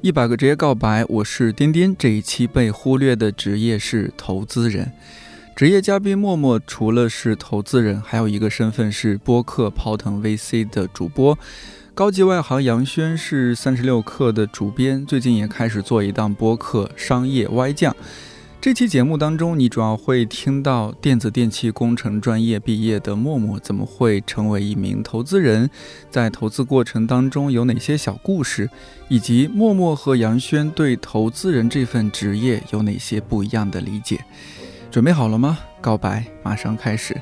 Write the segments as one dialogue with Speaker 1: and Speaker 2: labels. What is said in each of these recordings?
Speaker 1: 一百个职业告白，我是颠颠。这一期被忽略的职业是投资人。职业嘉宾默默除了是投资人，还有一个身份是播客抛腾 VC 的主播。高级外行杨轩是三十六氪的主编，最近也开始做一档播客《商业歪酱》。这期节目当中，你主要会听到电子电器工程专业毕业的默默怎么会成为一名投资人，在投资过程当中有哪些小故事，以及默默和杨轩对投资人这份职业有哪些不一样的理解。准备好了吗？告白马上开始。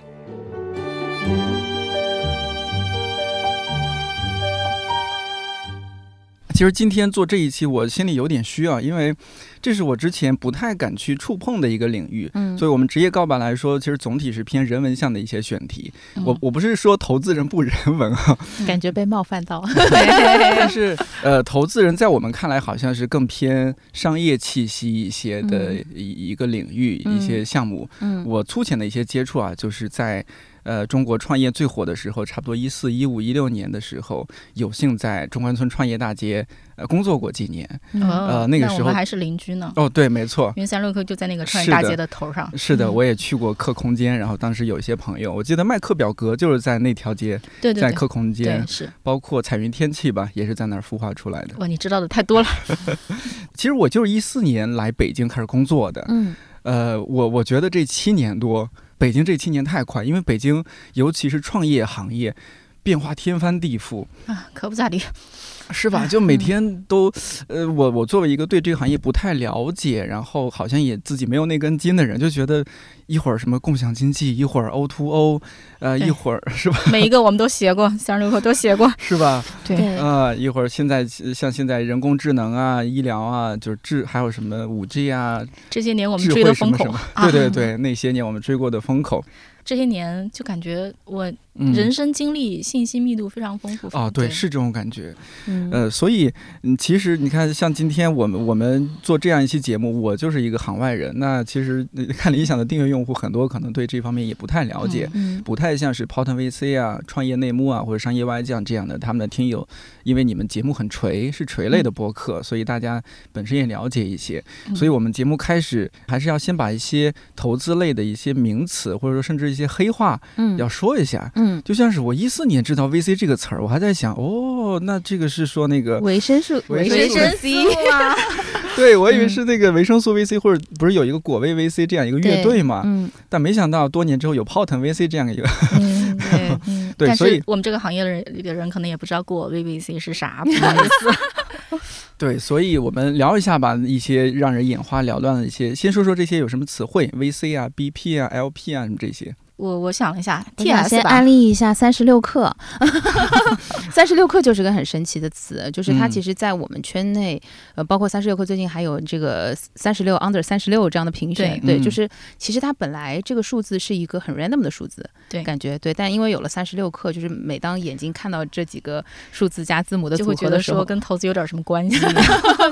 Speaker 1: 其实今天做这一期，我心里有点虚啊，因为这是我之前不太敢去触碰的一个领域。
Speaker 2: 嗯
Speaker 1: 所以，我们职业告白来说，其实总体是偏人文向的一些选题。我
Speaker 2: 嗯
Speaker 1: 我不是说投资人不人文啊，
Speaker 2: 感觉被冒犯到，
Speaker 1: 但是呃，投资人在我们看来好像是更偏商业气息一些的
Speaker 2: 嗯
Speaker 1: 一一个领域、
Speaker 2: 嗯
Speaker 1: 一些项目。
Speaker 2: 嗯
Speaker 1: 我粗浅的一些接触啊，就是在呃中国创业最火的时候，差不多一四、一五、一六年的时候，有幸在中关村创业大街呃工作过几年。
Speaker 2: 嗯
Speaker 3: 嗯
Speaker 1: 呃那个时候
Speaker 2: 哦我们还是邻居呢，
Speaker 1: 哦，对，没错。
Speaker 2: 因为三六氪就在那个创业
Speaker 1: 是的
Speaker 2: 大街的 头上，
Speaker 1: 是的，
Speaker 2: 嗯
Speaker 1: 我也去过客空间，然后当时有一些朋友，我记得卖课表格就是在那条街，
Speaker 2: 对对
Speaker 1: 在
Speaker 2: 对，
Speaker 1: 客空间
Speaker 2: 对，是
Speaker 1: 包括彩云天气吧，也是在那儿孵化出来的。
Speaker 2: 哇，你知道的太多了，
Speaker 1: 其实我就是一四年来北京开始工作的，
Speaker 2: 嗯
Speaker 1: 呃，我我觉得这七年多，北京这七年太快，因为北京尤其是创业行业变化天翻地覆，
Speaker 2: 啊，可不咋地，
Speaker 1: 是吧？就每天都，呃，我我作为一个对这个行业不太了解，然后好像也自己没有那根筋的人，就觉得一会儿什么共享经济，一会儿 O to O，呃，
Speaker 2: 对
Speaker 1: 一会儿 是吧？
Speaker 2: 每一个我们都写过，三六氪都写过，
Speaker 1: 是吧？
Speaker 2: 对，
Speaker 1: 啊，一会儿现在像现在人工智能啊、医疗啊，就是智还有什么五 G 啊，
Speaker 2: 这些年我们
Speaker 1: 智
Speaker 2: 追
Speaker 1: 慧
Speaker 2: 的
Speaker 1: 什
Speaker 2: 风
Speaker 1: 么
Speaker 2: 口
Speaker 1: 什么，，
Speaker 2: 啊
Speaker 1: 对对对，那些年我们追过的风口，
Speaker 2: 这些年就感觉我
Speaker 1: 嗯，
Speaker 2: 人生经历信息密度非常丰富
Speaker 1: 哦，对，是这种感觉。
Speaker 2: 嗯
Speaker 1: 呃，所以嗯，其实你看，像今天我们我们做这样一期节目，我就是一个行外人。那其实呃看理想的订阅用户，很多可能对这方面也不太了解。
Speaker 2: 嗯
Speaker 1: 不太像是 p o t o n VC 啊、创业内幕啊或者商业外酱这样的，他们的听友，因为你们节目很锤，是锤类的播客，所以大家本身也了解一些。
Speaker 2: 嗯
Speaker 1: 所以我们节目开始还是要先把一些投资类的一些名词，或者说甚至一些黑话
Speaker 2: 嗯
Speaker 1: 要说一下。
Speaker 2: 嗯，
Speaker 1: 就像是我一四年知道 VC 这个词儿，我还在想，哦，那这个是说那个，
Speaker 3: 维生素，
Speaker 1: 维生
Speaker 2: 维
Speaker 1: 素
Speaker 2: 生素啊，
Speaker 1: 对我以为是那个维生素 VC，或者不是有一个果味 VC 这样一个乐队嘛？
Speaker 3: 嗯，
Speaker 1: 但没想到多年之后有 p o t o n VC 这样一个，
Speaker 2: 嗯 对。
Speaker 3: 嗯，
Speaker 1: 对，
Speaker 2: 但
Speaker 1: 所以
Speaker 2: 是我们这个行业的人里的人可能也不知道过 VVC 是啥，
Speaker 1: 对，所以我们聊一下吧，一些让人眼花缭乱的一些，先说说这些有什么词汇，VC 啊、BP 啊、LP 啊什么这些。
Speaker 2: 我我想了一下
Speaker 3: 我想
Speaker 2: ，TS
Speaker 3: 先
Speaker 2: 吧
Speaker 3: 安，利一下三十六氪， 三十六氪就是个很神奇的词，就是它
Speaker 1: 嗯
Speaker 3: 其实，在我们圈内，呃，包括三十六氪最近还有这个三十六 under 三十六这样的评选，
Speaker 1: 对
Speaker 3: 对，
Speaker 1: 嗯
Speaker 3: 就是其实它本来这个数字是一个很 random 的数字，
Speaker 2: 对
Speaker 3: 感觉对，但因为有了三十六氪，就是每当眼睛看到这几个数字加字母的
Speaker 2: 就
Speaker 3: 组
Speaker 2: 会
Speaker 3: 合
Speaker 2: 觉得
Speaker 3: 的时候
Speaker 2: 说，跟投资有点什么 关系。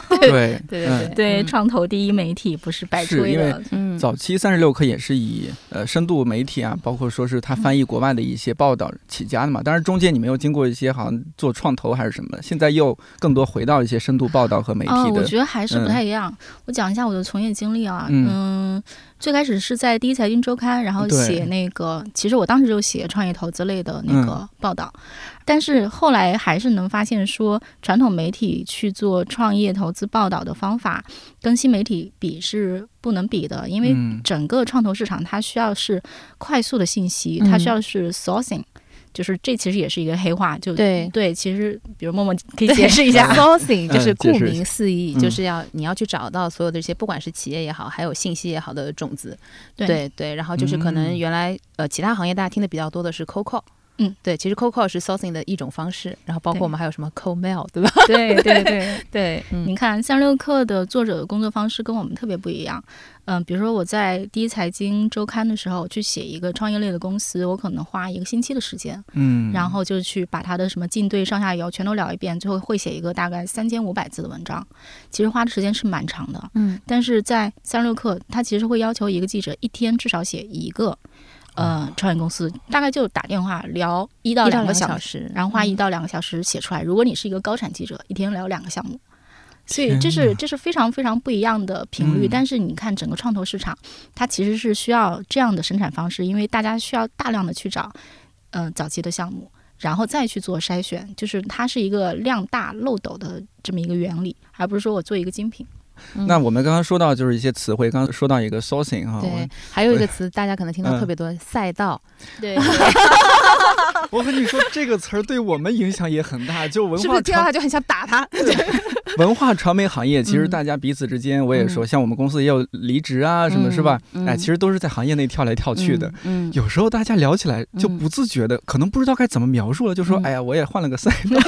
Speaker 1: 对对
Speaker 3: 对对
Speaker 2: 对，
Speaker 3: 嗯
Speaker 2: 创投第一媒体不是白
Speaker 1: 是
Speaker 2: 吹
Speaker 1: 因为
Speaker 2: 的，
Speaker 3: 嗯，
Speaker 1: 早期三十六氪也是以呃深度媒体啊，包括说是他翻译国外的一些报道起家的嘛。当然中间你们又经过一些好像做创投还是什么的，现在又更多回到一些深度报道和媒
Speaker 2: 哦，
Speaker 1: 体
Speaker 2: 我
Speaker 1: 的。
Speaker 2: 觉得还是
Speaker 1: 嗯
Speaker 2: 不太一样。我讲一下我的从业经历啊，
Speaker 1: 嗯
Speaker 2: 嗯最开始是在第一财经周刊，然后
Speaker 1: 对
Speaker 2: 写那个，其实我当时就写创业投资类的那个
Speaker 1: 嗯
Speaker 2: 报道，但是后来还是能发现说，传统媒体去做创业投资报道的方法跟新媒体比是不能比的，因为
Speaker 1: 嗯
Speaker 2: 整个创投市场它需要是快速的信息，
Speaker 3: 嗯
Speaker 2: 它需要是 sourcing。就是这其实也是一个黑话，就
Speaker 3: 对
Speaker 2: 对，其实比如默默可以 解释一下，
Speaker 3: sourcing 就是
Speaker 1: 嗯解
Speaker 3: 顾
Speaker 1: 释一
Speaker 3: 名思义，
Speaker 1: 嗯
Speaker 3: 就是要你要去找到所有的这些，不管是企业也好，还有信息也好的种子。对对，然后就是可能
Speaker 1: 嗯
Speaker 3: 原来、呃其他行业大家听的比较多的是 cold call。
Speaker 2: 嗯，
Speaker 3: 对，其实 cold call 是 sourcing 的一种方式，然后包括
Speaker 2: 对
Speaker 3: 我们还有什么 cold mail，对吧？
Speaker 2: 对对 对，
Speaker 3: 对，嗯
Speaker 2: 你看三十六课的作者的工作方式跟我们特别不一样。嗯、比如说我在第一财经周刊的时候去写一个创业类的公司，我可能花一个星期的时间，
Speaker 1: 嗯，
Speaker 2: 然后就去把它的什么进对上下游全都聊一遍，最后会写一个大概三千五百字的文章。其实花的时间是蛮长的，
Speaker 3: 嗯，
Speaker 2: 但是在三十六课，它其实会要求一个记者一天至少写一个。呃，创业公司大概就打电话聊一到
Speaker 3: 一到
Speaker 2: 两个
Speaker 3: 个
Speaker 2: 小时，
Speaker 3: 时，嗯
Speaker 1: 嗯
Speaker 2: 然后花一到两个小时写出来。如果你是一个高产记者，一天聊两个项目，所以这是
Speaker 1: 天哪
Speaker 2: 这是非常非常不一样的频
Speaker 1: 嗯
Speaker 2: 率。但是你看整个创投市场，它其实是需要这样的生产方式，因为大家需要大量的去找，嗯、早期的项目。然后再去做筛选，就是它是一个量大漏斗的这么一个原理，而不是说我做一个精品。
Speaker 1: 那
Speaker 3: 嗯
Speaker 1: 我们刚刚说到就是一些词汇，刚刚说到一个 sourcing 哈，
Speaker 3: 对，还有一
Speaker 1: 对
Speaker 3: 个词大家可能听到
Speaker 1: 嗯
Speaker 3: 特别多，赛道。
Speaker 2: 对，
Speaker 1: 我我和你说这个词儿对我们影响也很大，就文
Speaker 3: 是 不
Speaker 1: 化
Speaker 3: 是听到
Speaker 1: 传
Speaker 3: 他就很想打他？
Speaker 1: 文化传媒行业，其实
Speaker 3: 嗯
Speaker 1: 大家彼此之间，我也说，
Speaker 3: 嗯
Speaker 1: 像我们公司也有离职啊什么，
Speaker 3: 嗯
Speaker 1: 是吧？
Speaker 3: 嗯
Speaker 1: 哎，其实都是在行业内跳来跳去的。
Speaker 3: 嗯，嗯，
Speaker 1: 有时候大家聊起来就
Speaker 3: 嗯
Speaker 1: 不自觉的，可能不知道该怎么描述了，就说：“
Speaker 3: 嗯
Speaker 1: 哎呀，我也换了个赛 道。”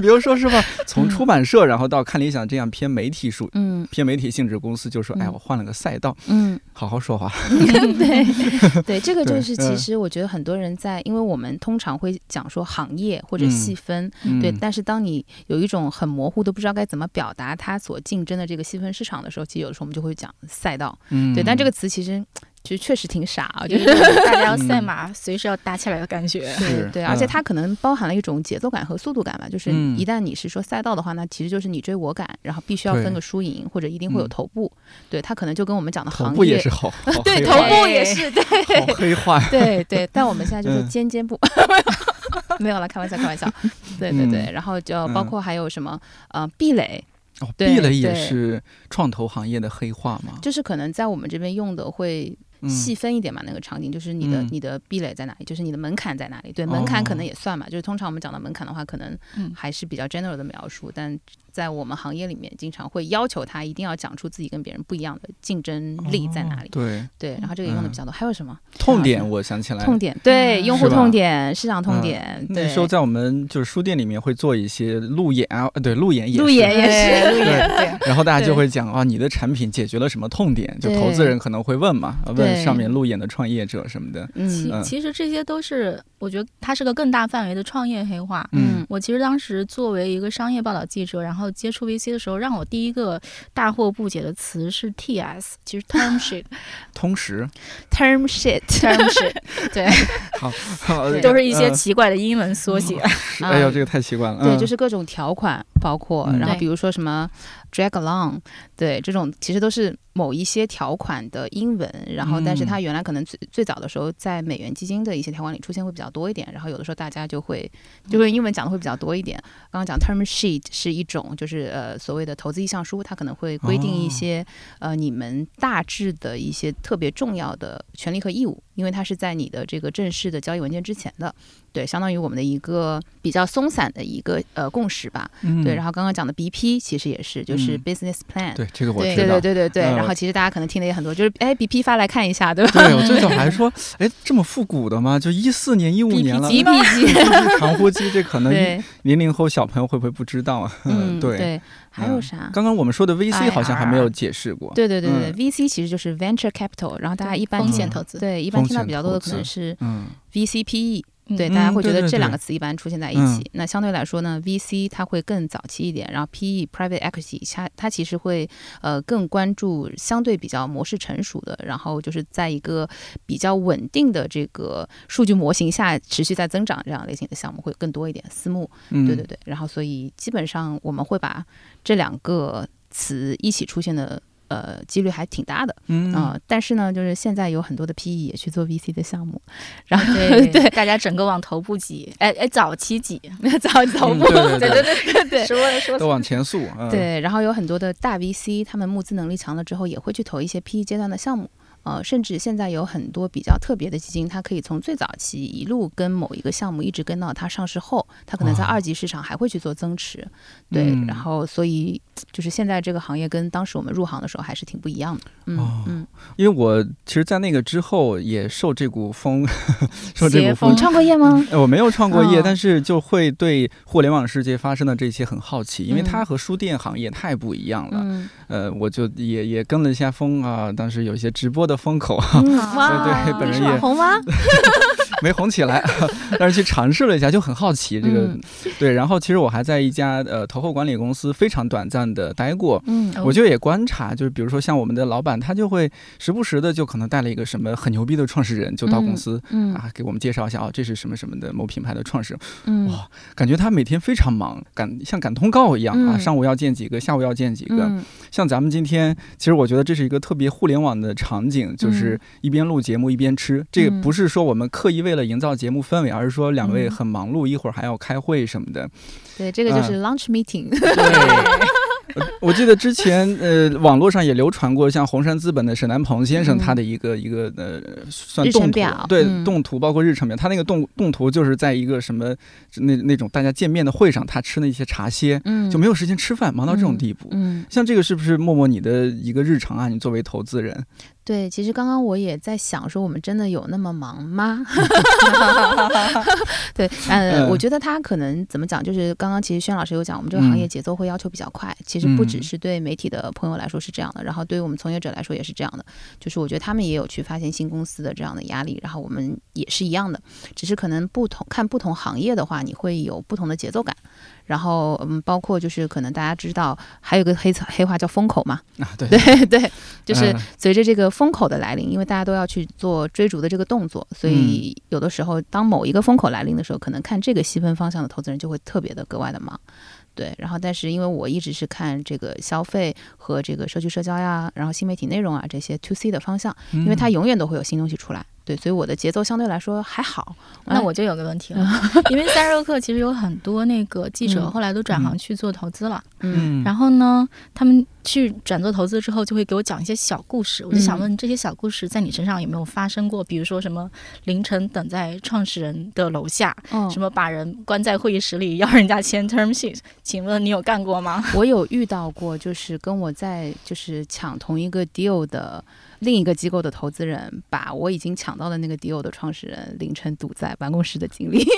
Speaker 1: 比如说是吧，从出版社，然后到看理想这样偏媒体属、
Speaker 3: 嗯
Speaker 1: 偏媒体性质公司，就说：“哎呀，我换了个赛道。
Speaker 3: 嗯，”
Speaker 1: 好好说话。
Speaker 3: 对对，这个
Speaker 1: 对
Speaker 3: 就是
Speaker 1: 嗯
Speaker 3: 其实我觉得很多人在，因为我们通常会讲说行业或者
Speaker 1: 嗯
Speaker 3: 细分，对，但是当你有一种很模糊都不知道该怎么表达它所竞争的这个细分市场的时候，其实有的时候我们就会讲赛道，
Speaker 1: 嗯
Speaker 3: 对，但这个词其实其实确实挺傻，啊我觉得。
Speaker 2: 大家要
Speaker 1: 嗯
Speaker 2: 赛马，随时要打起来的感觉。
Speaker 1: 是
Speaker 3: 对，而且
Speaker 1: 嗯
Speaker 3: 它可能包含了一种节奏感和速度感吧，就是
Speaker 1: 嗯
Speaker 3: 一旦你是说赛道的话，那其实就是你追我赶，然后必须要
Speaker 1: 对
Speaker 3: 分个输赢，或者一定会有
Speaker 1: 嗯
Speaker 3: 头部。对，它可能就跟我们讲的
Speaker 1: 头
Speaker 3: 行
Speaker 1: 部也
Speaker 3: 业
Speaker 1: 是好，好
Speaker 3: 对
Speaker 1: 黑
Speaker 3: 头
Speaker 1: 化
Speaker 3: 部也是对
Speaker 1: 好黑化呀。
Speaker 3: 对对，但我们现在就是
Speaker 1: 嗯
Speaker 3: 尖尖部， 没有了，开玩笑，开玩笑。对对
Speaker 1: 嗯
Speaker 3: 对，然后就包括还有什么呃壁垒，
Speaker 1: 哦，
Speaker 3: 对
Speaker 1: 壁垒也
Speaker 3: 对
Speaker 1: 是创投行业的黑化嘛，
Speaker 3: 就是可能在我们这边用的会
Speaker 1: 嗯
Speaker 3: 细分一点嘛，那个场景就是你的
Speaker 1: 嗯哦
Speaker 3: 你的壁垒在哪里，就是你的门槛在哪里。对，门槛可能也算嘛，就是通常我们讲到门槛的话，可能
Speaker 2: 嗯
Speaker 3: 还是比较 general 的描述，但在我们行业里面，经常会要求他一定要讲出自己跟别人不一样的竞争力在哪
Speaker 1: 哦
Speaker 3: 里。
Speaker 1: 对，
Speaker 3: 对，然后这个用的
Speaker 1: 嗯
Speaker 3: 比较多，还有什么
Speaker 1: 痛点我想起来了，
Speaker 3: 痛点？对，
Speaker 2: 嗯
Speaker 3: 用户
Speaker 1: 是吧
Speaker 3: 痛点、市场痛
Speaker 1: 嗯
Speaker 3: 点。
Speaker 1: 那
Speaker 3: 对
Speaker 1: 时候在我们就是书店里面会做一些路演啊，呃对，路演也是
Speaker 2: 路演也是，
Speaker 3: 对
Speaker 2: 路演对。
Speaker 1: 然后大家就
Speaker 3: 对
Speaker 1: 会讲啊，你的产品解决了什么痛点？就
Speaker 3: 对
Speaker 1: 投资人可能会问嘛，问
Speaker 3: 对
Speaker 1: 上面路演的创业者什么的。
Speaker 2: 其
Speaker 3: 嗯
Speaker 1: 嗯
Speaker 2: 其实这些都是，我觉得它是个更大范围的创业黑化。
Speaker 1: 嗯
Speaker 2: 我其实当时作为一个商业报道记者，然后接触 VC 的时候，让我第一个大惑不解的词是 TS，其实 term sheet，term
Speaker 1: 通 识
Speaker 3: term shit，
Speaker 2: sheet
Speaker 1: 好，
Speaker 3: 对嗯
Speaker 2: 都是一些
Speaker 1: 呃
Speaker 2: 奇怪的英文缩写。
Speaker 1: 是哎呦，
Speaker 3: 啊
Speaker 1: 这个太奇怪了。
Speaker 3: 对，
Speaker 1: 嗯
Speaker 3: 就是各种条款，包括
Speaker 1: 嗯
Speaker 3: 然后
Speaker 2: 对
Speaker 3: 比如说什么 drag along，对，这种其实都是某一些条款的英文，然后但是
Speaker 1: 嗯
Speaker 3: 它原来可能最最早的时候在美元基金的一些条款里出现会比较多一点，然后有的时候大家就会就会英文讲的会比较多一点。刚刚讲 term sheet 是一种就是呃所谓的投资意向书，它可能会规定
Speaker 1: 哦
Speaker 3: 一些、呃你们大致的一些特别重要的权利和义务，因为它是在你的这个正式的交易文件之前的。对，相当于我们的一个比较松散的一个呃共识吧。
Speaker 1: 嗯
Speaker 3: 对，然后刚刚讲的 BP 其实也是，就是
Speaker 1: 嗯
Speaker 3: business plan。
Speaker 1: 对这个我
Speaker 2: 对
Speaker 1: 知
Speaker 3: 对
Speaker 1: 道
Speaker 3: 对。对对对，
Speaker 1: 嗯
Speaker 3: 然后其实大家可能听的也很多，就是哎，BP 发来看一下，对吧？
Speaker 1: 对，我最早还说，哎，这么复古的吗？就一四年、 一五年了，
Speaker 3: BP 机，
Speaker 1: 长呼机，这可能
Speaker 3: 对，
Speaker 1: 零零后小朋友会不会不知道啊？
Speaker 3: 嗯，
Speaker 1: 对。嗯
Speaker 3: 对，还有啥？
Speaker 1: 刚刚我们说的 VC 好像还没有
Speaker 3: IR
Speaker 1: 解释过。
Speaker 3: 对对对对
Speaker 1: 嗯
Speaker 3: 对，VC 其实就是 venture capital，然后大家一般
Speaker 2: 风
Speaker 3: 听
Speaker 2: 险投资，
Speaker 3: 对一般听到
Speaker 1: 风险
Speaker 3: 比较多的
Speaker 1: 投资
Speaker 3: 可能是
Speaker 1: 嗯，
Speaker 3: VCPE，
Speaker 2: 嗯
Speaker 3: E，对，大家会
Speaker 1: 嗯
Speaker 3: 觉
Speaker 1: 对
Speaker 3: 得
Speaker 1: 对
Speaker 3: 这
Speaker 1: 对嗯
Speaker 3: 两个词一般出现在一起。那相对来说呢，VC 它会更早期一点，然后 PE private equity 它它其实会呃更关注相对比较模式成熟的，然后就是在一个比较稳定的这个数据模型下持续在增长这样类型的项目会更多一点。私募，
Speaker 1: 嗯
Speaker 3: 对对对，然后所以基本上我们会把这两个词一起出现的。呃，几率还挺大的
Speaker 1: 嗯
Speaker 3: 啊、但是呢，就是现在有很多的 PE 也去做 VC 的项目，然 后
Speaker 2: 对
Speaker 3: 嗯 对，
Speaker 2: 大家整个往头部挤，哎哎，早期挤，
Speaker 3: 早头部，
Speaker 1: 嗯对对对
Speaker 3: 对对
Speaker 2: 说了说
Speaker 1: 都往前诉。嗯，
Speaker 3: 对，然后有很多的大 VC，他们募资能力强了之后，也会去投一些 PE 阶段的项目。呃，甚至现在有很多比较特别的基金，它可以从最早期一路跟某一个项目一直跟到它上市后，它可能在
Speaker 1: 哇
Speaker 3: 二级市场还会去做增持。对，
Speaker 1: 哦嗯
Speaker 3: 然后所以就是现在这个行业跟当时我们入行的时候还是挺不一样的。嗯、
Speaker 1: 哦
Speaker 3: 嗯，
Speaker 1: 因为我其实，在那个之后也受这股风， 受这股
Speaker 2: 邪
Speaker 1: 风
Speaker 2: 风
Speaker 3: 哦你。创过 业吗？
Speaker 1: 呃我没有创过业，
Speaker 3: 哦
Speaker 1: 但是就会对互联网世界发生的这些很好奇，因为
Speaker 3: 嗯
Speaker 1: 它和书店行业太不一样了。
Speaker 3: 嗯，
Speaker 1: 呃，我就也也跟了一下风啊，当时有一些直播的风口啊，
Speaker 3: 嗯
Speaker 2: 对
Speaker 3: 哇，
Speaker 1: 对本
Speaker 3: 你
Speaker 1: 人
Speaker 3: 是
Speaker 1: 也
Speaker 3: 网红吗？
Speaker 1: 没红起来， 但是去尝试了一下，就很好奇这个、
Speaker 3: 嗯
Speaker 1: 对。然后其实我还在一家呃投后管理公司非常短暂的待过，
Speaker 3: 嗯
Speaker 2: 哦
Speaker 1: 我就也观察，就是比如说像我们的老板，他就会时不时的就可能带了一个什么很牛逼的创始人就到公司。
Speaker 3: 嗯
Speaker 1: 啊，给我们介绍一下哦，这是什么什么的某品牌的创始人，
Speaker 3: 嗯
Speaker 1: 哇感觉他每天非常忙，赶像赶通告一样啊，
Speaker 3: 嗯
Speaker 1: 上午要见几个，下午要见几个，
Speaker 3: 嗯
Speaker 1: 像咱们今天，其实我觉得这是一个特别互联网的场景，
Speaker 3: 嗯
Speaker 1: 就是一边录节目一边吃。这个不是说我们刻意为了营造节目氛围，而是说两
Speaker 3: 嗯
Speaker 1: 位很忙碌，一会儿还要开会什么的。
Speaker 3: 对，这个就是 lunch meeting，
Speaker 1: 嗯对。 我记得之前，呃，网络上也流传过像红杉资本的沈南鹏先生
Speaker 3: 嗯
Speaker 1: 他的一个、一个呃，算
Speaker 3: 日程
Speaker 1: 动图
Speaker 3: 表
Speaker 1: 对、
Speaker 3: 嗯
Speaker 1: 动图，包括日程表。他那个动动图就是在一个什么那那种大家见面的会上，他吃那些茶歇，
Speaker 3: 嗯
Speaker 1: 就没有时间吃饭，忙到这种
Speaker 3: 嗯
Speaker 1: 地步。
Speaker 3: 嗯，
Speaker 1: 像这个是不是默默你的一个日常啊？你作为投资 人，
Speaker 3: 对，其实刚刚我也在想，说我们真的有那么忙 吗？对，呃，
Speaker 1: 嗯
Speaker 3: 我觉得他可能怎么讲，就是刚刚其实轩老师有讲，我们这个行业节奏会要求比较快。其实不只
Speaker 1: 嗯
Speaker 3: 是对媒体的朋友来说是这样的，然后对于我们从业者来说也是这样的。就是我觉得他们也有去发现新公司的这样的压力，然后我们也是一样的，只是可能不同看不同行业的话，你会有不同的节奏感。然后，嗯，包括就是可能大家知道，还有一个黑词黑话叫风口嘛，
Speaker 1: 啊，对，
Speaker 3: 对对，就是
Speaker 1: 嗯
Speaker 3: 随着这个风口的来临，因为大家都要去做追逐的这个动作，所以有的时候当某一个风口来临的时候，可能看这个细分方向的投资人就会特别的格外的忙。对，然后但是因为我一直是看这个消费和这个社区社交呀，然后新媒体内容啊这些 to C 的方向，因为它永远都会有新东西出来。对，所以我的节奏相对来说还好。
Speaker 2: 那我就有个问题了，因为散热课其实有很多那个记者
Speaker 3: 嗯
Speaker 2: 后来都转行
Speaker 1: 嗯
Speaker 2: 去做投资了，
Speaker 3: 嗯
Speaker 1: 嗯，
Speaker 2: 然后呢，他们去转做投资之后，就会给我讲一些小故事，我就想
Speaker 3: 嗯
Speaker 2: 问这些小故事在你身上有没有发生过？比如说什么凌晨等在创始人的楼下，
Speaker 3: 嗯
Speaker 2: 什么把人关在会议室里要人家签 term sheet，请 问你有干过吗？
Speaker 3: 我有遇到过，就是跟我在就是抢同一个 deal 的另一个机构的投资人，把我已经抢到的那个 deal 的创始人凌晨堵在办公室的经历。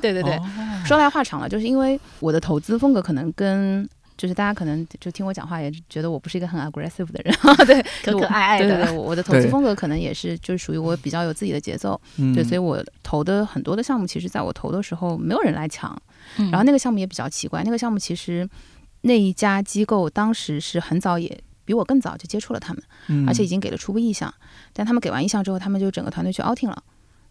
Speaker 3: 对对对，
Speaker 1: 哦
Speaker 3: 说来话长了，就是因为我的投资风格可能跟。就是大家可能就听我讲话，也觉得我不是一个很 aggressive 的人，啊 对，
Speaker 2: 可可爱爱
Speaker 3: 对
Speaker 2: 的，
Speaker 3: 对对，我我的投资
Speaker 1: 对嗯
Speaker 3: 风格可能也是，就是属于我比较有自己的节奏，对，所以我投的很多的项目，其实在我投的时候没有人来抢，
Speaker 2: 嗯
Speaker 3: 然后那个项目也比较奇怪，那个项目其实那一家机构当时是很早也。比我更早就接触了他们，
Speaker 1: 嗯
Speaker 3: 而且已经给了初步意向，但他们给完意向之后，他们就整个团队去 outing 了，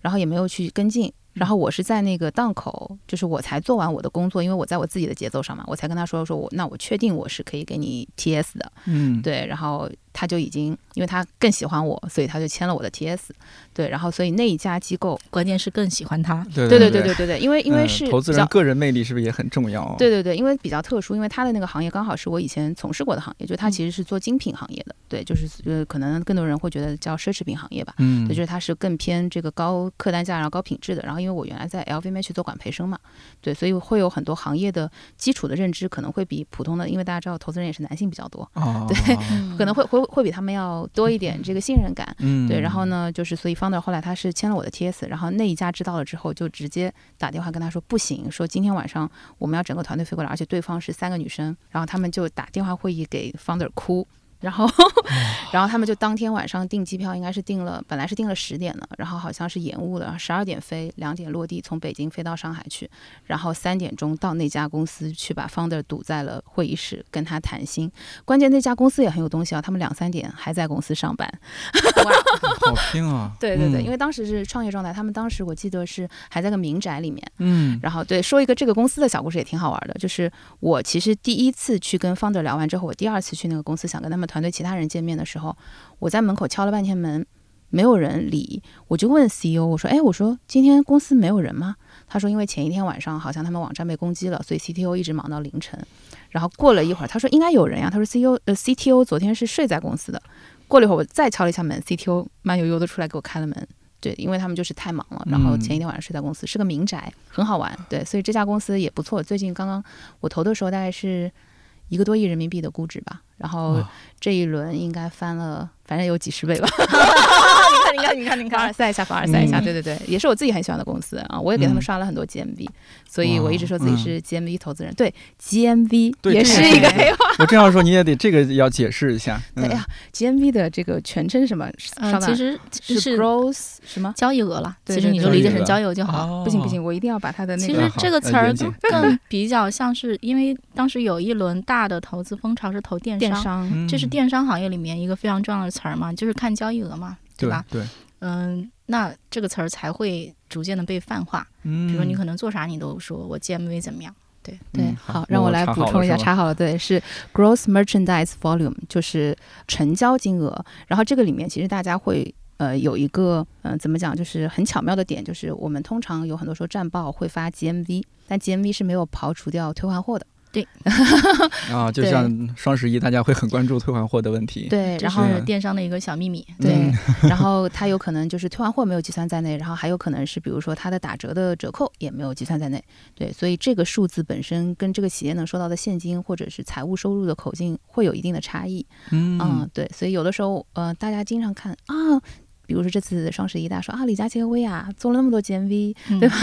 Speaker 3: 然后也没有去跟进。然后我是在那个档口，就是我才做完我的工作，因为我在我自己的节奏上嘛，我才跟他说说我那我确定我是可以给你 TS 的，
Speaker 1: 嗯，
Speaker 3: 对，然后他就已经因为他更喜欢我，所以他就签了我的 TS，对，然后所以那一家机构，
Speaker 2: 关键是更喜欢他。
Speaker 1: 对
Speaker 3: 对
Speaker 1: 对
Speaker 3: 对对对对对，因为因为
Speaker 1: 嗯
Speaker 3: 是
Speaker 1: 投资
Speaker 3: 比较
Speaker 1: 人个人魅力是不是也很重
Speaker 2: 哦
Speaker 1: 要？
Speaker 3: 对，对对，因为比较特殊，因为它的那个行业刚好是我以前从事过的行业，就它
Speaker 2: 嗯
Speaker 3: 其实是做精品行业的，对，就是呃，可能更多人会觉得叫奢侈品行业吧，
Speaker 1: 嗯，
Speaker 3: 对，就是它是更偏这个高客单价，然后高品质的。然后因为我原来在 LVMH 去做管培生嘛，对，所以会有很多行业的基础的认知可能会比普通的，因为大家知道投资人也是男性比较多，
Speaker 1: 哦，
Speaker 3: 对
Speaker 2: 嗯
Speaker 3: 可能会会会比他们要多一点这个信任感。
Speaker 1: 嗯，
Speaker 3: 对，然后呢，就是所以 founder 后来他是签了我的 TS，然后那一家知道了之后，就直接打电话跟他说不行，说今天晚上我们要整个团队飞过来，而且对方是三个女生，然后他们就打电话会议给 founder 哭。然后， 然后他们就当天晚上订机票，应该是订了，本来是订了十点的，然后好像是延误了，然后十二点飞，两点落地，从北京飞到上海去，然后三点钟到那家公司去把 founder 堵在了会议室，跟他谈心。关键那家公司也很有东西啊，他们两三点还在公司上班，
Speaker 1: 好拼啊！
Speaker 3: 对对对，因
Speaker 1: 为
Speaker 3: 为当时是创业状态，他们当时我记得是还在个民宅里面。
Speaker 1: 嗯
Speaker 3: 然后对，说一个这个公司的小故事也挺好玩的，就是我其实第一次去跟 founder 聊完之后，我第二次去那个公司想跟他们团队其他人见面的时候，我在门口敲了半天门，没有人理，我就问 CEO 我说，哎，我说今天公司没有人吗？他说因为前一天晚上好像他们网站被攻击了，所以 CTO 一直忙到凌晨。然后过了一会儿，他说应该有人呀，他说 CEO 呃 CTO 昨天是睡在公司的。过了一会儿，我再敲了一下门，CTO 慢悠悠的出来给我开了门。对，因为他们就是太忙了，然后
Speaker 1: 嗯
Speaker 3: 前一天晚上睡在公司，是个民宅，很好玩。对，所以这家公司也不错。最近刚刚我投的时候，大概是一个多亿人民币的估值吧，然后
Speaker 1: 哇
Speaker 3: 这一轮应该翻了，反正有几十倍吧。
Speaker 2: 你看，你看，你看，你
Speaker 3: 凡尔
Speaker 2: 看，
Speaker 3: 赛一下，凡尔赛一下，
Speaker 1: 嗯
Speaker 3: 对对对，也是我自己很喜欢的公司啊，我也给他们
Speaker 1: 嗯
Speaker 3: 刷了很多 GMV，、所以
Speaker 1: 哇
Speaker 3: 我一直说自己是 GMV 投资人，对 GMV
Speaker 1: 对
Speaker 3: 也
Speaker 1: 这
Speaker 3: 是
Speaker 1: 也是
Speaker 3: 一个
Speaker 1: 一个
Speaker 3: 黑话，
Speaker 1: 我这样说你也得这个要解释一下。
Speaker 3: 哎
Speaker 1: 嗯
Speaker 3: 呀，GMV 的这个全称是什么？
Speaker 2: 嗯、
Speaker 3: 啊上哪
Speaker 2: 其实
Speaker 3: 是
Speaker 2: 是
Speaker 3: gross 什么？
Speaker 2: 交易额了，
Speaker 3: 对
Speaker 2: 其实
Speaker 3: 对
Speaker 2: 你
Speaker 3: 对啊
Speaker 2: 就理
Speaker 1: 交
Speaker 2: 解
Speaker 1: 易
Speaker 2: 成
Speaker 1: 额
Speaker 2: 交易额就好了。
Speaker 1: 哦
Speaker 3: 不行不行，，我一定要把它的那
Speaker 2: 其
Speaker 3: 个
Speaker 2: 实
Speaker 1: 好
Speaker 2: 这个词
Speaker 1: 呃
Speaker 2: 儿
Speaker 1: 严谨
Speaker 2: 更比较像是，因为当时有一轮大的投资风潮是投电
Speaker 3: 电
Speaker 2: 商，
Speaker 3: 商
Speaker 1: 嗯
Speaker 2: 这是电商行业里面一个非常重要的词儿嘛，就是看交易额嘛，
Speaker 1: 对
Speaker 2: 吧？？
Speaker 1: 对，
Speaker 2: 嗯，那这个词儿才会逐渐的被泛化。
Speaker 1: 嗯，
Speaker 2: 比如说你可能做啥你都说我 GMV 怎么样，对，
Speaker 3: 对
Speaker 1: 嗯，好
Speaker 3: 好，让
Speaker 1: 我
Speaker 3: 我来
Speaker 1: 查
Speaker 3: 补
Speaker 1: 好了
Speaker 3: 充一下，
Speaker 1: 是吧
Speaker 3: 查好了，对，是 gross merchandise volume，就是成交金额。然后这个里面其实大家会呃有一个嗯、呃怎么讲，就是很巧妙的点，就是我们通常有很多时候战报会发 GMV，但 GMV 是没有刨除掉退换货的。
Speaker 1: 啊，就
Speaker 3: 对
Speaker 1: 像双十一，大家会很关注退换货的问题。
Speaker 3: 对，
Speaker 2: 这
Speaker 3: 然后
Speaker 2: 是电商的一个小秘密。
Speaker 3: 对，然后它有可能就是退换货没有计算在内，然后还有可能是比如说它的打折的折扣也没有计算在内，对，所以这个数字本身跟这个企业能收到的现金或者是财务收入的口径会有一定的差异，
Speaker 1: 嗯
Speaker 3: 嗯，，对，所以有的时候呃，大家经常看啊。比如说这次双十一，大家说啊，李佳琦和薇娅做了那么多 GMV，
Speaker 2: 嗯
Speaker 3: 对吧？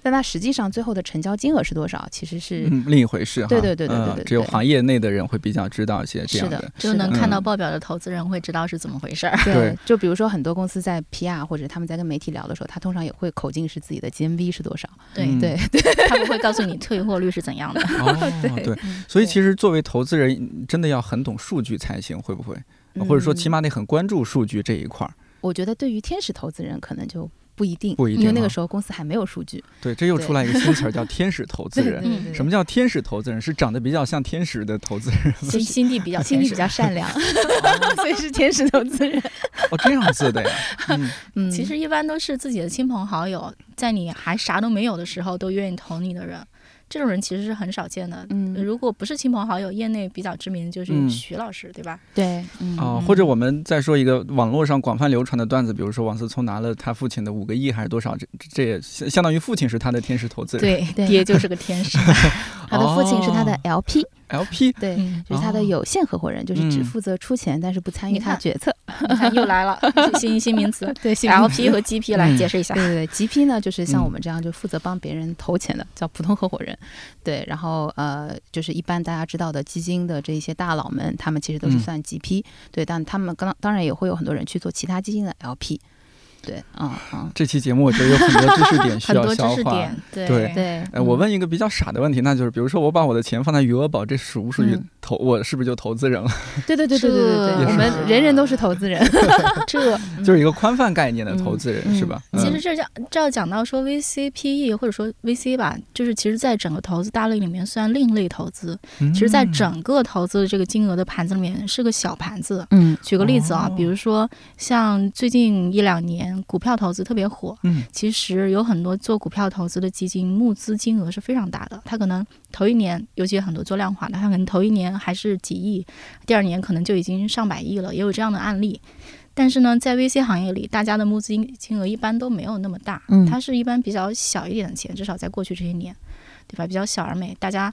Speaker 3: 但它实际上最后的成交金额是多少，其实是、
Speaker 1: 嗯，另一回事哈。
Speaker 3: 对对对对对
Speaker 1: 呃
Speaker 3: 对
Speaker 1: 只有
Speaker 3: 对
Speaker 1: 行业内的人会比较知道一些这
Speaker 3: 是
Speaker 1: 样
Speaker 3: 的
Speaker 1: 的。，
Speaker 2: 就是
Speaker 3: 的
Speaker 2: 能看
Speaker 1: 嗯
Speaker 2: 到报表的投资人会知道是怎么回 事儿。
Speaker 1: 对
Speaker 3: 对，就比如说很多公司在 PR 或者他们在跟媒体聊的时候，他通常也会口径是自己的 GMV 是多少，
Speaker 2: 对
Speaker 1: 嗯
Speaker 3: 对，
Speaker 2: 他不会告诉你退货率是怎 样的。
Speaker 1: 哦，对，
Speaker 2: 嗯
Speaker 1: 所以
Speaker 3: 对
Speaker 1: 其实作为投资人，真的要很懂数据才行，会不会？或者说，起
Speaker 3: 码
Speaker 1: 码得很关注数据这一块儿，
Speaker 3: 嗯我觉得对于天使投资人可能就不一定，
Speaker 1: 不一定啊
Speaker 3: 因为那
Speaker 1: 哈
Speaker 3: 个时候公司还没有数据。
Speaker 1: 对，这又
Speaker 3: 对
Speaker 1: 出来一个新词儿叫天使投资
Speaker 3: 对 对
Speaker 1: 人。
Speaker 3: 对对，
Speaker 2: 嗯
Speaker 1: 什么
Speaker 3: 叫
Speaker 1: 叫天使投资人？是长得比较像天使的投资人
Speaker 2: 心心地 比较
Speaker 3: 心
Speaker 2: 天
Speaker 3: 地
Speaker 2: 使
Speaker 3: 比较善良，所以是天使投资人。
Speaker 1: 哦，这样子的 呀。嗯，
Speaker 3: 嗯，
Speaker 2: 其实一般都是自己的亲朋好友，在你还啥都没有的时候都愿意投你的人，这种人其实是很少见的。
Speaker 3: 嗯，
Speaker 2: 如果不是亲朋好友，业内比较知名的就
Speaker 1: 嗯
Speaker 2: 是徐老师，对吧？
Speaker 3: 对，嗯
Speaker 1: 哦，或者我们再说一个网络上广泛流传的段子，比如说王思聪拿了他父亲的五个亿还是多少，这这也相相当于父亲是他的天使投资人。
Speaker 2: 对，
Speaker 3: 对
Speaker 2: 爹就是个天使。
Speaker 3: 他的父亲是他的
Speaker 1: 哦
Speaker 3: LP，
Speaker 1: LP，
Speaker 3: 对，
Speaker 2: 嗯
Speaker 3: 就是他的有限合伙人，就是只
Speaker 1: 嗯
Speaker 3: 负责出钱，但是不参与
Speaker 2: 你
Speaker 3: 他
Speaker 2: 看
Speaker 3: 决策。
Speaker 2: 你看又来了，新新名词
Speaker 3: 对新名词
Speaker 2: ，LP 和 GP 来解释一 下
Speaker 3: 对。对对，GP 呢，就是像
Speaker 1: 嗯
Speaker 3: 我们这样就负责帮别人投钱的，叫普通合伙人。对，然后呃，就是一般大家知道的基金的这一些大佬们，他们其实都是
Speaker 1: 嗯
Speaker 3: 算 GP、对，但他们刚当然也会有很多人去做其他基金的 LP。对，嗯嗯，
Speaker 1: 这期节目我觉得有很多知识点需
Speaker 2: 很
Speaker 1: 要
Speaker 2: 多知
Speaker 1: 消
Speaker 2: 识
Speaker 1: 化
Speaker 2: 点。，嗯对
Speaker 1: 对
Speaker 3: 对。
Speaker 1: 哎，我问一个比较傻的问题，那就是比如说我把我的钱放在余额宝，这属不属于
Speaker 3: 嗯
Speaker 1: 投？我是不是就投资人了？
Speaker 3: 嗯，对对对对对对
Speaker 2: 这
Speaker 3: 对，我们人人都是投资人。
Speaker 2: 这
Speaker 1: 就是一个宽泛概念的投
Speaker 3: 嗯
Speaker 1: 资人，
Speaker 3: 嗯
Speaker 1: 是吧？
Speaker 2: 嗯其
Speaker 1: 嗯
Speaker 2: 实这叫这要讲到说 VC、PE E 或者说 VC 吧，就是其实在整个投资大类里面算另类投资，
Speaker 1: 嗯
Speaker 2: 其实在整个投资的这个金额的盘子里面是个小盘子。
Speaker 3: 嗯
Speaker 2: 举个例子啊
Speaker 1: 哦，
Speaker 2: 比如说像最近一两年股票投资特别火，
Speaker 1: 嗯
Speaker 2: 其实有很多做股票投资的基金募资金额是非常大的，它可能头一年，尤其很多做量化的，它可能头一年还是几亿，第二年可能就已经上百亿了，也有这样的案例。但是呢，在 VC 行业里，大家的募资金金额一般都没有那么大，
Speaker 3: 嗯
Speaker 2: 它是一般比较小一点的钱，至少在过去这些年，对吧？比较小而美，大家，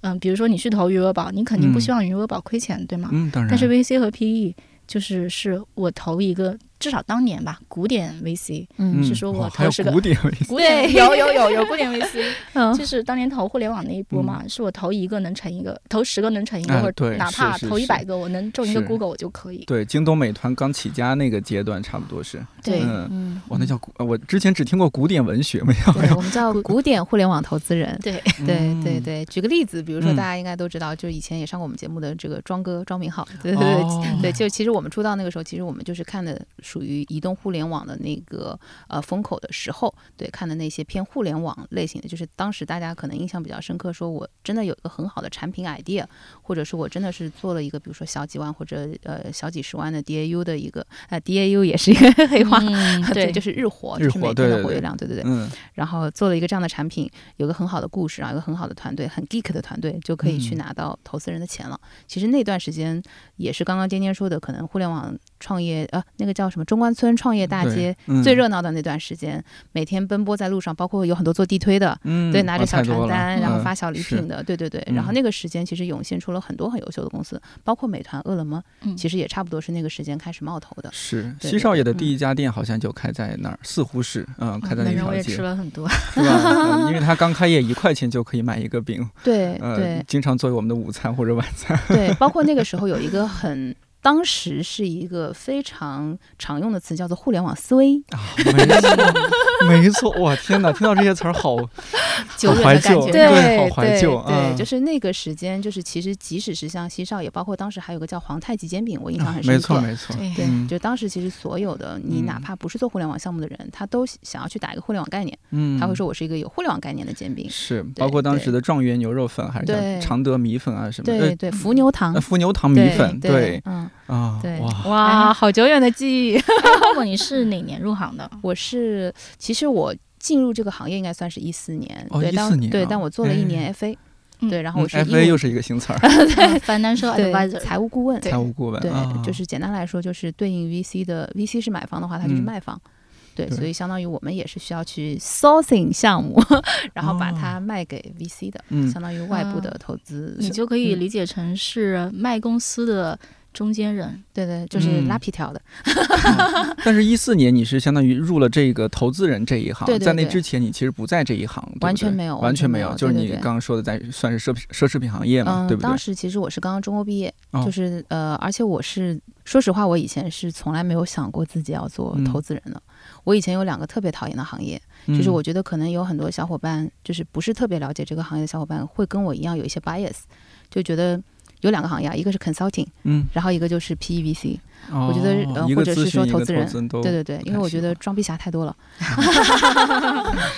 Speaker 2: 嗯，比如说你去投余额宝，你肯定不
Speaker 1: 嗯
Speaker 2: 希望余额宝亏钱，对吗？
Speaker 1: 嗯，当然。
Speaker 2: 但是 VC 和 PE 就是是我投一个，至少当年吧，古典 VC，
Speaker 1: 嗯
Speaker 2: 是说我
Speaker 1: 哇还有
Speaker 2: 投是个
Speaker 1: 古典 为
Speaker 2: 古典
Speaker 3: 对
Speaker 2: 有有有有古典 VC，
Speaker 3: 嗯
Speaker 2: 就是当年投互联网那一波嘛，是我投一个能成一个，投十个能成一个，
Speaker 1: 哎
Speaker 2: 或者
Speaker 1: 嗯对
Speaker 2: 哪怕
Speaker 1: 是是
Speaker 2: 投
Speaker 1: 是
Speaker 2: 一百个，我能中一个
Speaker 1: 是
Speaker 2: Google 我就可以。
Speaker 1: 对京东、美团刚起家那个阶段，差不多是。
Speaker 3: 对，
Speaker 1: 嗯
Speaker 3: 嗯，
Speaker 1: 哇，那叫古，呃我之前只听过古典文学，没有。
Speaker 3: 对，我 们叫古典互联网投资人。
Speaker 2: 对，
Speaker 3: 对
Speaker 1: 嗯
Speaker 3: 对对，举个例子，比如说
Speaker 1: 嗯
Speaker 3: 大家应该都知道，就以前也上过我们节目的这个庄哥庄明浩， 对对对、
Speaker 1: 哦
Speaker 3: 对，就其实我们出道那个时候，其实我们就是看的属于移动互联网的那个呃风口的时候，对，看的那些偏互联网类型的，就是当时大家可能印象比较深刻，说我真的有一个很好的产品 idea，或者是我真的是做了一个比如说小几万或者呃小几十万的 DAU 的一个，呃 DAU 也是一个 黑话。
Speaker 2: 嗯对，
Speaker 3: 就是日活，
Speaker 1: 日
Speaker 3: 就是
Speaker 1: 活
Speaker 3: 每
Speaker 1: 对
Speaker 3: 天的
Speaker 1: 对
Speaker 3: 活
Speaker 1: 对
Speaker 3: 跃量，对对对。
Speaker 1: 嗯，
Speaker 3: 然后做了一个这样的产品，有个很好的故事，然后有个很好的团队，很 geek 的团队，就可以去
Speaker 1: 嗯
Speaker 3: 拿到投资人的钱了。其实那段时间也是刚刚颠颠说的，可能互联网创业啊，那个叫什么中关村创业大街
Speaker 1: 对、嗯
Speaker 3: 最热闹的那段时间，每天奔波在路上，包括有很多做地推的，
Speaker 1: 嗯，
Speaker 3: 对，拿着
Speaker 1: 哦
Speaker 3: 小
Speaker 1: 太多了
Speaker 3: 传单，然后
Speaker 1: 嗯
Speaker 3: 发小礼
Speaker 1: 是嗯
Speaker 3: 品的，对对对。然后那个时间其实涌现出了很多很优秀的公司，包括美团、饿了么，
Speaker 2: 嗯
Speaker 3: 其实也差不多是那个时间开始冒头的。
Speaker 1: 是
Speaker 3: 对
Speaker 1: 西
Speaker 3: 对
Speaker 1: 少
Speaker 3: 对嗯
Speaker 1: 爷的第一家店好像就开在那儿，似乎是，嗯，开在那
Speaker 2: 反
Speaker 1: 一
Speaker 2: 正我
Speaker 1: 条
Speaker 2: 也
Speaker 1: 街，
Speaker 2: 吃了很 多，
Speaker 1: 是吧？ 嗯因为他刚开业，一块钱就可以买一个饼，
Speaker 3: 对
Speaker 1: 呃
Speaker 3: 对，
Speaker 1: 经常作为我们的午餐或者晚餐。
Speaker 3: 对，包括那个时候有一个很。当时是一个非常常用的词，叫做“互联网思维
Speaker 1: 啊，没 错，没错，哇，天哪，听到这些词儿好，”，
Speaker 3: 久远
Speaker 1: 怀
Speaker 3: 的感
Speaker 1: 旧啊
Speaker 3: 觉。
Speaker 1: 对好怀
Speaker 3: 对
Speaker 1: 旧
Speaker 3: 对，
Speaker 1: 嗯
Speaker 3: 就是那个时间，就是其实即使是像西少爷，包括当时还有个叫皇太极煎饼，我印象
Speaker 1: 啊
Speaker 3: 很
Speaker 1: 没
Speaker 3: 深
Speaker 1: 错
Speaker 3: 刻。
Speaker 1: 没错，
Speaker 2: 对
Speaker 3: 对
Speaker 1: 嗯，
Speaker 3: 就当时其实所有的你
Speaker 1: 嗯
Speaker 3: 哪怕不是做互联网项目的人，他都想要去打一个互联网概念，
Speaker 1: 嗯，
Speaker 3: 他会说我是一个有互联网概念的煎饼。
Speaker 1: 是，包括当时的状元牛肉粉，还是叫
Speaker 3: 对
Speaker 1: 常德米粉啊什么
Speaker 3: 对
Speaker 1: 的，
Speaker 3: 对，伏牛
Speaker 1: 呃
Speaker 3: 糖
Speaker 1: 呃，伏牛塘米粉，
Speaker 3: 对，
Speaker 1: 对
Speaker 3: 嗯，
Speaker 1: 啊
Speaker 3: 对，，
Speaker 1: 哇，
Speaker 3: 哇，好久远的记忆。
Speaker 2: 那么你是哪年入 行的？
Speaker 3: 我是，其实我进入这个行业应该算是一四年，
Speaker 1: 哦
Speaker 3: 对，
Speaker 1: 14
Speaker 3: 当
Speaker 1: 年
Speaker 3: 对，
Speaker 1: 啊
Speaker 3: 但我做了一年 FA，、
Speaker 2: 嗯
Speaker 3: 对，然
Speaker 1: 嗯
Speaker 3: 后我是
Speaker 1: FA
Speaker 3: 一
Speaker 1: 又
Speaker 3: 五
Speaker 1: 是一个新词儿，
Speaker 2: 呃 financial
Speaker 3: 对
Speaker 2: advisor，
Speaker 3: 财务顾问，
Speaker 2: 对
Speaker 1: 财务顾问，
Speaker 3: 对
Speaker 1: 啊，
Speaker 3: 就是简单来说就是对应 VC 的 VC 是买方的话，它就是
Speaker 1: 嗯
Speaker 3: 卖方。对，
Speaker 1: 对
Speaker 3: 所以相当于我们也是需要去 sourcing 项目， 然后把
Speaker 1: 哦
Speaker 3: 它卖给 VC 的，
Speaker 1: 嗯
Speaker 3: 相当于外部的投资。
Speaker 2: 啊你就可以
Speaker 1: 嗯
Speaker 2: 理解成是卖公司的中间人。
Speaker 3: 对对，就是
Speaker 1: 嗯
Speaker 3: 拉皮条的。
Speaker 1: 但是，一四年你是相当于入了这个投资人这一行，
Speaker 3: 对对
Speaker 1: 在那
Speaker 3: 对
Speaker 1: 之前你其实不在这一行，对不
Speaker 3: 完
Speaker 1: 对
Speaker 3: 全没有
Speaker 1: 完
Speaker 3: 完
Speaker 1: 全
Speaker 3: 全
Speaker 1: 没
Speaker 3: 没有
Speaker 1: 就是
Speaker 3: 对
Speaker 1: 你
Speaker 3: 对对
Speaker 1: 刚刚说的，在算是奢侈奢侈品行业嘛，
Speaker 3: 嗯，
Speaker 1: 对不对
Speaker 3: 当？时其实我是刚刚中欧毕业，
Speaker 1: 哦
Speaker 3: 就是呃，而且我是说实话，我以前是从来没有想过自己要做
Speaker 1: 嗯
Speaker 3: 投资人的。我以前有两个特别讨厌的行业，
Speaker 1: 嗯
Speaker 3: 就是我觉得可能有很多小伙伴，就是不是特别了解这个行业的小伙伴，会跟我一样有一些 bias，就觉得。有两个行业，啊，一个是 consulting，
Speaker 1: 嗯，
Speaker 3: 然后一个就是 PEVC。
Speaker 1: 我
Speaker 3: 我觉得呃
Speaker 1: 一个
Speaker 3: 或者是
Speaker 1: 咨询
Speaker 3: 说
Speaker 1: 一
Speaker 3: 投
Speaker 1: 个
Speaker 3: 资人
Speaker 1: 都
Speaker 3: 对对对，因为我觉得
Speaker 1: 喜
Speaker 3: 装逼侠太多了。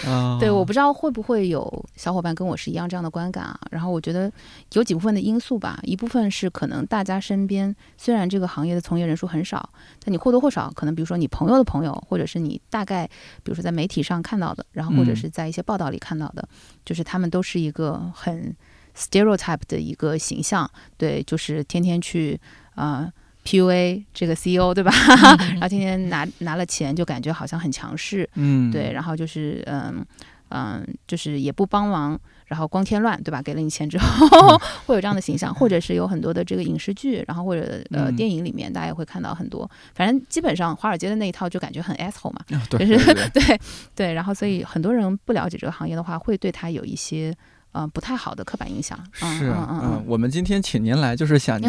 Speaker 1: 啊
Speaker 3: 对，我不知道会不会有小伙伴跟我是一样这样的观感啊。然后我觉得有几部分的因素吧，一部分是可能大家身边虽然这个行业的从业人数很少，但你或多或少可能，比如说你朋友的朋友，或者是你大概比如说在媒体上看到的，然后或者
Speaker 1: 嗯
Speaker 3: 是在一些报道里看到的，就是他们都是一个很 stereotype 的一个形象，对，就是天天去啊。呃 PUA 这个 CEO 对吧？ 然后天天拿拿了钱，就感觉好像很强势，
Speaker 1: 嗯
Speaker 3: 对，然后就是嗯嗯，就是也不帮忙，然后光添乱，对吧？给了你钱之后
Speaker 1: 嗯
Speaker 3: 会有这样的形象，或者是有很多的这个影视剧，然后或者呃
Speaker 1: 嗯
Speaker 3: 电影里面，大家也会看到很多。反正基本上华尔街的那一套就感觉很 asshole 嘛，
Speaker 1: 啊对
Speaker 3: 就
Speaker 1: 对
Speaker 3: 是
Speaker 1: 对
Speaker 3: 对对。然后所以很多人不了解这个行业的话，会对他有一些。呃，不太好的刻板印象
Speaker 1: 是
Speaker 3: 嗯
Speaker 1: 啊
Speaker 3: 嗯
Speaker 1: 嗯
Speaker 3: 嗯，
Speaker 1: 我们今天请您来就是想 您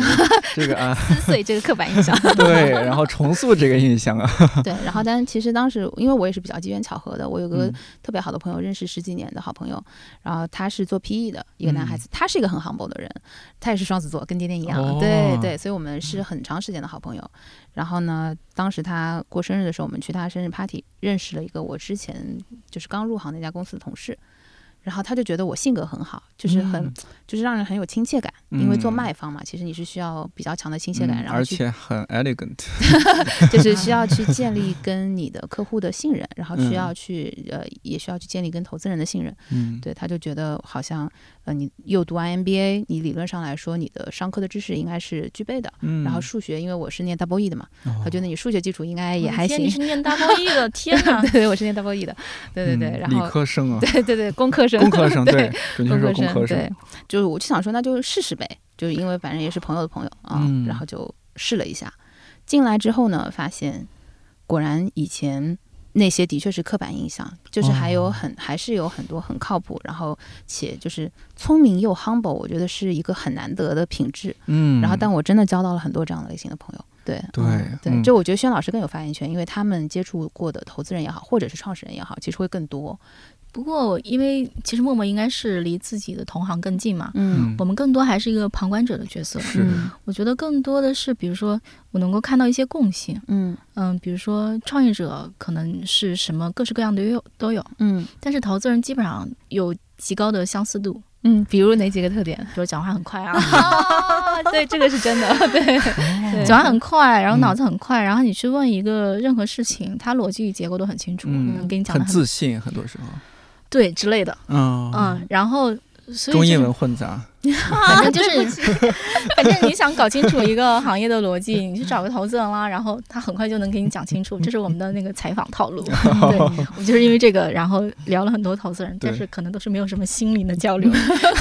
Speaker 1: 这个啊，
Speaker 3: 嗯，所以这个刻板印象，
Speaker 1: 对，然后重塑这个印象啊，
Speaker 3: 对。然后，但其实当时，因为我也是比较机缘巧合的，我有个
Speaker 1: 嗯
Speaker 3: 特别好的朋友，认识十几年的好朋友，然后他是做 PE 的一个男孩子，他是一个很 humble 的人，他也是双子座，跟爹爹一
Speaker 1: 嗯
Speaker 3: 样，
Speaker 1: 哦嗯
Speaker 3: 对对，所以我们是很长时间的好朋友。然后呢，当时他过生日的时候，我们去他生日 party，认识了一个我之前就是刚入行那家公司的同事。然后他就觉得我性格很好，就是很，
Speaker 1: 嗯
Speaker 3: 就是让人很有亲切感，
Speaker 1: 嗯
Speaker 3: 因为做卖方嘛，其实你是需要比较强的亲切感，
Speaker 1: 嗯
Speaker 3: 然后
Speaker 1: 而
Speaker 3: 去
Speaker 1: 且很 elegant，
Speaker 3: 就是需要去建立跟你的客户的信任，然后
Speaker 1: 嗯
Speaker 3: 需要去呃，也需要去建立跟投资人的信任。
Speaker 1: 嗯，
Speaker 3: 对，他就觉得好像呃，你又读完 MBA，你理论上来说你的商科的知识应该是具备的。
Speaker 1: 嗯，
Speaker 3: 然后数学，因为我是念 double E 的嘛，
Speaker 1: 哦
Speaker 3: 他觉得你数学基础应该也
Speaker 2: 我的
Speaker 3: 还
Speaker 2: 天
Speaker 3: 行
Speaker 2: 你。是念大高一的， 天哪！
Speaker 3: 对对，我是念 double E 的，对对对，
Speaker 1: 嗯
Speaker 3: 然
Speaker 1: 理
Speaker 3: 后
Speaker 1: 科生啊，
Speaker 3: 对对对，工科生，
Speaker 1: 工科 生，
Speaker 3: 对，，
Speaker 1: 准确说
Speaker 3: 工
Speaker 1: 科生，
Speaker 3: 对，就是我就想说那就试试呗，就是因为反正也是朋友的朋友啊，
Speaker 1: 嗯
Speaker 3: 然后就试了一下。进来之后呢，发现果然以前那些的确是刻板印象，就是还有
Speaker 1: 哦
Speaker 3: 很、还是有很多很靠谱，然后且就是聪明又 humble，我觉得是一个很难得的品质。
Speaker 1: 嗯，
Speaker 3: 然后，但我真的交到了很多这样的类型的朋友。对
Speaker 1: 对
Speaker 3: 嗯
Speaker 1: 嗯
Speaker 3: 对，就我觉得轩老师更有发言权，因为他们接触过的投资人也好，或者是创始人也好，其实会更多。
Speaker 2: 不过我因为其实默默应该是离自己的同行更近嘛，
Speaker 1: 嗯
Speaker 2: 我们更多还是一个旁观者的角色。
Speaker 1: 是
Speaker 3: 嗯
Speaker 2: 我觉得更多的是，比如说我能够看到一些共性，
Speaker 3: 嗯
Speaker 2: 嗯，比如说创业者可能是什么各式各样的都有都有，
Speaker 3: 嗯
Speaker 2: 但是投资人基本上有极高的相似度，
Speaker 3: 嗯，比如哪几个特点？
Speaker 2: 比如讲话很快啊，
Speaker 3: 啊， 对，这个是 真的，对，
Speaker 1: 哦
Speaker 3: 对
Speaker 2: 讲话很快，然后
Speaker 1: 嗯
Speaker 2: 脑子很快，然后你去问一个任何事情，他逻辑结构都很清楚，
Speaker 1: 嗯
Speaker 2: 能给你讲的
Speaker 1: 很自信，很多时候，
Speaker 2: 对之类的，
Speaker 1: 嗯
Speaker 2: 嗯，然后所以
Speaker 1: 中
Speaker 2: 这
Speaker 1: 英
Speaker 2: 个
Speaker 1: 文混杂，
Speaker 2: 反正就是， 反正你想搞清楚一个行业的逻辑，你去找个投资人啦，然后他很快就能给你讲清楚。这是我们的那个采访套路。对，我 就是因为这个，然后聊了很多投资人，
Speaker 1: 对
Speaker 2: 但是可能都是没有什么心灵的交 流，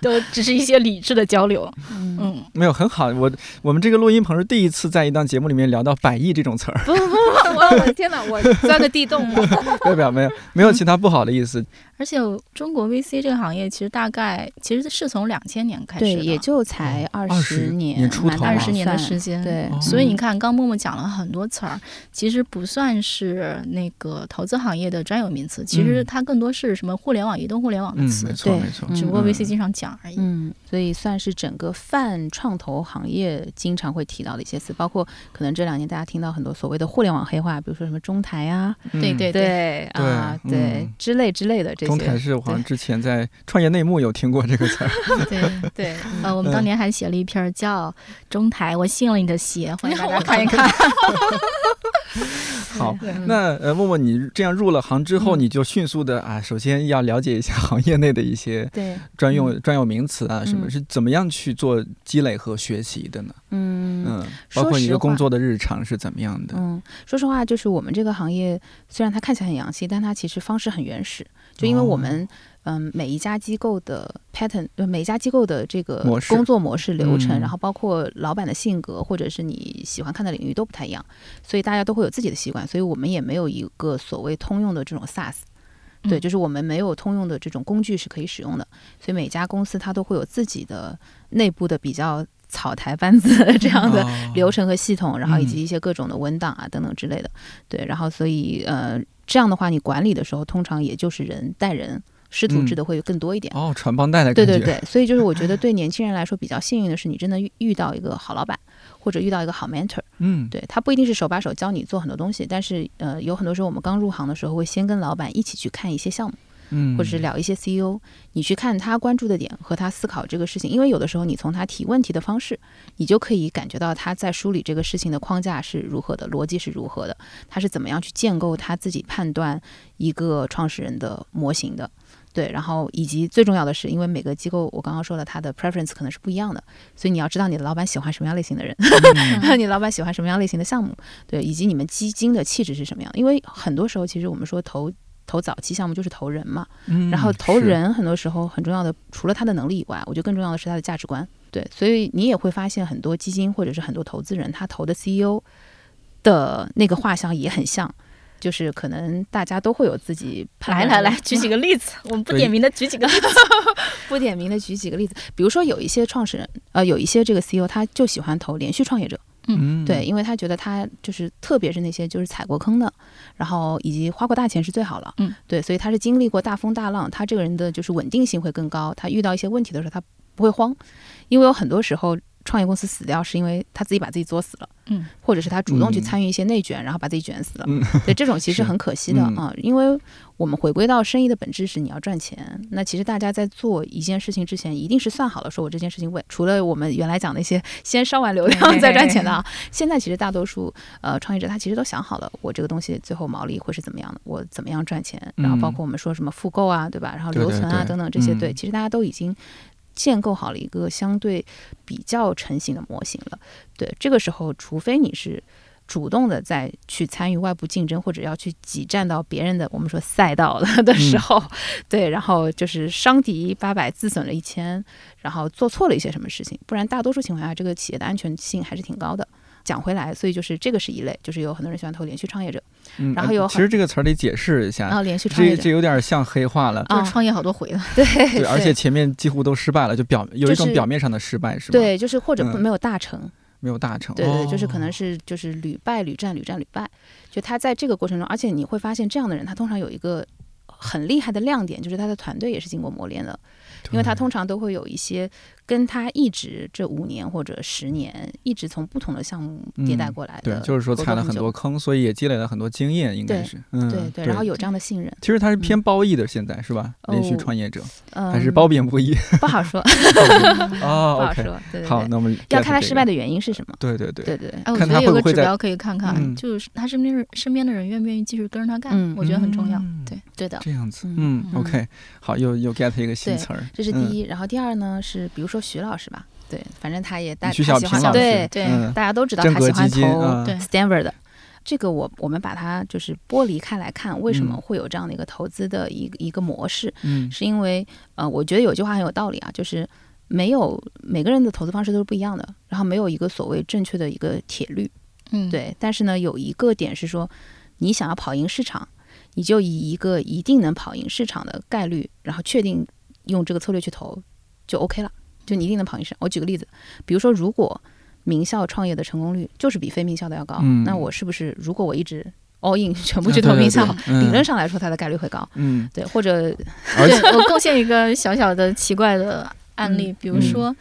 Speaker 2: 都只是一些理智的交流。
Speaker 3: 嗯，
Speaker 2: 嗯，
Speaker 1: 没有很好。我我们这个录音棚是第一次在一档节目里面聊到百亿这种词儿，
Speaker 3: 不不不，我我的天哪，我钻个地洞吧。
Speaker 1: 没有没有没有没有其他不好的意 思。
Speaker 2: 而且中国 VC 这个行业其实大概其实是从两千年开始
Speaker 3: 对，
Speaker 2: 的
Speaker 3: 也就才二
Speaker 1: 20
Speaker 3: 年，
Speaker 1: 哦年出
Speaker 3: 蛮
Speaker 1: 头
Speaker 3: 大
Speaker 2: 二
Speaker 1: 啊
Speaker 2: 十年的时间，
Speaker 3: 对
Speaker 1: 哦
Speaker 2: 所以你看，刚默默讲了很多词儿，其实不算是那个投资行业的专有名词，其实它更多是什么互联网、移动互联网的
Speaker 1: 嗯，
Speaker 2: 词
Speaker 1: 没，错
Speaker 3: 对
Speaker 1: 没错。
Speaker 3: 嗯
Speaker 2: 只不过 VC 经常讲而已。
Speaker 3: 嗯，所以算是整个泛创投行业经常会提到的一些词，包括可能这两年大家听到很多所谓的互联网黑话，比如说什么中台啊，
Speaker 1: 嗯
Speaker 2: 对对
Speaker 3: 对啊，
Speaker 1: 对
Speaker 3: 对
Speaker 1: 嗯
Speaker 3: 之类之类的这
Speaker 1: 中台
Speaker 3: 些，
Speaker 1: 是我好像
Speaker 3: 对
Speaker 1: 之前在创业内幕有听过这个词儿，
Speaker 2: 对，
Speaker 3: 对，嗯
Speaker 2: 呃，我们当年还写了一篇叫《中台我信了你的邪》，欢迎大 家
Speaker 3: 我看一
Speaker 2: 看。
Speaker 1: 好。
Speaker 3: 对嗯
Speaker 1: 那呃，默默，你这样入了行之后，
Speaker 3: 嗯
Speaker 1: 你就迅速的啊，首先要了解一下行业内的一些
Speaker 3: 对，
Speaker 1: 专用、专有名词啊，什么
Speaker 3: 嗯
Speaker 1: 是怎么样去做积累和学习的呢？
Speaker 3: 嗯。
Speaker 1: 嗯，
Speaker 3: 说
Speaker 1: 包括你
Speaker 3: 实
Speaker 1: 的工
Speaker 3: 话
Speaker 1: 作的日常是怎么样的？
Speaker 3: 嗯，说实话，就是我们这个行业，虽然它看起来很洋气，但它其实方式很原始。就因为
Speaker 1: 哦
Speaker 3: 我们，嗯，每一家机构的 pattern，呃每一家机构的这个
Speaker 1: 模式
Speaker 3: 工作模式流程，
Speaker 1: 嗯
Speaker 3: 然后包括老板的性格，或者是你喜欢看的领域都不太一样，所以大家都会有自己的习惯，所以我们也没有一个所谓通用的这种 SaaS。对，
Speaker 2: 嗯
Speaker 3: 就是我们没有通用的这种工具是可以使用的，所以每家公司它都会有自己的内部的比较草台班子 的这样的
Speaker 1: 哦
Speaker 3: 嗯流程和系统，然后以及
Speaker 1: 嗯
Speaker 3: 一些各种的文档啊等等之类的。对，然后所以呃，这样的话你管理的时候，通常也就是人带人，师徒制的会更多一点。
Speaker 1: 哦，传帮带的
Speaker 3: 对
Speaker 1: 感觉。
Speaker 3: 对对，所以就是我觉得对年轻人来说比较幸运的是，你真的遇遇到一个好老板，或者遇到一个好 mentor。
Speaker 1: 嗯，
Speaker 3: 对他不一定是手把手教你做很多东西，但是呃，有很多时候我们刚入行的时候会先跟老板一起去看一些项目。
Speaker 1: 嗯，
Speaker 3: 或者是聊一些 CEO，你去看他关注的点和他思考这个事情，因为有的时候你从他提问题的方式，你就可以感觉到他在梳理这个事情的框架是如何的，逻辑是如何的，他是怎么样去建构他自己判断一个创始人的模型的。对，然后以及最重要的是，因为每个机构我刚刚说了，他的 preference 可能是不一样的，所以你要知道你的老板喜欢什么样类型的人。 你老板喜欢什么样类型的项目，对，以及你们基金的气质是什么样的。因为很多时候，其实我们说投投早期项目就是投人嘛，
Speaker 1: 嗯，
Speaker 3: 然后投
Speaker 1: 是，
Speaker 3: 人很多时候很重要的，除了他的能力以外，我觉得更重要的是他的价值观。对，所以你也会发现很多基金或者是很多投资人，他投的 CEO 的那个画像也很像，就是可能大家都会有自己判
Speaker 2: 来
Speaker 3: 断
Speaker 2: 来
Speaker 3: 的
Speaker 2: 来，举几个例子，我们不
Speaker 1: 对
Speaker 2: 点名的举几个例子。
Speaker 3: 不点名的举几个例子，比如说有一些创始人，呃，有一些这个 CEO 他就喜欢投连续创业者。
Speaker 1: 嗯，
Speaker 3: 对，，因为他觉得他就是，特别是那些就是踩过坑的，然后以及花过大钱是最好了。
Speaker 2: 嗯，
Speaker 3: 对，所以他是经历过大风大浪，他这个人的就是稳定性会更高。他遇到一些问题的时候，他不会慌，因为有很多时候创业公司死掉是因为他自己把自己作死了，
Speaker 2: 嗯，
Speaker 3: 或者是他主动去
Speaker 1: 嗯
Speaker 3: 参与一些内卷，然后把自己卷死了。
Speaker 1: 嗯
Speaker 3: 对， 这种其实
Speaker 1: 是
Speaker 3: 很可惜的
Speaker 1: 嗯
Speaker 3: 啊、因为我们回归到生意的本质是你要赚钱。那其实大家在做一件事情之前，一定是算好了，说我这件事情为除了我们原来讲的一些先烧完流量再赚钱 的啊，现在其实大多数呃创业者他其实都想好了，我这个东西最后毛利会是怎么样的，我怎么样赚钱，然后包
Speaker 1: 嗯
Speaker 3: 括我们说什么复购啊，对吧？然后
Speaker 1: 对
Speaker 3: 留
Speaker 1: 对
Speaker 3: 存啊
Speaker 1: 对
Speaker 3: 等等这些，
Speaker 1: 嗯
Speaker 3: 对，其实大家都已经。建构好了一个相对比较成型的模型了，对，这个时候，除非你是主动的再去参与外部竞争，或者要去挤占到别人的我们说赛道了的
Speaker 1: 嗯
Speaker 3: 时候，对，然后就是伤敌八百，自损了一千，然后做错了一些什么事情，不然大多数情况下，这个企业的安全性还是挺高的。讲回来，所以就是这个是一类，就是有很多人喜欢投连续创业者，
Speaker 1: 嗯
Speaker 3: 然
Speaker 1: 呃
Speaker 3: 后有
Speaker 1: 其
Speaker 3: 很
Speaker 1: 实这个词儿得解释一下，
Speaker 3: 然后连续创业
Speaker 1: 啊这
Speaker 3: 者
Speaker 1: 这，有点像黑话了。
Speaker 3: 啊
Speaker 2: 就是创业好多回了，
Speaker 3: 对
Speaker 1: 对，而且前面几乎都失败了，就表有一
Speaker 3: 就
Speaker 1: 种
Speaker 3: 是
Speaker 1: 表面上的失败，是吗？，
Speaker 3: 对，就是或者不
Speaker 1: 嗯
Speaker 3: 没有大成，
Speaker 1: 没有大成。
Speaker 3: 对对，对，就是
Speaker 1: 哦
Speaker 3: 可能是就是屡败屡战屡战屡败，就他在这个过程中，而且你会发现这样的人，他通常有一个很厉害的亮点，就是他的团队也是经过磨练的，因为他
Speaker 1: 对
Speaker 3: 通常都会有一些跟他一直这五年或者十年一直从不同的项目迭代
Speaker 1: 嗯
Speaker 3: 过来的、
Speaker 1: 对，就是说踩了很多。坑，所以也积累了很多经验，应该
Speaker 3: 对
Speaker 1: 是。嗯，
Speaker 3: 对对，然后有这样的信任，
Speaker 1: 其实他是偏褒义的，现在是吧？连续
Speaker 3: 哦
Speaker 1: 创业者
Speaker 3: 嗯，
Speaker 1: 还是褒贬不 一
Speaker 3: 不 好说，不
Speaker 1: 哦
Speaker 3: 好
Speaker 1: OK，
Speaker 3: 说，对对
Speaker 1: 好，
Speaker 3: 对，
Speaker 1: 那我们
Speaker 3: 要看他
Speaker 1: get 这
Speaker 3: 失败
Speaker 1: 个。
Speaker 3: 的原因是什么，
Speaker 1: 对对对，
Speaker 3: 对对，啊
Speaker 2: 哎，我觉
Speaker 1: 看他
Speaker 2: 得
Speaker 1: 会
Speaker 2: 有个
Speaker 1: 不会
Speaker 2: 指
Speaker 1: 在
Speaker 2: 标可以看看，
Speaker 1: 嗯
Speaker 2: 就是他身边人身边的人愿不愿意继续跟着他干，
Speaker 3: 嗯
Speaker 2: 我觉得很重要。
Speaker 1: 嗯
Speaker 2: 对，对的，
Speaker 1: 这样子，嗯
Speaker 3: 嗯
Speaker 1: ，OK，好，又又 get 一个新
Speaker 3: 对
Speaker 1: 词儿，
Speaker 3: 这是第
Speaker 1: 嗯，
Speaker 3: 一。然后第二呢是，比如说徐老师吧，对，反正他也大
Speaker 1: 你徐
Speaker 3: 他
Speaker 1: 小
Speaker 3: 喜
Speaker 1: 平
Speaker 3: 欢
Speaker 1: 老师，
Speaker 3: 对，
Speaker 2: 对
Speaker 1: 嗯
Speaker 3: 大家都知道
Speaker 1: 正
Speaker 3: 他
Speaker 1: 格
Speaker 3: 喜
Speaker 1: 基
Speaker 3: 欢
Speaker 1: 金
Speaker 3: 投
Speaker 1: 啊，
Speaker 2: 对
Speaker 3: Stanford 的。这个我我们把它就是剥离开来看，为什么
Speaker 1: 嗯
Speaker 3: 会有这样的一个投资的一个一个模式？
Speaker 1: 嗯
Speaker 3: 是因为呃，我觉得有句话很有道理啊，就是没有每个人的投资方式都是不一样的，然后没有一个所谓正确的一个铁律。
Speaker 2: 嗯，
Speaker 3: 对，但是呢，有一个点是说，你想要跑赢市场，你就以一个一定能跑赢市场的概率，然后确定用这个策略去投，就 OK 了，就你一定能跑赢市场。我举个例子，比如说，如果名校创业的成功率就是比非名校的要高，
Speaker 1: 嗯
Speaker 3: 那我是不是如果我一直 all in 全部
Speaker 1: 啊
Speaker 3: 去
Speaker 1: 对
Speaker 3: 投
Speaker 1: 对
Speaker 3: 名校，
Speaker 1: 对
Speaker 3: 理论
Speaker 1: 嗯
Speaker 3: 上来说它的概率会高，
Speaker 1: 嗯，
Speaker 3: 对，或者
Speaker 1: 而且
Speaker 2: 对我贡献一个小小的奇怪的案例，
Speaker 3: 嗯
Speaker 2: 比如说，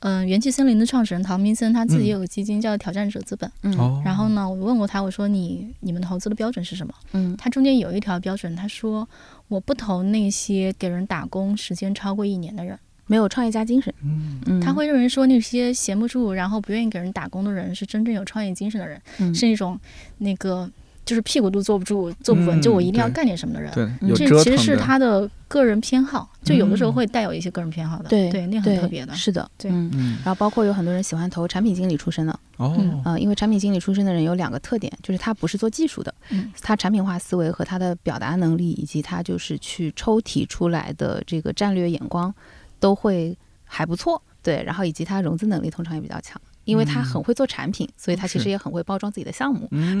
Speaker 2: 嗯、元气森林的创始人陶明森他自己有个基金叫挑战者资本。
Speaker 3: 嗯、
Speaker 1: 嗯哦，
Speaker 2: 然后呢，我问过他，我说你你们投资的标准是什么？
Speaker 3: 嗯
Speaker 2: 他中间有一条标准，他说我不投那些给人打工时间超过一年的人，
Speaker 3: 没有创业家精神，
Speaker 1: 嗯，
Speaker 3: 嗯，
Speaker 2: 他会认为说那些闲不住然后不愿意给人打工的人是真正有创业精神的人，
Speaker 3: 嗯
Speaker 2: 是一种那个就是屁股都坐不住坐不稳，就我一定要
Speaker 1: 嗯对
Speaker 2: 干点什么的人。
Speaker 1: 对，
Speaker 3: 嗯
Speaker 1: 有
Speaker 2: 这
Speaker 1: 折腾的，
Speaker 2: 其实是他的个人偏好，就有的时候
Speaker 1: 嗯
Speaker 2: 会带有一些个人偏好的，
Speaker 3: 对
Speaker 2: 对，那很
Speaker 3: 对
Speaker 2: 特别的，
Speaker 3: 是的，
Speaker 2: 对
Speaker 3: 嗯
Speaker 1: 嗯，
Speaker 3: 然后包括有很多人喜欢投产品经理出身的，
Speaker 1: 哦
Speaker 2: 嗯，
Speaker 3: 呃，因为产品经理出身的人有两个特点，就是他不是做技术的，
Speaker 2: 嗯
Speaker 3: 他产品化思维和他的表达能力，以及他就是去抽提出来的这个战略眼光，都会还不错。对，然后以及他融资能力通常也比较强，因为他
Speaker 1: 嗯
Speaker 3: 很会做产品，所以他其
Speaker 1: 是
Speaker 3: 实也很会包装自己的项目。
Speaker 1: 嗯，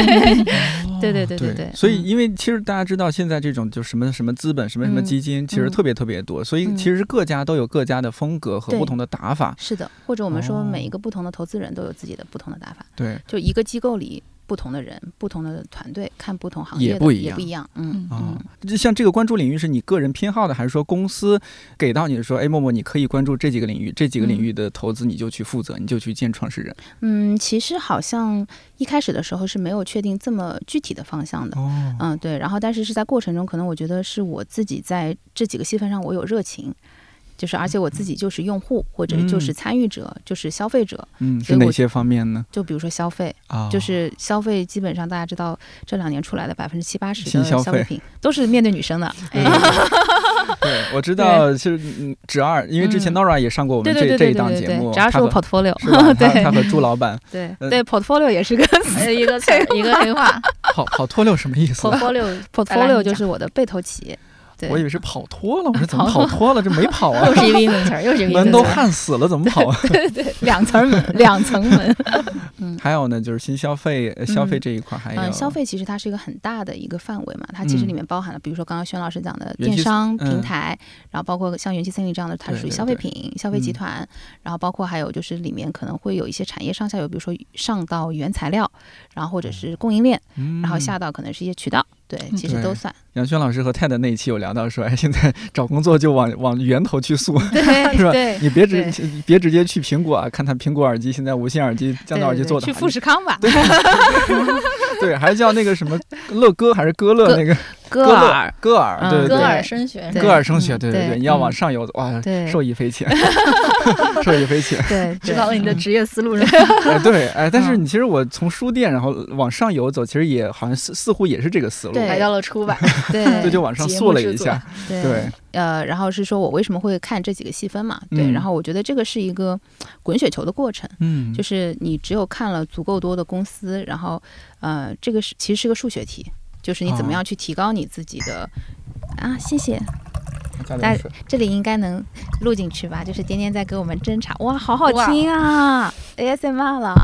Speaker 1: 哦
Speaker 3: 对 对对
Speaker 1: 对
Speaker 3: 对对
Speaker 1: 所以
Speaker 3: 嗯
Speaker 1: 因为其实大家知道，现在这种就什么什么资本、什么什么
Speaker 3: 嗯
Speaker 1: 基金，其实
Speaker 3: 嗯
Speaker 1: 特别特别多，所以
Speaker 3: 嗯
Speaker 1: 其实各家都有各家的风格和
Speaker 3: 对
Speaker 1: 不同的打法。
Speaker 3: 是的，或者我们说
Speaker 1: 哦
Speaker 3: 每一个不同的投资人都有自己的不同的打法，
Speaker 1: 对，
Speaker 3: 就一个机构里不同的人、不同的团队看不同行
Speaker 1: 也
Speaker 3: 业的
Speaker 1: 不一
Speaker 3: 也
Speaker 1: 样
Speaker 3: 不一样。嗯，
Speaker 2: 嗯
Speaker 1: 啊
Speaker 3: 嗯，
Speaker 1: 就像这个关注领域是你个人偏好的，还是说公司给到你的说，哎，默默你可以关注这几个领域，这几个领域的投资你就去负责，你就去见创始人。
Speaker 3: 嗯，其实好像一开始的时候是没有确定这么具体的方向的。
Speaker 1: 哦，
Speaker 3: 嗯，对，然后但是是在过程中，可能我觉得是我自己在这几个细分上我有热情，就是而且我自己就是用户或者就是
Speaker 1: 嗯
Speaker 3: 参与者，就是消费者。
Speaker 1: 嗯，
Speaker 3: 所
Speaker 1: 是
Speaker 3: 以
Speaker 1: 哪
Speaker 3: 我
Speaker 1: 些方面呢？
Speaker 3: 就比如说消费，
Speaker 1: 啊，
Speaker 3: 就是消费基本上大家知道这两年出来的百分之七八十
Speaker 1: 新
Speaker 3: 的
Speaker 1: 消
Speaker 3: 消
Speaker 1: 费
Speaker 3: 费品都是面对女生的，
Speaker 1: 对。对对对，我知道，是嗯，侄儿，因为之前
Speaker 3: 嗯
Speaker 1: Nora 也上过我们
Speaker 3: 对对
Speaker 1: 这
Speaker 3: 对
Speaker 1: 这
Speaker 3: 对
Speaker 1: 一
Speaker 3: 对
Speaker 1: 档
Speaker 3: 对
Speaker 1: 节目，
Speaker 3: 对，只要是
Speaker 1: 她
Speaker 3: 我
Speaker 1: 和
Speaker 3: portfolio，
Speaker 1: 是 吧？他
Speaker 3: 对
Speaker 1: 他和朱老板，
Speaker 3: 对
Speaker 1: 呃
Speaker 3: 对，portfolio 也是个
Speaker 2: 呃，一个词儿一个黑 话
Speaker 1: 跑跑脱了什么意思？
Speaker 2: ，portfolio 来来
Speaker 3: portfolio
Speaker 2: 你
Speaker 3: 就
Speaker 2: 讲
Speaker 3: 是我的被投企业，对，
Speaker 1: 我以为是跑脱了，我说怎么跑脱了？这没 跑啊
Speaker 2: 又，是一个英文词儿，又是一个英
Speaker 1: 门
Speaker 2: 文
Speaker 1: 都
Speaker 2: 词儿。
Speaker 1: 焊死了，怎么跑？ 啊？
Speaker 3: 对对，两层门，两层门。
Speaker 1: 还有呢，就是新消费呃消费这一块，还有
Speaker 3: 嗯，消费其实它是一个很大的一个范围嘛，它其实
Speaker 1: 嗯
Speaker 3: 里面包含了，比如说刚刚宣老师讲的
Speaker 1: 元
Speaker 3: 电
Speaker 1: 气
Speaker 3: 商
Speaker 1: 嗯
Speaker 3: 平台，然后包括像元气森林这样的，它
Speaker 1: 对
Speaker 3: 属于
Speaker 1: 对
Speaker 3: 消费
Speaker 1: 对
Speaker 3: 品、消费集
Speaker 1: 嗯
Speaker 3: 团，然后包括还有就是里面可能会有一些产业上下游，比如说上到原材料，然后或者是供应链，
Speaker 1: 嗯
Speaker 3: 然后下到可能是一些渠道，对，其实
Speaker 1: 对
Speaker 3: 都算。
Speaker 1: 杨轩老师和泰的那一期有聊到说，哎，现在找工作就往往源头去溯，
Speaker 3: 对
Speaker 1: 是吧
Speaker 3: 对
Speaker 1: 你别直
Speaker 3: 对
Speaker 1: 别直接去苹果啊，看他苹果耳机现在无线耳机降噪耳机做的
Speaker 3: 去富士康吧，
Speaker 1: 对，还叫那个什么乐歌还是歌乐
Speaker 3: 歌
Speaker 1: 那个
Speaker 3: 歌
Speaker 1: 乐
Speaker 3: 尔，
Speaker 1: 歌尔，
Speaker 3: 嗯
Speaker 1: 对对
Speaker 2: 歌
Speaker 1: 对
Speaker 2: 尔声学，
Speaker 3: 对
Speaker 1: 歌尔声学，
Speaker 3: 嗯
Speaker 1: 对对对，
Speaker 3: 对
Speaker 1: 你要往
Speaker 3: 嗯
Speaker 1: 上游，哇，
Speaker 3: 对
Speaker 1: 受益匪浅， 受嗯益匪 浅。
Speaker 3: 对，
Speaker 2: 指导了你的职业思路是吧？
Speaker 1: 哎，对，哎，但是
Speaker 3: 嗯
Speaker 1: 你其实我从书店然后往上游走，其实也好像似似乎也是这个思路，
Speaker 3: 对
Speaker 2: 来到了出 版，
Speaker 3: 对
Speaker 1: 这就往上
Speaker 2: 节
Speaker 1: 溯
Speaker 2: 目
Speaker 1: 了
Speaker 2: 制
Speaker 1: 一
Speaker 2: 作
Speaker 1: 下，
Speaker 3: 对
Speaker 1: 对，
Speaker 3: 呃，然后是说我为什么会看这几个细分嘛？对，
Speaker 1: 嗯
Speaker 3: 然后我觉得这个是一个滚雪球的过程，
Speaker 1: 嗯，
Speaker 3: 就是你只有看了足够多的公司，然后呃，这个是其实是个数学题，就是你怎
Speaker 1: 哦
Speaker 3: 么样去提高你自己的。啊，谢谢，
Speaker 1: 加
Speaker 3: 大
Speaker 1: 点水，
Speaker 3: 这里应该能录进去吧？就是点点在给我们侦查，哇，好好听 啊，ASMR 了，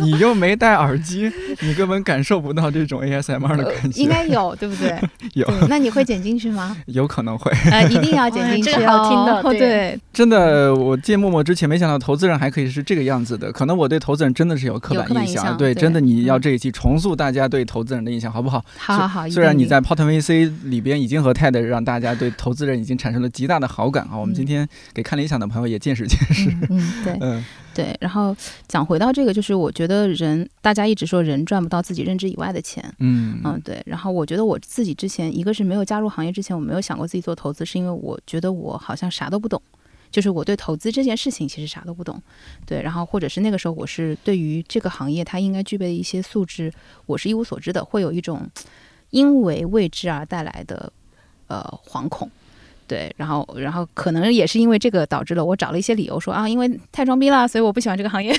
Speaker 1: 你又没戴耳机，你根本感受不到这种 ASMR 的感觉，
Speaker 3: 呃应该有对不对？
Speaker 1: 有
Speaker 3: 对，那你会剪进去 吗？
Speaker 1: 有可能会。
Speaker 3: 呃，一定要剪进去、
Speaker 2: 哎这个好听的
Speaker 3: 哦
Speaker 2: 对
Speaker 3: 对，
Speaker 1: 真的，我见陌陌之前没想到投资人还可以是这个样子的。可能我对投资人真的是有刻板
Speaker 3: 有刻板
Speaker 1: 印
Speaker 3: 印
Speaker 1: 象，
Speaker 3: 象
Speaker 1: 对，
Speaker 3: 对
Speaker 1: 真的你要
Speaker 3: 嗯
Speaker 1: 这一期重塑大家对投资人的印象，好不好？
Speaker 3: 好好啊好，一
Speaker 1: 虽然
Speaker 3: 定
Speaker 1: 你
Speaker 3: 一定
Speaker 1: 在 p o t o n VC 里边已经和 TED 让大家对投资人已经产生了极大的好感啊，我们
Speaker 3: 嗯
Speaker 1: 今天给看理想的朋友也见识见识。
Speaker 3: 嗯嗯对。
Speaker 1: 嗯
Speaker 3: 对，然后讲回到这个，就是我觉得人，大家一直说人赚不到自己认知以外的钱，
Speaker 1: 嗯
Speaker 3: 嗯，对。然后我觉得我自己之前，一个是没有加入行业之前，我没有想过自己做投资，是因为我觉得我好像啥都不懂，就是我对投资这件事情其实啥都不懂，对。然后或者是那个时候，我是对于这个行业它应该具备的一些素质，我是一无所知的，会有一种。因为未知而带来的呃惶恐。对，然后，然后可能也是因为这个导致了我找了一些理由说啊，因为太装逼了，所以我不喜欢这个行业，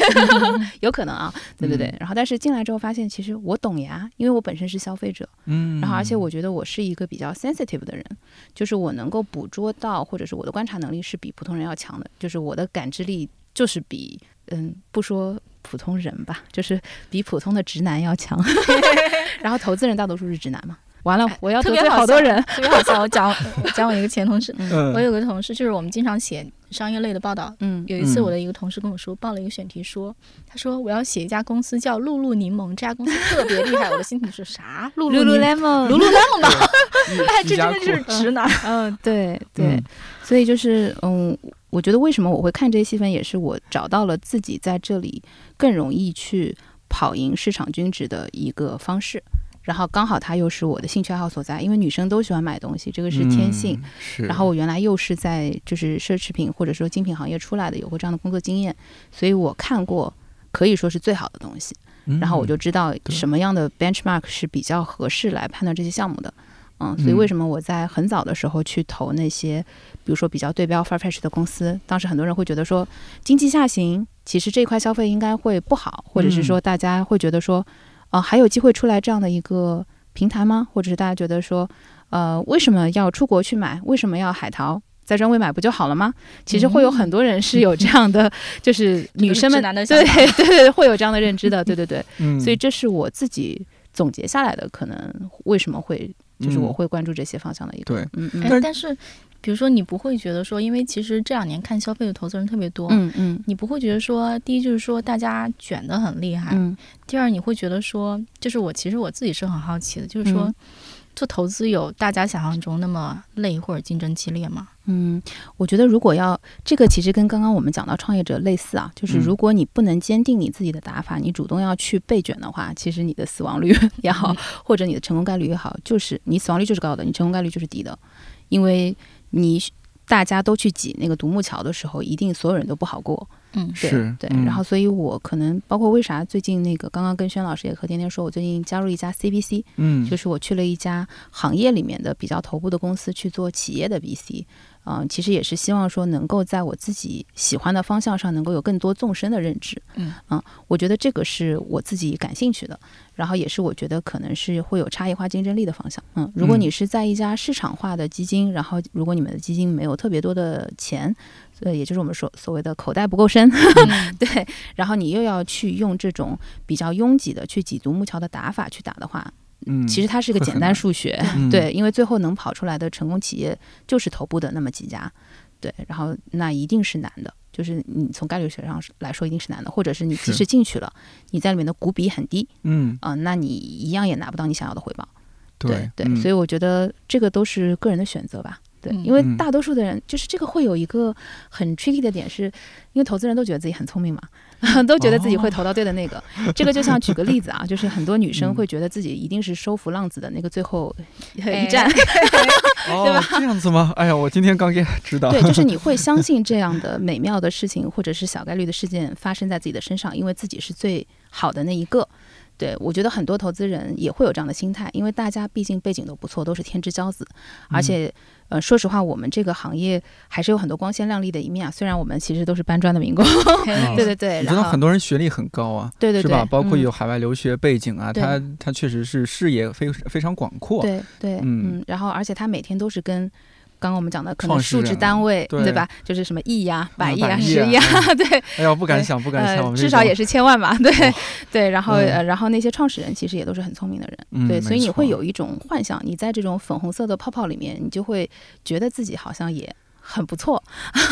Speaker 3: 有可能啊，对对对。然后，但是进来之后发现，其实我懂呀，因为我本身是消费者，
Speaker 1: 嗯，
Speaker 3: 然后而且我觉得我是一个比较 sensitive 的人，就是我能够捕捉到，或者是我的观察能力是比普通人要强的，就是我的感知力就是比嗯，不说普通人吧，就是比普通的直男要强。然后投资人大多数是直男嘛，完了，我要
Speaker 2: 特
Speaker 3: 得
Speaker 2: 别
Speaker 3: 罪
Speaker 2: 好
Speaker 3: 好多
Speaker 2: 笑
Speaker 3: 人，
Speaker 2: 特别好笑，我讲我讲我一个前同事，我
Speaker 1: 嗯
Speaker 2: 有个同事，就是我们经常写商业类的报道。
Speaker 3: 嗯
Speaker 2: 有一次，
Speaker 1: 嗯
Speaker 2: 我的一个同事跟我说，报了一个选题说，他说我要写一家公司叫露露柠檬，这家公司特别厉害。我的心情是啥？露露柠檬
Speaker 3: Lululemon，
Speaker 2: 露露柠檬吧？哎，
Speaker 1: 居
Speaker 2: 这
Speaker 1: 家
Speaker 2: 真
Speaker 1: 裤
Speaker 2: 的就是直男。
Speaker 3: 嗯， 对对
Speaker 1: 嗯，
Speaker 3: 所以就是嗯，我觉得为什么我会看这些细分，也是我找到了自己在这里更容易去跑赢市场均值的一个方式。然后刚好它又是我的兴趣爱好所在，因为女生都喜欢买东西，这个是天性。
Speaker 1: 嗯是，
Speaker 3: 然后我原来又是在就是奢侈品或者说精品行业出来的，有过这样的工作经验，所以我看过可以说是最好的东西。
Speaker 1: 嗯，
Speaker 3: 然后我就知道
Speaker 1: 对
Speaker 3: 什么样的 benchmark 是比较合适来判断这些项目的。嗯，所以
Speaker 1: 嗯
Speaker 3: 为什么我在很早的时候去投那些，比如说比较对标 Farfetch 的公司，当时很多人会觉得说经济下行，其实这一块消费应该会不好，或者是
Speaker 2: 嗯
Speaker 3: 说大家会觉得说，呃，还有机会出来这样的一个平台吗？或者是大家觉得说，呃，为什么要出国去买？为什么要海淘？在专柜买不就好了吗？其实会有很多人是有这样的， 就是女生们
Speaker 2: 嗯直男的想
Speaker 3: 对
Speaker 2: 法
Speaker 3: 对对会有这样的认知的，对对对。
Speaker 1: 嗯，
Speaker 3: 所以这是我自己总结下来的，可能为什么会就是我会关注这些方向的一个，
Speaker 1: 嗯对，
Speaker 3: 嗯
Speaker 2: 哎
Speaker 3: 嗯
Speaker 1: 但
Speaker 2: 但是，比如说你不会觉得说，因为其实这两年看消费的投资人特别多，
Speaker 3: 嗯嗯
Speaker 2: 你不会觉得说，第一就是说大家卷得很厉害，
Speaker 3: 嗯
Speaker 2: 第二，你会觉得说，就是我其实我自己是很好奇的，就是说，
Speaker 3: 嗯
Speaker 2: 做投资有大家想象中那么累或者竞争激烈吗？
Speaker 3: 嗯，我觉得如果要这个，其实跟刚刚我们讲到创业者类似啊，就是
Speaker 1: 嗯
Speaker 3: 如果你不能坚定你自己的打法，你主动要去备卷的话，其实你的死亡率 也好，
Speaker 1: 嗯
Speaker 3: 或者你的成功概率也好，就是你死亡率就是高的，你成功概率就是低的，因为你大家都去挤那个独木桥的时候，一定所有人都不好过。
Speaker 2: 嗯，
Speaker 3: 对
Speaker 1: 是
Speaker 3: 对，
Speaker 1: 嗯
Speaker 3: 然后所以我可能包括为啥最近那个刚刚跟轩老师也和天天说，我最近加入一家 CBC，
Speaker 1: 嗯，
Speaker 3: 就是是我去了一家行业里面的比较头部的公司去做企业的 VC，嗯、其实也是希望说能够在我自己喜欢的方向上能够有更多纵深的认知，
Speaker 2: 嗯
Speaker 3: 我觉得这个是我自己感兴趣的，然后也是我觉得可能是会有差异化竞争力的方向，嗯，如果
Speaker 1: 嗯
Speaker 3: 你是在一家市场化的基金，然后如果你们的基金没有特别多的钱，呃，也就是我们说所谓的口袋不够深，
Speaker 2: 嗯
Speaker 3: 对，然后你又要去用这种比较拥挤的去挤独木桥的打法去打的话，其实它是个
Speaker 1: 会
Speaker 3: 简
Speaker 1: 很
Speaker 3: 单
Speaker 1: 难
Speaker 3: 数学，
Speaker 1: 嗯
Speaker 3: 对，因为最后能跑出来的成功企业就是头部的那么几家，对，然后那一定是难的，就是你从概率学上来说一定是难的，或者是你即
Speaker 1: 是
Speaker 3: 使进去了，你在里面的股比很低，
Speaker 1: 嗯，
Speaker 3: 啊、那你一样也拿不到你想要的回报，对
Speaker 1: 对嗯，
Speaker 3: 所以我觉得这个都是个人的选择吧。对，因为
Speaker 1: 嗯
Speaker 3: 大多数的人就是这个会有一个很 tricky 的点是，因为投资人都觉得自己很聪明嘛， 都觉得自己会投到对的那个。这个就像举个例子啊，就是很多女生
Speaker 1: 嗯
Speaker 3: 会觉得自己一定是收服浪子的那个最后呃
Speaker 2: 哎
Speaker 3: 一站，
Speaker 1: 哦，这样子吗？ 哎呀，我今天刚 get 知 道，
Speaker 3: 对，就是你会相信这样的美妙的事情，或者是小概率的事件发生在自己的身上，因为自己是最好的那一个。对我觉得很多投资人也会有这样的心态，因为大家毕竟背景都不错，都是天之骄子，
Speaker 1: 嗯
Speaker 3: 而且、呃，说实话，我们这个行业还是有很多光鲜亮丽的一面啊。虽然我们其实都是搬砖的民工，
Speaker 1: 嗯
Speaker 3: 对对对，
Speaker 1: 你知
Speaker 3: 然
Speaker 1: 道
Speaker 3: 后
Speaker 1: 很多人学历很高啊，
Speaker 3: 对对
Speaker 1: 是
Speaker 3: 对，
Speaker 1: 吧？包括
Speaker 3: 嗯
Speaker 1: 有海外留学背景啊，
Speaker 3: 对
Speaker 1: 他他确实是视野非非常广阔，
Speaker 3: 对对，
Speaker 1: 嗯
Speaker 3: 嗯，然后而且他每天都是跟刚刚我们讲的可
Speaker 1: 创
Speaker 3: 能
Speaker 1: 始
Speaker 3: 数值
Speaker 1: 人啊
Speaker 3: 单位
Speaker 1: 对
Speaker 3: 吧，就是什么亿呀、百亿
Speaker 1: 百
Speaker 3: 呀、
Speaker 1: 亿
Speaker 3: 十
Speaker 1: 啊
Speaker 3: 亿呀， 对，
Speaker 1: 哎呀，不敢
Speaker 3: 对
Speaker 1: 想，不敢想，我
Speaker 3: 呃，
Speaker 1: 们哦
Speaker 3: 至少也
Speaker 1: 是，
Speaker 3: 是千万吧， 对
Speaker 1: 哇
Speaker 3: 对。然后、
Speaker 1: 嗯
Speaker 3: 呃，然后那些创始人其实也都是很聪明的人，
Speaker 1: 嗯
Speaker 3: 对，
Speaker 1: 没
Speaker 3: 所以你会
Speaker 1: 错
Speaker 3: 有一种幻想，你在这种粉红色的泡泡里面，你就会觉得自己好像也很不错，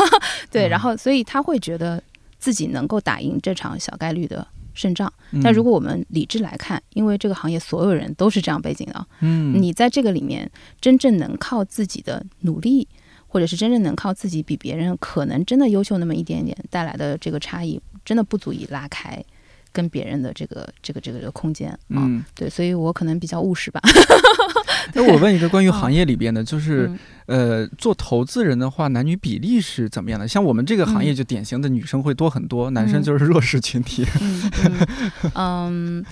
Speaker 3: 对。
Speaker 1: 嗯
Speaker 3: 然后，所以他会觉得自己能够打赢这场小概率的胜仗。
Speaker 1: 嗯
Speaker 3: 但如果我们理智来看，因为这个行业所有人都是这样背景的，
Speaker 1: 嗯，
Speaker 3: 你在这个里面真正能靠自己的努力，或者是真正能靠自己比别人可能真的优秀那么一点点带来的这个差异，真的不足以拉开跟别人的这个这个这个这个空间啊。
Speaker 1: 嗯，
Speaker 3: 对，所以我可能比较务实吧。
Speaker 1: 那我问一个关于行业里边的，就是
Speaker 3: 嗯
Speaker 1: 呃，做投资人的话，男女比例是怎么样的？像我们这个行业
Speaker 3: 嗯
Speaker 1: 就典型的女生会多很多，男生
Speaker 3: 嗯
Speaker 1: 就是弱势群体。
Speaker 3: 嗯嗯嗯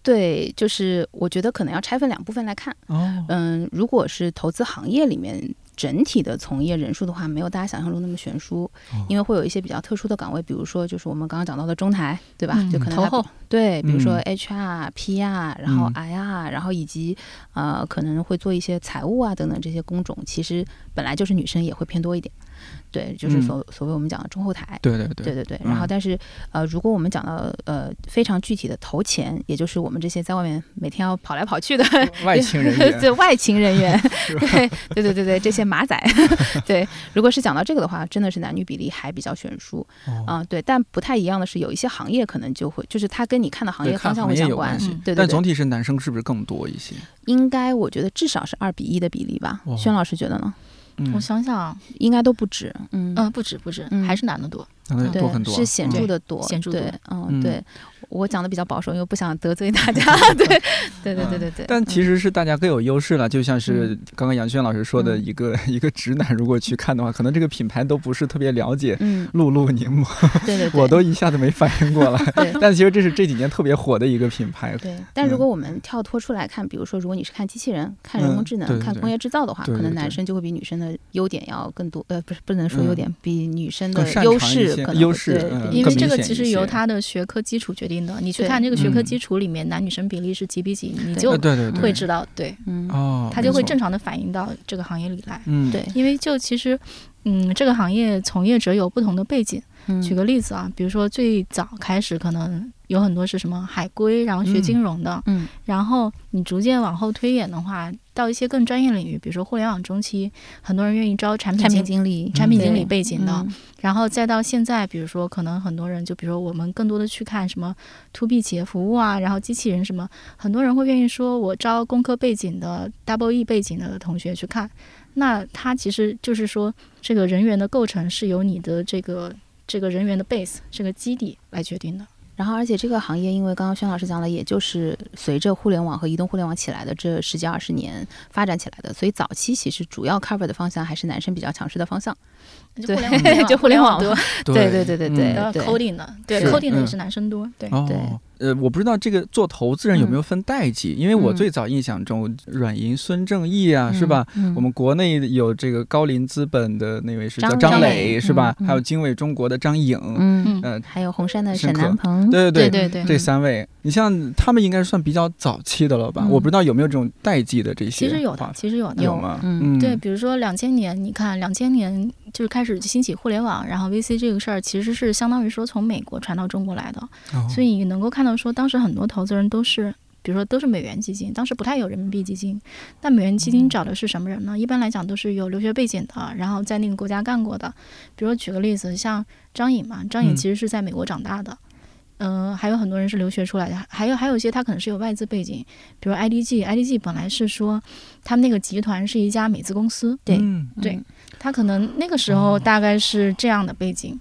Speaker 3: 对，就是我觉得可能要拆分两部分来看。
Speaker 1: 哦，
Speaker 3: 嗯，如果是投资行业里面整体的从业人数的话，没有大家想象中那么悬殊，
Speaker 1: 哦
Speaker 3: 因为会有一些比较特殊的岗位，比如说就是我们刚刚讲到的中台，对吧？
Speaker 2: 嗯
Speaker 3: 就可能
Speaker 2: 投
Speaker 3: 它
Speaker 2: 后
Speaker 3: 对，比如说
Speaker 1: 嗯
Speaker 3: HR、PR，然后
Speaker 1: 嗯
Speaker 3: IR，然后以及呃可能会做一些财务啊等等这些工种，其实本来就是女生也会偏多一点。对，就是
Speaker 1: 嗯
Speaker 3: 所所谓我们讲的中后台。
Speaker 1: 对对
Speaker 3: 对
Speaker 1: 对，
Speaker 3: 对对，然后
Speaker 1: 嗯
Speaker 3: 但是、呃，如果我们讲到呃非常具体的投钱，也就是我们这些在外面每天要跑来跑去的
Speaker 1: 外勤人 员
Speaker 3: 对外勤 人员，对对对对对，这些马仔， 对，如果是讲到这个的话，真的是男女比例还比较悬殊
Speaker 1: 哦
Speaker 3: 啊、对，但不太一样的是，有一些行业可能就会，就是它跟你看的行
Speaker 1: 对
Speaker 3: 业
Speaker 1: 看
Speaker 3: 方向
Speaker 1: 行
Speaker 3: 会
Speaker 1: 业
Speaker 3: 相
Speaker 1: 有
Speaker 3: 关嗯
Speaker 1: 关，系
Speaker 3: 对对
Speaker 1: 但
Speaker 3: 对
Speaker 1: 总，体是男生是不是更多一些？
Speaker 3: 应该我觉得至少是二比一的比例吧
Speaker 1: 哇，
Speaker 3: 轩老师觉得呢？
Speaker 1: 嗯
Speaker 2: 我，想想，
Speaker 3: 应该都不止，嗯
Speaker 2: 嗯，不止不止，
Speaker 3: 嗯
Speaker 2: 还是男的多。
Speaker 1: 那得
Speaker 3: 对
Speaker 1: 多很多啊，
Speaker 3: 是显著
Speaker 1: 嗯
Speaker 3: 的多，
Speaker 2: 显著
Speaker 3: 对
Speaker 2: 多，
Speaker 1: 嗯
Speaker 3: 嗯，对，我讲的比较保守，因为不想得罪 大家，对，对对对对嗯对。
Speaker 1: 嗯但其
Speaker 3: 实，
Speaker 1: 实是大家更有优势了，就像是刚刚杨轩老师说的，
Speaker 3: 嗯
Speaker 1: 一个、 一个直男如果去看的话，可能这个品牌都不是特别了解。
Speaker 3: 嗯，
Speaker 1: 露露柠檬，
Speaker 3: 对对 对，
Speaker 1: 我都一下子没反应过来。
Speaker 3: 对
Speaker 1: 但其实这是这几年特别火的一个品牌，
Speaker 3: 对。但如果我们跳脱出来看，比如说，如果你是看机器人、看人
Speaker 1: 嗯
Speaker 3: 工智能、
Speaker 1: 对对
Speaker 3: 看
Speaker 1: 对
Speaker 3: 工业制造的话，
Speaker 1: 对对
Speaker 3: 可能
Speaker 1: 对嗯
Speaker 3: 男生就会比女生的优点要更多，呃，不是不能说优点，比女生
Speaker 1: 更
Speaker 3: 的
Speaker 1: 擅长
Speaker 3: 优
Speaker 1: 一
Speaker 3: 势
Speaker 1: 些
Speaker 3: 可能会
Speaker 1: 优势
Speaker 3: 对
Speaker 1: 嗯
Speaker 3: 比
Speaker 2: 因
Speaker 3: 女
Speaker 2: 为
Speaker 1: 更
Speaker 3: 生
Speaker 2: 这
Speaker 1: 明
Speaker 2: 个
Speaker 1: 显
Speaker 2: 其
Speaker 1: 一
Speaker 2: 实
Speaker 1: 些
Speaker 2: 由他的学科基础决定的。你去
Speaker 3: 对
Speaker 2: 看这个学科
Speaker 1: 嗯
Speaker 2: 基础里面男女生比例是几比几，你
Speaker 3: 对
Speaker 2: 就
Speaker 1: 呃对对对，
Speaker 2: 会知道，对，
Speaker 3: 嗯，
Speaker 1: 哦，
Speaker 2: 他就会
Speaker 1: 没错
Speaker 2: 正，常的反映到这个行业里来。
Speaker 1: 嗯，
Speaker 3: 对，
Speaker 2: 因为就其实，嗯，这个行业从业者有不同的背景。
Speaker 3: 嗯
Speaker 2: 举个例子啊，比如说最早开始可能有很多是什么海归，然后学金融的，
Speaker 3: 嗯
Speaker 2: 然后你逐渐往后推演的话，到一些更专业领域，比如说互联网中期，很多人愿意招产品
Speaker 3: 产品经
Speaker 2: 经
Speaker 3: 理、
Speaker 2: 产品
Speaker 3: 对
Speaker 2: 经理背景的，
Speaker 3: 嗯
Speaker 2: 然后再到现在，比如说可能很多人就比如说我们更多的去看什么 to B 企业服务啊，然后机器人什么，很多人会愿意说我招工科背景的 double E 背景的同学去看，那他其实就是说这个人员的构成是由你的这个这个人员的 base 这个基底来决定的。
Speaker 3: 然后，而且这个行业，因为刚刚宣老师讲了，也就是随着互联网和移动互联网起来的这十几二十年发展起来的，所以早期其实主要 cover 的方向还是男生比较强势的方向。
Speaker 2: 就
Speaker 3: 对
Speaker 2: 互联网嘛
Speaker 3: 就互联 网
Speaker 2: 多，
Speaker 3: 对对对对 对
Speaker 2: 然后 coding 的，对
Speaker 3: 是
Speaker 2: coding 的也
Speaker 1: 嗯
Speaker 2: 是男生多，对。
Speaker 1: 哦
Speaker 3: 对，
Speaker 1: 呃，我不知道这个做投资人有没有分代际，因为我
Speaker 3: 嗯
Speaker 1: 最早印象中，阮银、孙正义啊，是吧？
Speaker 3: 嗯？
Speaker 1: 我们国内有这个高瓴资本的那位是叫
Speaker 3: 张
Speaker 1: 张
Speaker 3: 磊
Speaker 1: 磊，是吧？
Speaker 3: 嗯嗯
Speaker 1: 还有经纬中国的张颖，
Speaker 3: 嗯，
Speaker 1: 呃，
Speaker 3: 还有红杉的
Speaker 1: 深
Speaker 3: 沈
Speaker 1: 刻
Speaker 3: 南鹏，
Speaker 1: 对对
Speaker 2: 对嗯对对
Speaker 1: 这三位，你像他们应该算比较早期的了吧？
Speaker 3: 嗯
Speaker 1: 我不知道有没有这种代际的这些
Speaker 2: 其实有的
Speaker 1: 划，分，
Speaker 2: 其实有的，
Speaker 1: 有吗？
Speaker 3: 嗯
Speaker 1: 嗯，
Speaker 2: 对，比如说两千年，你看两千年就是开始兴起互联网，然后 VC 这个事儿其实是相当于说从美国传到中国来的，
Speaker 1: 哦，
Speaker 2: 所以你能够看到说当时很多投资人都是。比如说都是美元基金，当时不太有人民币基金。那美元基
Speaker 1: 嗯
Speaker 2: 金找的是什么人呢？一般来讲都是有留学背景的，然后在那个国家干过的。比如举个例子，像张颖嘛，张颖
Speaker 1: 嗯
Speaker 2: 其实是在美国长大的，嗯、还有很多人是留学出来的，还有还有一些他可能是有外资背景，比如 IDG，IDG 本来是说他们那个集团是一家美资公司，
Speaker 1: 嗯
Speaker 2: 对
Speaker 3: 嗯
Speaker 2: 他可能那个时候大概是这样的背景，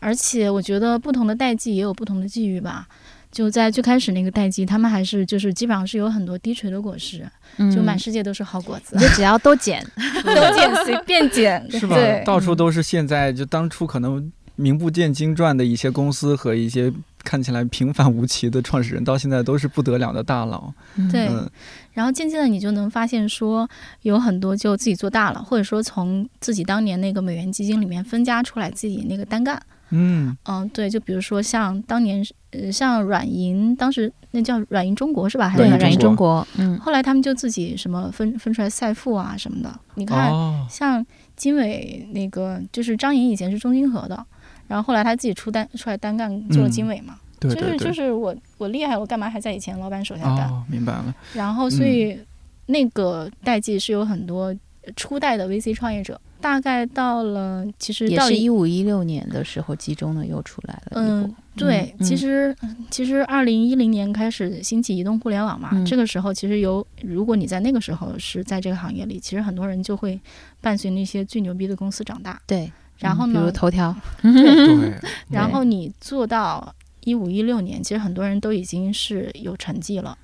Speaker 2: 而且我觉得不同的代际也有不同的际遇吧。就在最开始那个代际，他们还是就是基本上是有很多低垂的果实，
Speaker 3: 嗯
Speaker 2: 就满世界都是好果子
Speaker 3: 你，就只要都 捡，
Speaker 2: 都捡 随便捡，
Speaker 1: 是吧？
Speaker 2: 对，
Speaker 1: 到处
Speaker 3: 嗯
Speaker 1: 都是现在就当初可能名不见经传的一些公司和一些看起来平凡无奇的创始人，到现在都是不得了的大佬。
Speaker 2: 对
Speaker 1: 嗯，
Speaker 2: 然后渐渐的，你就能发现说，有很多就自己做大了，或者说从自己当年那个美元基金里面分家出来自己那个单干。
Speaker 1: 嗯，
Speaker 2: 嗯，对，就比如说像当年，呃，像软银，当时那叫软银中国是吧？还
Speaker 1: 对
Speaker 3: 对，
Speaker 2: 是
Speaker 1: 软
Speaker 2: 叫
Speaker 1: 软
Speaker 3: 软
Speaker 1: 银
Speaker 3: 银
Speaker 1: 中
Speaker 3: 中国，嗯，
Speaker 2: 后来他们就自己什么分分出来赛富啊什么的。你看，
Speaker 1: 哦，
Speaker 2: 像金伟那个，就是张颖以前是中金合的，然后后来他自己出单出来单干做了金伟嘛，
Speaker 1: 嗯对
Speaker 2: 就
Speaker 1: 对
Speaker 2: 是就
Speaker 1: 对，
Speaker 2: 是我我厉害，我干嘛还在以前老板手下干？
Speaker 1: 哦，明白 了。
Speaker 2: 然后所以那个代际是有很多初代的 VC 创业者，大概到了其实
Speaker 3: 也
Speaker 2: 到
Speaker 3: 是一五一六年的时候集中的又出来了一波。
Speaker 2: 嗯，对，
Speaker 3: 嗯
Speaker 2: 其实其实二零一零年开始兴起移动互联网嘛，
Speaker 3: 嗯
Speaker 2: 这个时候其实有，如果你在那个时候是在这个行业里，其实很多人就会伴随那些最牛逼的公司长大，
Speaker 3: 对，
Speaker 2: 然后
Speaker 3: 嗯比
Speaker 2: 呢
Speaker 3: 如，头条，
Speaker 1: 对，
Speaker 2: 然后你做到一五一六年，其实很多人都已经是有成绩了，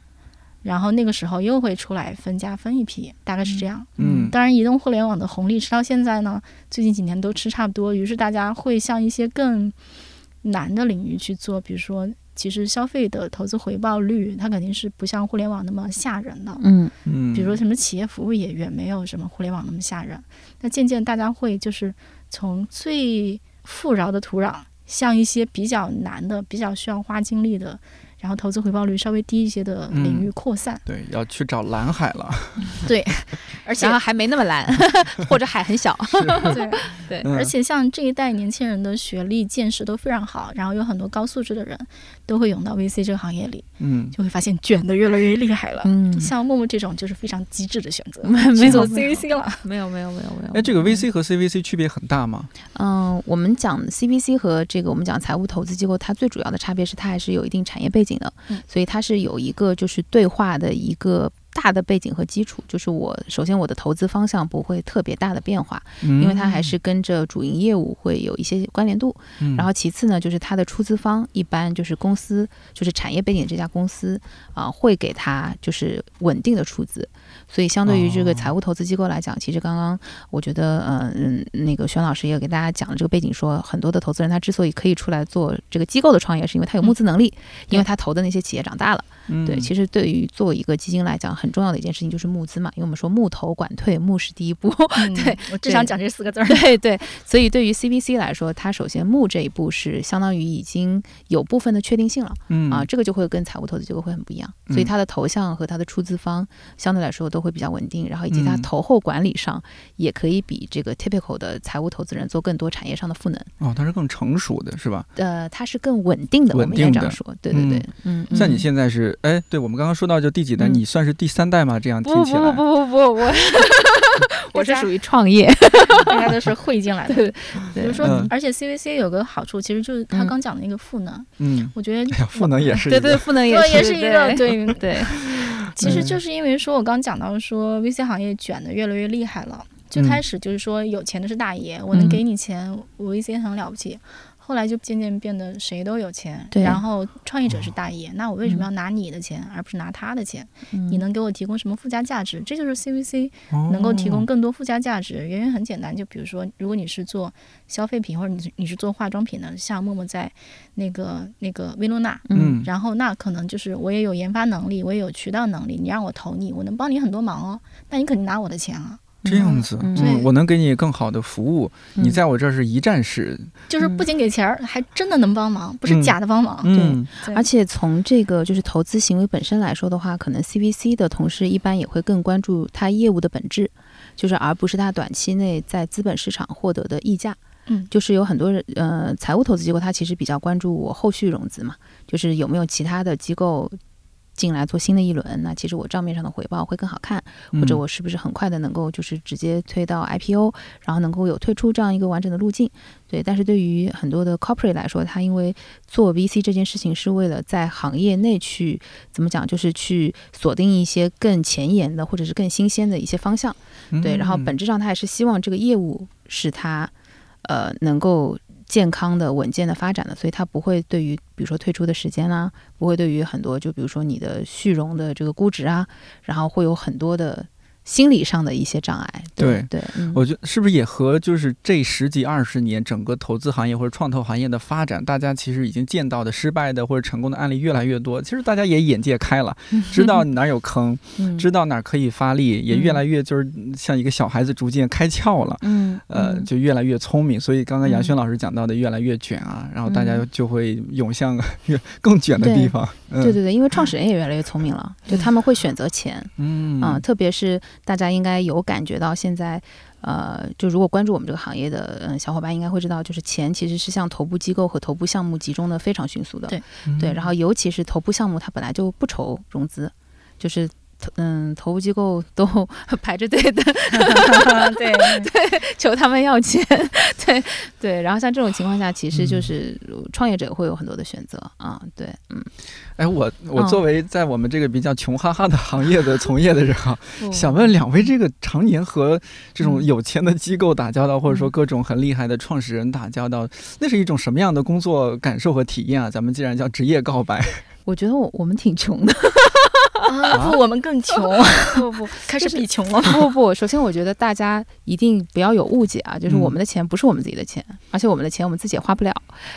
Speaker 2: 然后那个时候又会出来分家分一批，大概是这样。
Speaker 1: 嗯，
Speaker 2: 当然，移动互联网的红利吃到现在呢，最近几年都吃差不多，于是大家会向一些更难的领域去做，比如说。其实消费的投资回报率，它肯定是不像互联网那么吓人的。
Speaker 3: 嗯
Speaker 1: 嗯，
Speaker 2: 比如说什么企业服务也远没有什么互联网那么吓人。那渐渐大家会就是从最富饶的土壤，向一些比较难的、比较需要花精力的，然后投资回报率稍微低一些的领域扩散。
Speaker 1: 对，要去找蓝海了。
Speaker 2: 而且
Speaker 3: 然后还没那么蓝， 或者海很小。
Speaker 2: 对
Speaker 3: 对
Speaker 1: 嗯
Speaker 2: 而且像这一代年轻人的学历、见识都非常好，然后有很多高素质的人都会涌到 VC 这个行业里，
Speaker 1: 嗯，
Speaker 2: 就会发现卷的越来越厉害了。
Speaker 3: 嗯
Speaker 2: 像默默这种就是非常机智的选择，
Speaker 3: 没
Speaker 2: 去
Speaker 3: 有
Speaker 2: 做
Speaker 3: 没有
Speaker 2: CVC 了。
Speaker 3: 没有没有没有没有。
Speaker 1: 哎，这个 VC 和 CVC 区别很大吗？
Speaker 3: 嗯，我们讲 CVC 和这个我们讲财务投资机构，它最主要的差别是它还是有一定产业背景的，
Speaker 2: 嗯
Speaker 3: 所以它是有一个就是对话的一个。大的背景和基础就是我首先我的投资方向不会特别大的变化，因
Speaker 1: 因
Speaker 3: 为它还是跟着主营业务会有一些关联度。
Speaker 1: 嗯
Speaker 3: 然后其次呢，就是它的出资方一般就是公司，就是产业背景这家公司啊、会给它就是稳定的出资。所以相对于这个
Speaker 1: 哦
Speaker 3: 财务投资机构来讲，其实刚刚我觉得，呃嗯、那个宣老师也给大家讲了这个背景说，很多的投资人他之所以可以出来做这个机构的创业，是因为他有募资能力，因为他投的那些企业长大了。对，其
Speaker 1: 实
Speaker 3: 实对于做一个基金来讲，很重要的一件事情就是募资嘛，因为我们说募投管退，募是第一步。 对
Speaker 2: 对我只想讲这四个字儿。
Speaker 3: 对对，所以对于 CVC 来说，它首先募这一步是相当于已经有部分的确定性了、啊，这个就会跟财务投资机构会很不一样，所以
Speaker 1: 嗯
Speaker 3: 它的投向和它的出资方相对来说都会比较稳定，然后以及它
Speaker 1: 嗯
Speaker 3: 投后管理上也可以比这个 typical 的财务投资人做更多产业上的赋能，
Speaker 1: 哦，它是更成熟的，是吧？
Speaker 3: 呃，它是更稳定的，我
Speaker 1: 稳
Speaker 3: 们应该
Speaker 1: 定
Speaker 3: 这样
Speaker 1: 的
Speaker 3: 说，对对对，嗯，
Speaker 1: 像你
Speaker 3: 嗯
Speaker 1: 现在是，哎，对我们刚刚说到就第几代，
Speaker 3: 嗯
Speaker 1: 你算是第三代吗？这样听起来，
Speaker 3: 不不，我我是属于创业，
Speaker 2: 大家都是汇进来的。
Speaker 3: 对
Speaker 2: 比
Speaker 3: 对
Speaker 2: 如说
Speaker 1: 嗯，
Speaker 2: 而且 CVC 有个好处，其实就是他刚讲的那个赋能，
Speaker 1: 嗯，
Speaker 2: 我觉得
Speaker 1: 哎呀，赋能也是一
Speaker 3: 对对，
Speaker 1: 个，
Speaker 3: 赋能
Speaker 2: 对
Speaker 3: 也
Speaker 2: 也是一个对
Speaker 3: 对，
Speaker 2: 其实
Speaker 1: 嗯
Speaker 2: 就是因为说，我刚讲到说 VC 行业卷的越来越厉害了。最
Speaker 1: 嗯
Speaker 2: 开始就是说有钱的是大爷，我能
Speaker 3: 嗯
Speaker 2: 给你钱，我 VC 很了不起。后来就渐渐变得谁都有钱，
Speaker 3: 对
Speaker 2: 然后创业者是
Speaker 1: 哦
Speaker 2: 大爷，那我为什么要
Speaker 1: 嗯
Speaker 2: 拿你的钱，而不是拿他的钱？你
Speaker 3: 你
Speaker 2: 能给我提供什么附加价值？这就是 CVC
Speaker 1: 哦
Speaker 2: 能够提供更多附加价值。原因很简单，就比如说，如果你是做消费品或者你是你是做化妆品的，像默默在那个那个薇诺娜，
Speaker 1: 嗯
Speaker 2: 然后那可能就是我也有研发能力，我也有渠道能力，你让我投你，我能帮你很多忙哦，但你肯定拿我的钱啊，
Speaker 1: 这样子，
Speaker 3: 嗯
Speaker 1: 嗯，我能给你更好的服务，你在我这儿是一站式，
Speaker 2: 就是不仅给钱儿，还真的能帮忙，不是假的帮忙。
Speaker 3: 哦
Speaker 1: 嗯
Speaker 2: 对
Speaker 3: 而且从这个就是投资行为本身来说的话，可能 CVC 的同事一般也会更关注它业务的本质，就是而不是它短期内在资本市场获得的溢价。
Speaker 2: 嗯
Speaker 3: 就是有很多人，呃，财务投资机构它其实比较关注我后续融资嘛，就是有没有其他的机构进来做新的一轮，那其实我账面上的回报会更好看。
Speaker 1: 嗯
Speaker 3: 或者我是不是很快的能够就是直接推到 IPO，然后能够有退出这样一个完整的路径。对，但是对于很多的 corporate 来说，它因为做 VC 这件事情是为了在行业内去怎么讲，就是去锁定一些更前沿的或者是更新鲜的一些方向。
Speaker 1: 嗯
Speaker 3: 对，然后本质上它还是希望这个业务是它呃能够健康的、稳健的发展的，所以它不会对于比如说退出的时间啦、不会对于很多就比如说你的续融的这个估值啊，然后会有很多的心理上的一些障碍。对对，嗯
Speaker 1: 我觉得是不是也和就是这十几二十年整个投资行业或者创投行业的发展，大家其实已经见到的失败的或者成功的案例越来越多，其实大家也眼界开了，知道哪儿有坑，
Speaker 3: 嗯
Speaker 1: 知道哪儿可以发力，也越来越就是像一个小孩子逐渐开窍了。
Speaker 3: 嗯
Speaker 1: 呃，
Speaker 3: 嗯
Speaker 1: 就越来越聪明，所以刚刚杨
Speaker 3: 嗯
Speaker 1: 轩老师讲到的越来越卷啊，然后大家
Speaker 3: 嗯
Speaker 1: 就会涌向 越更卷的
Speaker 3: 对
Speaker 1: 地方。嗯、
Speaker 3: 对对对，因为创始人也越来越聪明了，就他们会选择钱。
Speaker 1: 嗯，
Speaker 3: 嗯，特别是大家应该有感觉到现在，呃，就如果关注我们这个行业的嗯小伙伴应该会知道，就是钱其实是向头部机构和头部项目集中的非常迅速的。
Speaker 2: 对
Speaker 1: 嗯
Speaker 3: 对然后尤其是头部项目，它本来就不愁融资，就是投。嗯，头部机构都 排着队的
Speaker 2: 啊对，
Speaker 3: 求他们要钱，对对。然后像这种情况下，其实
Speaker 1: 嗯
Speaker 3: 就是创业者会有很多的选择啊、对，嗯，
Speaker 1: 哎，我我
Speaker 3: 嗯
Speaker 1: 作为在我们这个比较穷哈哈的行业的从业的人啊，
Speaker 2: 嗯
Speaker 1: 想问两位，这个常年和这种
Speaker 3: 哦嗯
Speaker 1: 有钱的机构打交道，或者说
Speaker 3: 嗯
Speaker 1: 各种很厉害的创始人打交道，那是一种什么样的工作感受和体验啊？咱们既然叫职业告白，
Speaker 3: 我觉得我我们挺穷的，
Speaker 2: 啊，不，我们更穷，
Speaker 3: 不不，
Speaker 2: 开始比穷了。
Speaker 3: 不不，首先我觉得大家一定不要有误解啊，就是我
Speaker 1: 嗯
Speaker 3: 们的钱不是我们自己的钱，而且我们的钱我们自己也花不了。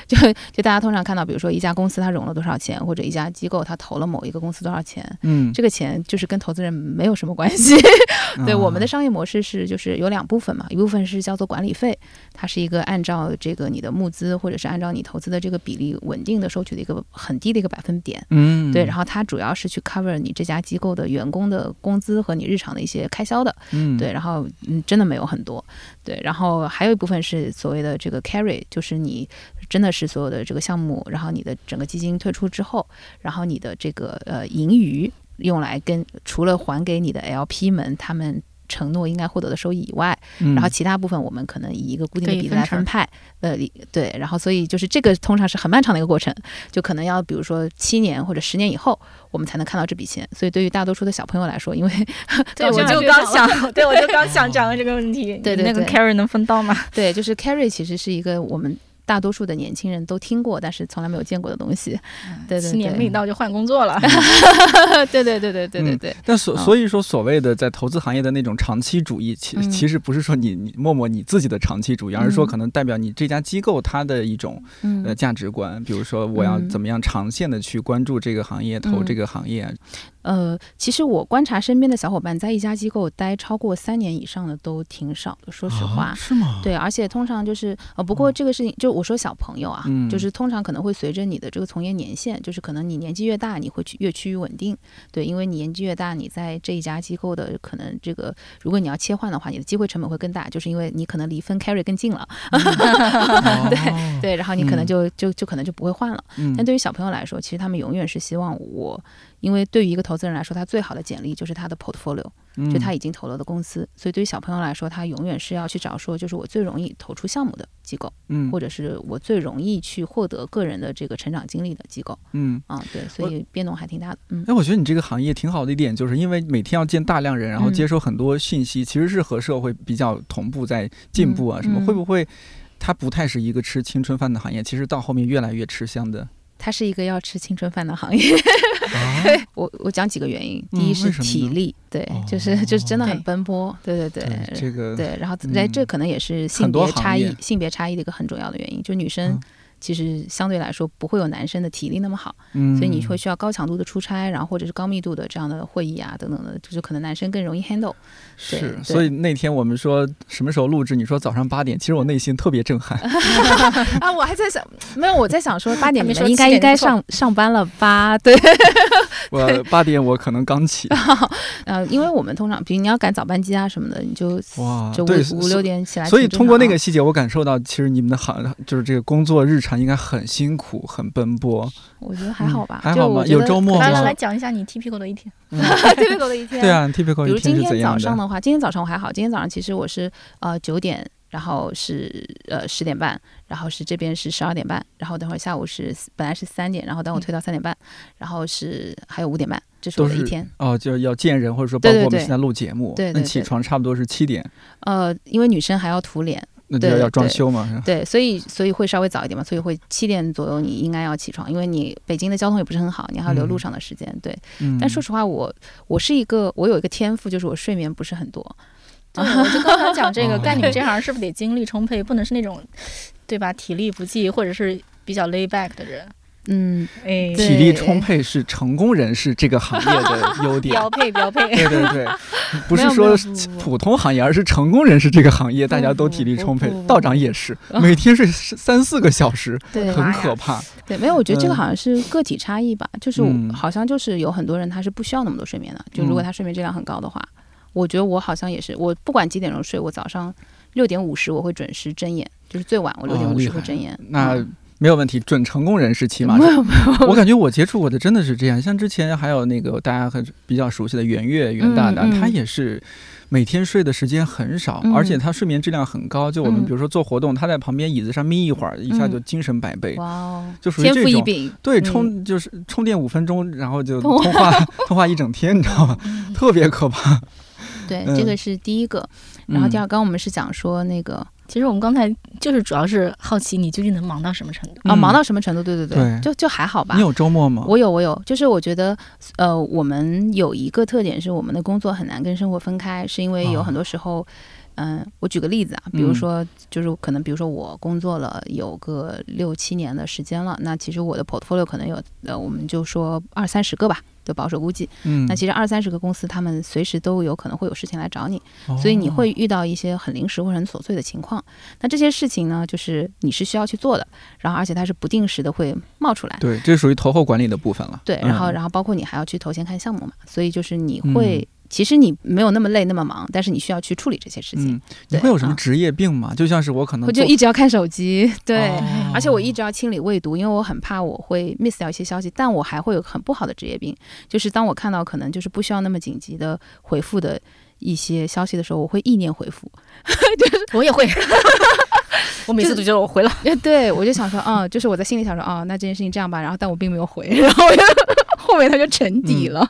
Speaker 3: 就就大家通常看到，比如说一家公司它融了多少钱，或者一家机构它投了某一个公司多少钱，
Speaker 1: 嗯，
Speaker 3: 这个钱就是跟投资人没有什么关系。 对，
Speaker 1: 啊
Speaker 3: 我们的商业模式是就是有两部分嘛，一部分是叫做管理费，它是一个按照这个你的募资或者是按照你投资的这个比例稳定的收取的一个很低的一个百分点。
Speaker 1: 嗯，
Speaker 3: 对，然
Speaker 1: 后
Speaker 3: 后它主要是去 cover 你这家机构的员工的工资和你日常的一些开销的，
Speaker 1: 嗯
Speaker 3: 对，然后嗯，真的没有很多，对，然后还有一部分是所谓的这个 carry，就是你真的是所有的这个项目，然后你的整个基金退出之后，然后你的这个呃盈余用来跟除了还给你的 LP 们他们承诺应该获得的收益以外，
Speaker 1: 嗯
Speaker 3: 然后其他部分我们可能以一个固定的
Speaker 2: 可以
Speaker 3: 比例
Speaker 2: 分
Speaker 3: 来分
Speaker 2: 成
Speaker 3: 派，呃，里对，然后所以就是这个通常是很漫长的一个过程，就可能要比如说七年或者十年以后，我们才能看到这笔钱。所以对于大多数的小朋友来说，因为
Speaker 2: 对，
Speaker 3: 到
Speaker 2: 我
Speaker 3: 现在
Speaker 2: 就
Speaker 3: 学
Speaker 2: 刚
Speaker 3: 到了
Speaker 2: 想，对我就 刚想讲的这个问题，
Speaker 3: 对
Speaker 2: 你
Speaker 3: 对
Speaker 2: 那个
Speaker 3: 对
Speaker 2: carry 能分到吗？
Speaker 3: 对，就是 carry 其实是一个我们大多数的年轻人都听过，但是从来没有见过的东西。对对
Speaker 2: 啊七年
Speaker 3: 对
Speaker 2: 没，到就换工作了，
Speaker 3: 对对对对对对
Speaker 1: 嗯
Speaker 3: 对，
Speaker 1: 但所
Speaker 3: 嗯
Speaker 1: 所以说，所谓的在投资行业的那种长期主义，其
Speaker 3: 嗯
Speaker 1: 其实不是说你你默默你自己的长期主义，而是说
Speaker 3: 嗯
Speaker 1: 可能代表你这家机构它的一种呃
Speaker 3: 嗯
Speaker 1: 价值观，比如说我要
Speaker 3: 嗯
Speaker 1: 怎么样长线的去关注这个行业，投
Speaker 3: 嗯
Speaker 1: 这个行业。
Speaker 3: 呃，其实我观察身边的小伙伴在一家机构待超过三年以上的都挺少的，说实话。
Speaker 1: 啊是吗？
Speaker 3: 对，而且通常就是呃，不过这个事情，就我说小朋友啊，
Speaker 1: 嗯
Speaker 3: 就是通常可能会随着你的这个从业年限，就是可能你年纪越大，你会去越趋于稳定。对，因为你年纪越大，你在这一家机构的可能这个，如果你要切换的话，你的机会成本会更大，就是因为你可能离分 carry 更近了，
Speaker 1: 对
Speaker 3: 对，然后你可能
Speaker 1: 嗯
Speaker 3: 就、就就可能就不会换了。
Speaker 1: 啊嗯
Speaker 3: 但对于小朋友来说，其实他们永远是希望我，因为对于一个投资人来说，他最好的简历就是他的 portfolio，
Speaker 1: 嗯
Speaker 3: 就他已经投了的公司。所以对于小朋友来说，他永远是要去找说，就是我最容易投出项目的机构，
Speaker 1: 嗯
Speaker 3: 或者是我最容易去获得个人的这个成长经历的机构
Speaker 1: 嗯。
Speaker 3: 啊。对，所以变动还挺大的。嗯
Speaker 1: 哎，我觉得你这个行业挺好的一点，就是因为每天要见大量人，然后
Speaker 3: 嗯
Speaker 1: 接收很多信息，其实是和社会比较同步在进步啊，
Speaker 3: 嗯
Speaker 1: 什么、
Speaker 3: 嗯
Speaker 1: 会不会它不太是一个吃青春饭的行业？其实到后面越来越吃香的。
Speaker 3: 它是一个要吃青春饭的行业。
Speaker 1: 啊、
Speaker 3: 我我讲几个原因，第
Speaker 1: 嗯
Speaker 3: 一
Speaker 1: 为
Speaker 3: 是
Speaker 1: 什么
Speaker 3: 体
Speaker 1: 呢
Speaker 3: 力，对，就是
Speaker 1: 哦
Speaker 3: 就是真的很
Speaker 2: 对
Speaker 3: 奔波，对对对。
Speaker 1: 对这个
Speaker 3: 对，然后在这
Speaker 1: 嗯
Speaker 3: 可能也是
Speaker 1: 很
Speaker 3: 性
Speaker 1: 多
Speaker 3: 别
Speaker 1: 行
Speaker 3: 差异
Speaker 1: 业、
Speaker 3: 性别差异的一个很重要的原因，就女生
Speaker 1: 嗯
Speaker 3: 其实相对来说不会有男生的体力那么好，
Speaker 1: 嗯，
Speaker 3: 所以你会需要高强度的出差，然后或者是高密度的这样的会议啊等等的，就是可能男生更容易 handle。
Speaker 1: 是，
Speaker 3: 对对
Speaker 1: 所以那天我们说什么时候录制？你说早上八点，其实我内心特别震 撼。
Speaker 3: 啊，我还在想，没有，我在想说八点
Speaker 2: 还
Speaker 3: 你
Speaker 2: 没
Speaker 3: 们
Speaker 2: 说
Speaker 3: 应该
Speaker 2: 七
Speaker 3: 应
Speaker 2: 点
Speaker 3: 该
Speaker 2: 就错
Speaker 3: 上上班了吧？对，
Speaker 1: 我八点我可能刚起，
Speaker 3: 呃，因为我们通常，比如你要赶早班机啊什么的，你就
Speaker 1: 哇，
Speaker 3: 就
Speaker 1: 对，
Speaker 3: 五五六点起来挺正常啊。
Speaker 1: 所以通过那个细节，我感受到其实你们的行就是这个工作日常应该很辛苦、很奔波。
Speaker 3: 我觉得还好吧，
Speaker 1: 嗯还
Speaker 3: 就
Speaker 1: 好
Speaker 3: 我
Speaker 1: 吗
Speaker 3: 觉
Speaker 1: 有
Speaker 3: 得
Speaker 1: 周末
Speaker 3: 可
Speaker 2: 来
Speaker 1: 吗
Speaker 3: 能
Speaker 2: 来
Speaker 3: 是
Speaker 2: 来讲一下你 T P 狗的一 天，
Speaker 3: 特别狗的一天
Speaker 1: 对啊，typical
Speaker 3: 比
Speaker 1: 一
Speaker 3: 如
Speaker 1: 天
Speaker 3: 今
Speaker 1: 是怎
Speaker 3: 天早
Speaker 1: 样
Speaker 3: 上
Speaker 1: 的？
Speaker 3: 的话，今天早上我还好，今天早上其实我是呃九点，然后是呃十点半，然后是这边是十二点半，然后等会儿下午是本来是三点，然后但我推到三点半，然后是还有五点半，这是我的
Speaker 1: 都
Speaker 3: 一
Speaker 1: 是
Speaker 3: 天。
Speaker 1: 哦，就是要见人，或者说包括
Speaker 3: 对对
Speaker 1: 我们
Speaker 3: 对
Speaker 1: 现在录节目，
Speaker 3: 对对
Speaker 1: 那起
Speaker 3: 对
Speaker 1: 床差不多是七点，
Speaker 3: 呃，因为女生还要涂脸，
Speaker 1: 那就要
Speaker 3: 对
Speaker 1: 要装
Speaker 3: 对
Speaker 1: 修嘛。是吧
Speaker 3: 对，所以所以会稍微早一点嘛，所以会七点左右你应该要起床，因为你北京的交通也不是很好，你还要留
Speaker 1: 嗯
Speaker 3: 路上的时间。对，
Speaker 1: 嗯，
Speaker 3: 但说实话，我我是一个我有一个天赋，就是我睡眠不是很多。
Speaker 2: 对，我就刚才讲这个，
Speaker 1: 哦
Speaker 2: 干你们这行是不是得精力充沛，不能是那种，对吧？体力不济或者是比较 lay back 的人，
Speaker 3: 嗯，
Speaker 2: 哎，
Speaker 3: 对
Speaker 1: 体力充沛是成功人士这个行业的优 点。
Speaker 2: 标配标配。
Speaker 1: 对对对， 不
Speaker 3: 没
Speaker 1: 是
Speaker 3: 有没
Speaker 1: 说
Speaker 3: 有不不不
Speaker 1: 普通行业，而是成功人士这个行业，大家都体力充沛
Speaker 3: 不不不。不
Speaker 1: 道长也是，每天睡三四个小时，
Speaker 3: 嗯对，哎
Speaker 1: 很可怕。
Speaker 3: 对，没有，我觉得这个
Speaker 1: 嗯
Speaker 3: 好像是个体差异吧，就是我
Speaker 1: 嗯
Speaker 3: 好像就是有很多人他是不需要那么多睡眠的，就如果
Speaker 1: 嗯
Speaker 3: 他睡眠质量很高的话，我觉得我好像也是，我不管几点钟睡，我早上六点五十我会准时睁眼，就是最晚我六点
Speaker 1: 哦
Speaker 3: 五
Speaker 1: 厉
Speaker 3: 十
Speaker 1: 害
Speaker 3: 会睁眼。
Speaker 1: 那
Speaker 3: 嗯
Speaker 1: 没有问题，准成功人士起码是。我感觉我接触过的真的是这样，像之前还有那个大家很比较熟悉的袁岳袁大大，
Speaker 3: 嗯嗯
Speaker 1: 他也是每天睡的时间很少，
Speaker 3: 嗯
Speaker 1: 而且他睡眠质量很高。就我们
Speaker 3: 嗯
Speaker 1: 比如说做活动，他在旁边椅子上眯一会儿，一下就精神百倍，
Speaker 3: 哇哦，
Speaker 1: 就属于
Speaker 3: 天赋
Speaker 1: 这
Speaker 3: 异
Speaker 1: 种。
Speaker 3: 禀，
Speaker 1: 对，
Speaker 3: 嗯
Speaker 1: 充就是充电五分钟，然后就
Speaker 3: 通
Speaker 1: 通话通话一整天，你知道吗？特别可怕。
Speaker 3: 对，
Speaker 1: 嗯
Speaker 3: 这个是第一个。然后
Speaker 1: 嗯
Speaker 3: 第二，刚刚我们是讲说那个啊
Speaker 2: 其实我们刚才就是主要是好奇你究竟能忙到什么程度。
Speaker 3: 啊，
Speaker 1: 嗯
Speaker 3: 忙到什么程度？对对
Speaker 1: 对
Speaker 3: 就就还好吧
Speaker 1: 你。有周末吗？
Speaker 3: 我有我有，就是我觉得，呃，我们有一个特点是我们的工作很难跟生活分开，是因为有
Speaker 1: 啊
Speaker 3: 很多时候，嗯、我举个例子啊，比如
Speaker 1: 嗯
Speaker 3: 说就是可能比如说我工作了有个六七年的时间了，那其实我的 portfolio 可能有呃，我们就说二三十个吧，就保守估计。
Speaker 1: 嗯，
Speaker 3: 那其实二三十个公司，他们随时都有可能会有事情来找你，
Speaker 1: 哦
Speaker 3: 所以你会遇到一些很临时或者很琐碎的情况。那这些事情呢，就是你是需要去做的，然后而且它是不定时的会冒出来。
Speaker 1: 对，这属于投后管理的部分了。
Speaker 3: 对，然后
Speaker 1: 嗯
Speaker 3: 然后包括你还要去投钱看项目嘛，所以就是你会，其实你没有那么累那么忙，但是你需要去处理这些事情，
Speaker 1: 嗯，你
Speaker 3: 对
Speaker 1: 会有什么
Speaker 3: 啊
Speaker 1: 职业病吗？就像是我可能
Speaker 3: 我就
Speaker 1: 做
Speaker 3: 一直要看手机，对。
Speaker 1: 哦
Speaker 3: 而且我一直要清理未读，因为我很怕我会 miss 掉一些消息，但我还会有很不好的职业病，就是当我看到可能就是不需要那么紧急的回复的一些消息的时候，我会意念回复。
Speaker 2: 我也会， 我每次都觉得我回了，
Speaker 3: 哎，对我就想说，啊，就是我在心里想说，啊，那这件事情这样吧，然后但我并没有回， 然后我就后面它就沉底
Speaker 1: 嗯
Speaker 3: 了，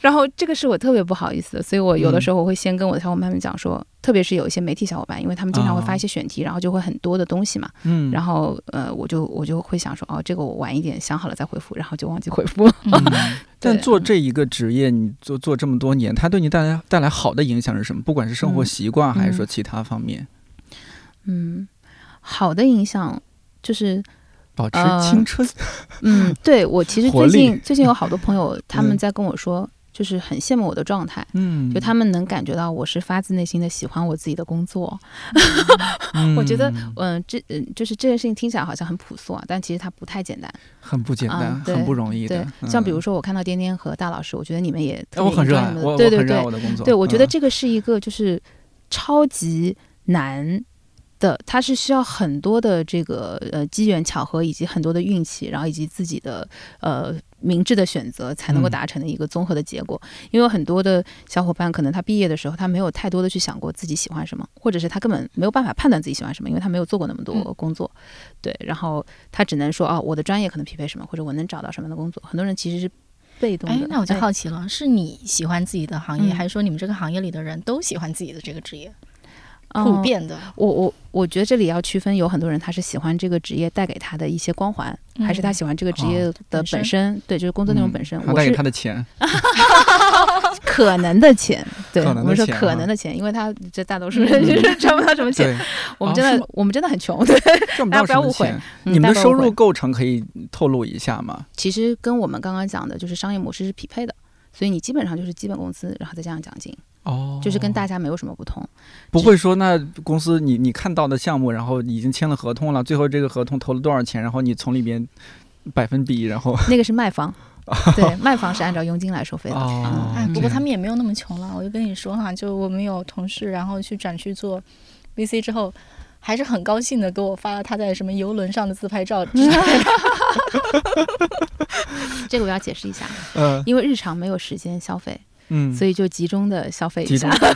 Speaker 3: 然后这个是我特别不好意思的，所以我有的时候我会先跟我的小伙伴们讲说，特别是有一些媒体小伙伴，因为他们经常会发一些选题，然后就会很多的东西嘛，
Speaker 1: 哦嗯，
Speaker 3: 然后呃，我就我就会想说，哦，这个我晚一点想好了再回复，然后就忘记回复。
Speaker 1: 嗯但
Speaker 3: 对
Speaker 1: 做这一个职业，你做做这么多年，它对你带来带来好的影响是什么？不管是生活
Speaker 3: 嗯
Speaker 1: 习惯还是
Speaker 3: 嗯
Speaker 1: 说其他方面，
Speaker 3: 嗯，好的影响就是
Speaker 1: 保持
Speaker 3: 呃
Speaker 1: 青 春。
Speaker 3: 嗯，对我其实
Speaker 1: 活
Speaker 3: 最
Speaker 1: 力
Speaker 3: 近最近有好多朋友他们
Speaker 1: 嗯
Speaker 3: 在跟我说，就是很羡慕我的状态。
Speaker 1: 嗯，
Speaker 3: 就他们能感觉到我是发自内心的喜欢我自己的工作，
Speaker 1: 嗯，
Speaker 3: 我觉得，嗯、这，嗯、就是这件事情听起来好像很朴素啊，但其实它不太简单。
Speaker 1: 很不简单，
Speaker 3: 嗯对
Speaker 1: 很不容易
Speaker 3: 对
Speaker 1: 的。，
Speaker 3: 像比
Speaker 1: 嗯
Speaker 3: 如，说我看到颠颠和大老师，我觉得你们也特
Speaker 1: 哎我
Speaker 3: 别
Speaker 1: 很热爱，
Speaker 3: enjoy 你们
Speaker 1: 我
Speaker 3: 的对
Speaker 1: 我
Speaker 3: 对
Speaker 1: 很热爱我
Speaker 3: 对，
Speaker 1: 的工作。
Speaker 3: 对我觉得
Speaker 1: 嗯
Speaker 3: 这个是一个就是超级难。的，它是需要很多的这个呃机缘巧合，以及很多的运气，然后以及自己的呃明智的选择，才能够
Speaker 1: 嗯
Speaker 3: 达成的一个综合的结果。因为有很多的小伙伴，可能他毕业的时候，他没有太多的去想过自己喜欢什么，或者是他根本没有办法判断自己喜欢什么，因为他没有做过那么多
Speaker 2: 嗯
Speaker 3: 工作，对，然后他只能说啊，我的专业可能匹配什么，或者我能找到什么样的工作。很多人其实是被动
Speaker 2: 哎
Speaker 3: 的，，
Speaker 2: 那我就好奇了，是你喜欢自己的行业，
Speaker 3: 嗯
Speaker 2: 还是说你们这个行业里的人都喜欢自己的这个职业？
Speaker 3: 嗯
Speaker 2: 普遍的，
Speaker 3: 我我我觉得这里要区分，有很多人他是喜欢这个职业带给他的一些光环，
Speaker 2: 嗯
Speaker 3: 还是他喜欢这个职业的
Speaker 2: 本身
Speaker 3: 本身，对，就是工作内容
Speaker 1: 哦嗯
Speaker 3: 本身。
Speaker 1: 还
Speaker 3: 我
Speaker 1: 带给
Speaker 3: 是
Speaker 1: 他的钱，
Speaker 3: 可能的 钱，对，
Speaker 1: 可
Speaker 3: 我
Speaker 1: 能的
Speaker 3: 们说
Speaker 1: 钱
Speaker 3: 可
Speaker 1: 啊嗯
Speaker 3: 能的钱，因为他这大多数人就是赚不到什么钱。
Speaker 1: 对，
Speaker 3: 我们
Speaker 1: 哦
Speaker 3: 真
Speaker 1: 是
Speaker 3: 的
Speaker 1: 吗，
Speaker 3: 我们真的很穷， 对，
Speaker 1: 赚不
Speaker 3: 大
Speaker 1: 到什
Speaker 3: 家不要
Speaker 1: 么
Speaker 3: 误会
Speaker 1: 钱。
Speaker 3: 嗯
Speaker 1: 你们
Speaker 3: 大
Speaker 1: 的
Speaker 3: 家不要
Speaker 1: 收
Speaker 3: 误会
Speaker 1: 入构成可以透露一下吗？
Speaker 3: 其实跟我们刚刚讲的就是商业模式是匹配的，所以你基本上就是基本工资，然后再加上奖金，
Speaker 1: 哦，
Speaker 3: 就是跟大家没有什么不同。
Speaker 1: 不会说，那公司你你看到的项目，然后已经签了合同了，最后这个合同投了多少钱，然后你从里边百分比，然后
Speaker 3: 那个是卖方，对，卖方是按照佣金来收费的。
Speaker 1: 哦
Speaker 3: 嗯
Speaker 2: 哎，不
Speaker 1: 这
Speaker 2: 过
Speaker 1: 样
Speaker 2: 他们也没有那么穷了。我就跟你说哈，就我们有同事，然后去转去做 VC 之后，还是很高兴的给我发了他在什么游轮上的自拍 照之类的。
Speaker 3: 这个我要 解释一下，
Speaker 1: 呃
Speaker 3: 因为日常没有时间消费，
Speaker 1: 嗯，
Speaker 3: 所以就集中的消费一
Speaker 1: 集
Speaker 3: 下
Speaker 1: 中。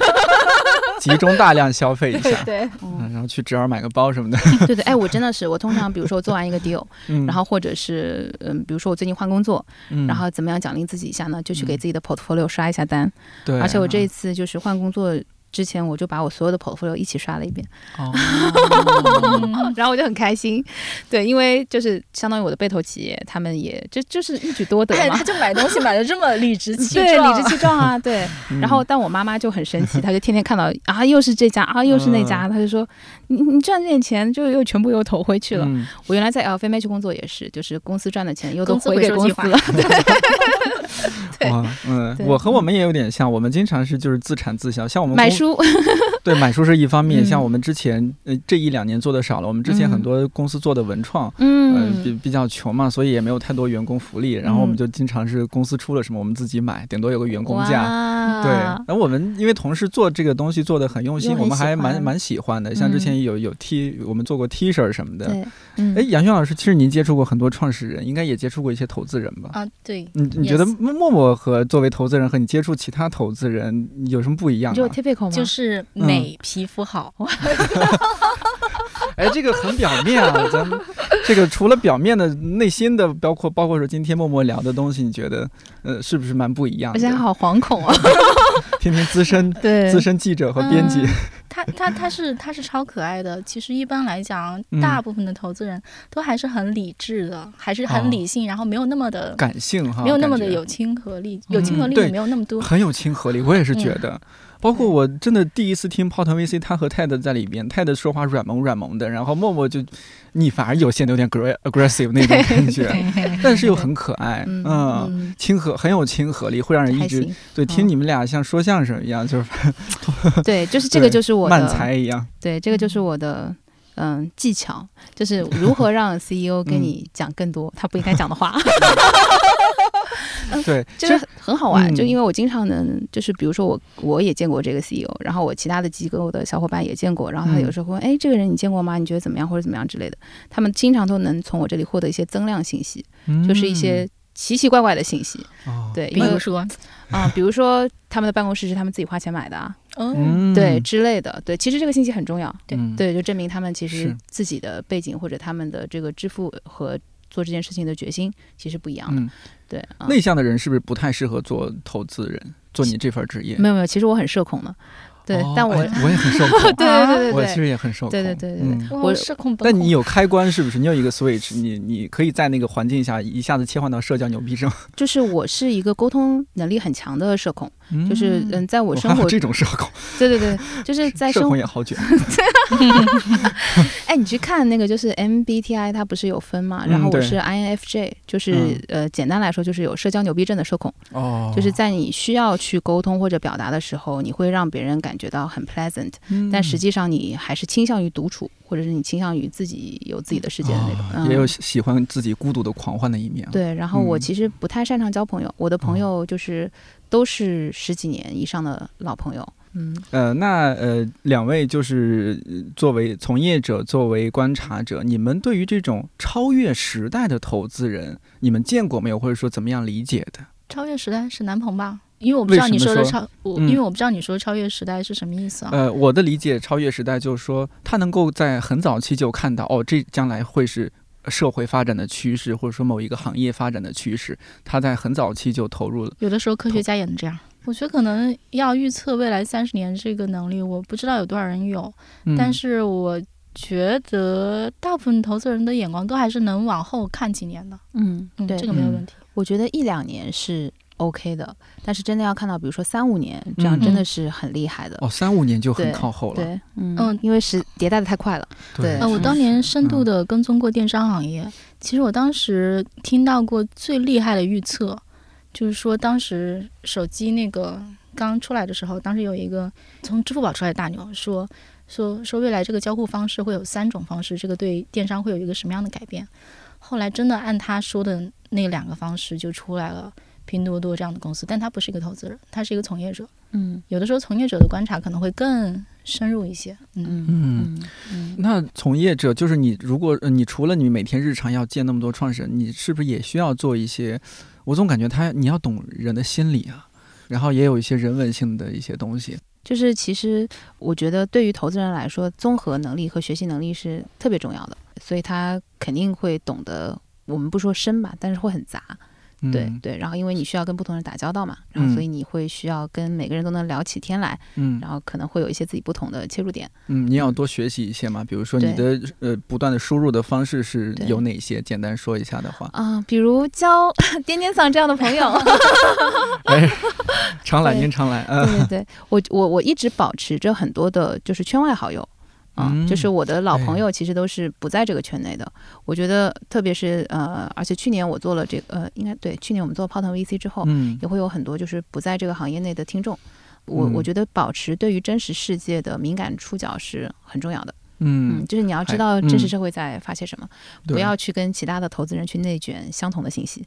Speaker 1: 集中大量消费一下，
Speaker 2: 对，
Speaker 3: 嗯
Speaker 1: 嗯，然后去侄儿买个包 什么的，
Speaker 3: 对对，哎，我真的是，我通常比如说做完一个 deal，
Speaker 1: 嗯，
Speaker 3: 然后或者是嗯，比如说我最近换工作，
Speaker 1: 嗯
Speaker 3: 然后怎么样奖励自己一下呢？就去给
Speaker 1: 嗯
Speaker 3: 自己的 portfolio 刷一下单。
Speaker 1: 对，嗯
Speaker 3: 而且我这一次就是换工作之前，我就把我所有的 portfolio 一起刷了一遍，
Speaker 1: 哦
Speaker 2: 嗯
Speaker 3: 然后我就很开心。对，因为就是相当于我的被投企业，他们也这就是一举多得
Speaker 2: 哎，
Speaker 3: 嘛
Speaker 2: 他。就买东西买的这么 理直气
Speaker 3: 对，
Speaker 2: 壮，
Speaker 3: 理直气壮啊，对。
Speaker 1: 嗯
Speaker 3: 然后，但我妈妈就很生气，她就天天看到啊，又是这家啊，又是那
Speaker 1: 嗯
Speaker 3: 家，她就说你你赚这点钱就又全部又投回去了。
Speaker 1: 嗯
Speaker 3: 我原来在呃 LVMH 工作也是，就是公司赚的钱又都
Speaker 2: 公司
Speaker 3: 回
Speaker 2: 回
Speaker 3: 给
Speaker 2: 收
Speaker 3: 公
Speaker 2: 计
Speaker 3: 司了。 对
Speaker 1: 哇，嗯，
Speaker 3: 对
Speaker 1: 我和我们也有点像，我们经常是就是自产自销，像我们
Speaker 3: 买
Speaker 1: 公
Speaker 3: 书，
Speaker 1: 对，买书是一方面，
Speaker 3: 嗯
Speaker 1: 像我们之前呃这一两年做的少了，我们之前
Speaker 3: 嗯
Speaker 1: 很多公司做的文创。呃，比
Speaker 3: 嗯，
Speaker 1: 比较穷嘛，所以也没有太多员工福利，然后我们
Speaker 3: 嗯
Speaker 1: 就经常是公司出了什么，我们自己买，顶多有个员工价。
Speaker 3: 哇
Speaker 1: 对，那我们因为同事做这个东西做的很用心，
Speaker 3: 又很
Speaker 1: 我们还
Speaker 3: 喜欢
Speaker 1: 蛮蛮喜欢的。像之
Speaker 3: 嗯
Speaker 1: 前有有 T，我们做过 T 恤什么的。
Speaker 3: 对，嗯
Speaker 1: 哎，，杨轩老师，其实您接触过很多创始人，应该也接触过一些投资人吧？
Speaker 3: 哦
Speaker 2: 啊，对。
Speaker 1: 你你觉得
Speaker 2: Yes
Speaker 1: 默默和作为投资人和你接触其他投资人有什么不一样、
Speaker 3: 你就
Speaker 1: 啊？
Speaker 3: typical 吗？
Speaker 2: 就是
Speaker 1: 嗯
Speaker 2: 美，皮肤好，
Speaker 1: 哦哎，这个很表面啊，咱们这个除了表面的、内心的，包括包括说今天默默聊的东西，你觉得呃是不是蛮不一样
Speaker 3: 而且 还
Speaker 1: 的？
Speaker 3: 好惶恐啊，
Speaker 1: 听听资深
Speaker 2: 对
Speaker 1: 资深记者和编辑
Speaker 2: 嗯。他他他是他是超可爱的。其实一般来讲
Speaker 1: 嗯，
Speaker 2: 大部分的投资人都还是很理智的，还是
Speaker 1: 哦
Speaker 2: 很理性，然后没有那么的
Speaker 1: 感性哈，
Speaker 2: 没有那么
Speaker 1: 感
Speaker 2: 的
Speaker 1: 觉
Speaker 2: 有亲和力，有
Speaker 1: 嗯
Speaker 2: 亲和力
Speaker 1: 对
Speaker 2: 也没有那嗯么多。
Speaker 1: 很有亲和力，我也是觉得。包括我真的第一次听泡腾 VC，他和泰德在里边，泰德说话软萌软萌的，然后默默就，你反而有些有点 aggra- aggressive 那种感觉，但是又很可爱，
Speaker 3: 嗯
Speaker 1: 嗯，
Speaker 3: 嗯，
Speaker 1: 亲和很有亲和力，会让人一
Speaker 3: 还
Speaker 1: 直
Speaker 3: 行。
Speaker 1: 对听
Speaker 3: 嗯
Speaker 1: 你们俩像说相声一样，就是
Speaker 3: 对， 就是这个
Speaker 1: 对
Speaker 3: 就是我
Speaker 1: 慢
Speaker 3: 的，
Speaker 1: 才一样，
Speaker 3: 对，这个就是我的。嗯，技巧就是如何让 CEO
Speaker 1: 嗯
Speaker 3: 跟你讲更多他不应该讲的话，
Speaker 1: 对，
Speaker 3: 这
Speaker 1: 其
Speaker 3: 个
Speaker 1: 实
Speaker 3: 很好玩。
Speaker 1: 嗯
Speaker 3: 就因为我经常能，就是比如说我我也见过这个 CEO，然后我其他的机构的小伙伴也见过，然后他
Speaker 1: 嗯
Speaker 3: 有时候会问，哎，这个人你见过吗？你觉得怎么样或者怎么样之类的，他们经常都能从我这里获得一些增量信息，就是一些奇奇怪怪的信息。
Speaker 1: 嗯哦
Speaker 3: 对，
Speaker 2: 比
Speaker 3: 因为
Speaker 2: 如说，
Speaker 3: 啊、比如说他们的办公室是他们自己花钱买的啊，
Speaker 2: 嗯，
Speaker 1: 嗯
Speaker 3: 对之类的，对，其实这个信息很重要，
Speaker 2: 对
Speaker 1: 嗯
Speaker 3: 对，就证明他们其
Speaker 1: 是
Speaker 3: 实自己的背景或者他们的这个支付和做这件事情的决心其实不一样的，
Speaker 1: 嗯，
Speaker 3: 对啊。
Speaker 1: 内向的人是不是不太适合做投资人，做你这份职业？
Speaker 3: 没有没有，其实我很社恐的，对，
Speaker 1: 哦
Speaker 3: 但我、
Speaker 1: 哎我也很受
Speaker 3: 对
Speaker 1: 控，
Speaker 3: 对对
Speaker 1: 我其
Speaker 3: 对对，
Speaker 1: 实也很受控，
Speaker 3: 对对对对对
Speaker 1: 嗯
Speaker 2: 哇
Speaker 3: 我
Speaker 2: 社恐本
Speaker 1: 但你
Speaker 2: 恐
Speaker 1: 有开关是不是？你有一个 switch，你你可以在那个环境下一下子切换到社交牛逼症，
Speaker 3: 就是我是一个沟通能力很强的社恐，就是嗯，在我
Speaker 1: 我
Speaker 3: 生
Speaker 1: 还有
Speaker 3: 活，
Speaker 1: 这种社恐，
Speaker 3: 对对对，就是在
Speaker 1: 社
Speaker 3: 生
Speaker 1: 恐
Speaker 3: 活，
Speaker 1: 也好卷。
Speaker 3: 哎，你去看那个就是 MBTI 它不是有分嘛，然
Speaker 1: 嗯
Speaker 3: 后我
Speaker 1: 对
Speaker 3: 是 INFJ，就是、
Speaker 1: 嗯
Speaker 3: 呃，简单来说就是有社交牛逼症的社恐，
Speaker 1: 哦
Speaker 3: 就是在你需要去沟通或者表达的时候，你会让别人感觉到很 pleasant，、但
Speaker 1: 嗯
Speaker 3: 实际上你还是倾向于独处，或者是你倾向于自己有自己的世界的那种，嗯、
Speaker 1: 哦也有喜喜欢自己孤独的狂欢的一面。，
Speaker 3: 对，然后我
Speaker 1: 嗯
Speaker 3: 其实不太擅长交朋友，我的
Speaker 1: 哦
Speaker 3: 朋友就是都是十几年以上的老朋友。嗯，
Speaker 1: 呃，那呃，两位就是呃作为从业者，作为观察者，你们对于这种超越时代的投资人，你们见过没有，或者说怎么样理解的？
Speaker 2: 超越时代是南鹏吧？因为我不知道
Speaker 1: 为什么
Speaker 2: 你说的
Speaker 1: 说
Speaker 2: 超，我
Speaker 1: 嗯
Speaker 2: 因为我不知道你说超越时代是什么意思啊？
Speaker 1: 呃，我的理解，超越时代就是说，他能够在很早期就看到，哦，这将来会是社会发展的趋势，或者说某一个行业发展的趋势，他在很早期就投入了。
Speaker 2: 有的时候科学家也能这样。我觉得可能要预测未来三十年这个能力，我不知道有多少人有，
Speaker 1: 嗯、
Speaker 2: 但是我觉得大部分投资人的眼光都还是能往后看几年的，
Speaker 3: 嗯
Speaker 2: 嗯，
Speaker 3: 对，
Speaker 2: 这个没有问题。
Speaker 3: 我觉得一两年是 OK 的，但是真的要看到，比如说三五年，这样真的
Speaker 2: 嗯
Speaker 3: 是很厉害的。
Speaker 1: 哦，三五年就很
Speaker 3: 对
Speaker 1: 靠后了。
Speaker 3: 对，嗯
Speaker 2: 嗯
Speaker 3: 因为是迭代的太快了。对
Speaker 2: 呃，我当年深
Speaker 1: 嗯
Speaker 2: 度的跟踪过电商行业，其实我当时听到过最厉害的预测，就是说当时手机那个刚出来的时候，当时有一个从支付宝出来的大牛说说说未来这个交互方式会有三种方式，这个对电商会有一个什么样的改变？后来真的按他说的那两个方式就出来了。拼多多这样的公司，但他不是一个投资人，他是一个从业者。
Speaker 3: 嗯
Speaker 2: 有的时候，从业者的观察可能会更深入一些。嗯，
Speaker 1: 嗯。
Speaker 3: 嗯嗯
Speaker 1: 那从业者就是你，如果呃你除了你每天日常要见那么多创始人，你是不是也需要做一些？我总感觉他你要懂人的心理啊，然后也有一些人文性的一些东西。
Speaker 3: 就是其实我觉得对于投资人来说，综合能力和学习能力是特别重要的，所以他肯定会懂得，我们不说深吧，但是会很杂。
Speaker 1: 嗯、
Speaker 3: 对对，然后因为你需要跟不同人打交道嘛，然后所以你会需要跟每个人都能聊起天来，
Speaker 1: 嗯，
Speaker 3: 然后可能会有一些自己不同的切入点。
Speaker 1: 嗯，你也要多学习一些嘛，比如说你的呃不断的输入的方式是
Speaker 3: 对，
Speaker 1: 有哪些？简单说一下的话
Speaker 3: 啊、比如交 颠颠嗓这样的 朋友，
Speaker 1: 哎，常来
Speaker 3: 对
Speaker 1: 您常来，呃，
Speaker 3: 对对对，我我我一直保持着很多的就是圈外好友。啊、
Speaker 1: 嗯
Speaker 3: 就是我的老
Speaker 1: 哎
Speaker 3: 朋友，其实都是不在这个圈内的。我觉得，特别是呃，而且去年我做了这个，呃，应该对，去年我们做泡腾 VC 之后，
Speaker 1: 嗯
Speaker 3: 也会有很多就是不在这个行业内的听众。我
Speaker 1: 嗯
Speaker 3: 我觉得保持对于真实世界的敏感触角是很重要的。嗯
Speaker 1: 嗯，，
Speaker 3: 就是你要
Speaker 1: 还
Speaker 3: 知道真
Speaker 1: 嗯
Speaker 3: 实社会在发些什么，
Speaker 1: 对
Speaker 3: 不要去跟其他的投资人去内卷相同的信息。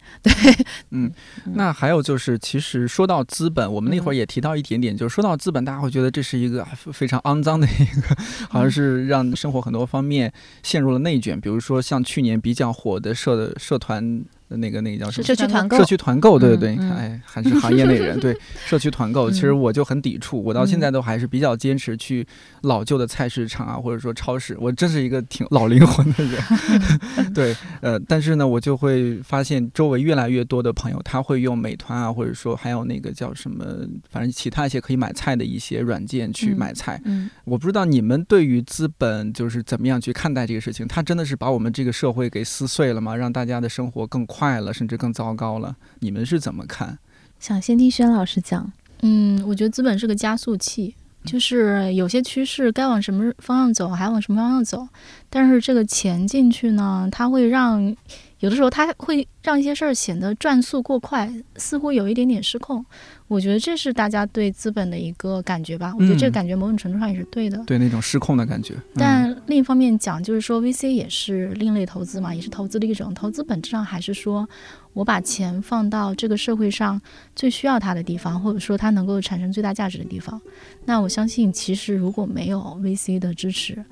Speaker 1: 那还有就是，其实说到资本，我们那会儿也提到一点点，就是说到资本，大家会觉得这是一个非非常肮脏的一个， 好像是让生活很多方面陷入了内卷。比如说像去年比较火的社社团那个那个叫什么？
Speaker 3: 社区团购，
Speaker 1: 社区团购，对对对，
Speaker 3: 嗯
Speaker 1: 你看，
Speaker 3: 嗯
Speaker 1: 哎，还是行业内人， 对社区团购，其实
Speaker 3: 嗯
Speaker 1: 我就很抵触，我到现在都还是比较坚持去老旧的菜市场啊，或者说超市，我真是一个挺老灵魂的人， 对，呃，但是呢，我就会发现周围越来越多的朋友，他会用美团啊，或者说还有那个叫什么，反正其他一些可以买菜的一些软件去
Speaker 3: 嗯
Speaker 1: 买菜，
Speaker 3: 嗯，
Speaker 1: 我不知道你们对于资本就是怎么样去看待这个事情，它真的是把我们这个社会给撕碎了吗？让大家的生活更快了，甚至更糟糕了？你们是怎么看？
Speaker 4: 想先听轩老师讲，
Speaker 2: 嗯，我觉得资本是个加速器，就是有些趋势该往什么方向走，还往什么方向走。但是这个钱进去呢，它会让有的时候它会让一些事儿显得转速过快，似乎有一点点失控。我觉得这是大家对资本的一个感觉吧。我觉得这
Speaker 1: 嗯
Speaker 2: 个感觉某种程度上也是对的。
Speaker 1: 对那种失控的感觉，嗯、
Speaker 2: 但另一方面讲，就是说 VC 也是另类投资嘛，也是投资的一种。投资本质上还是说我把钱放到这个社会上最需要它的地方，或者说它能够产生最大价值的地方。那我相信，其实如果没有 VC 的支持，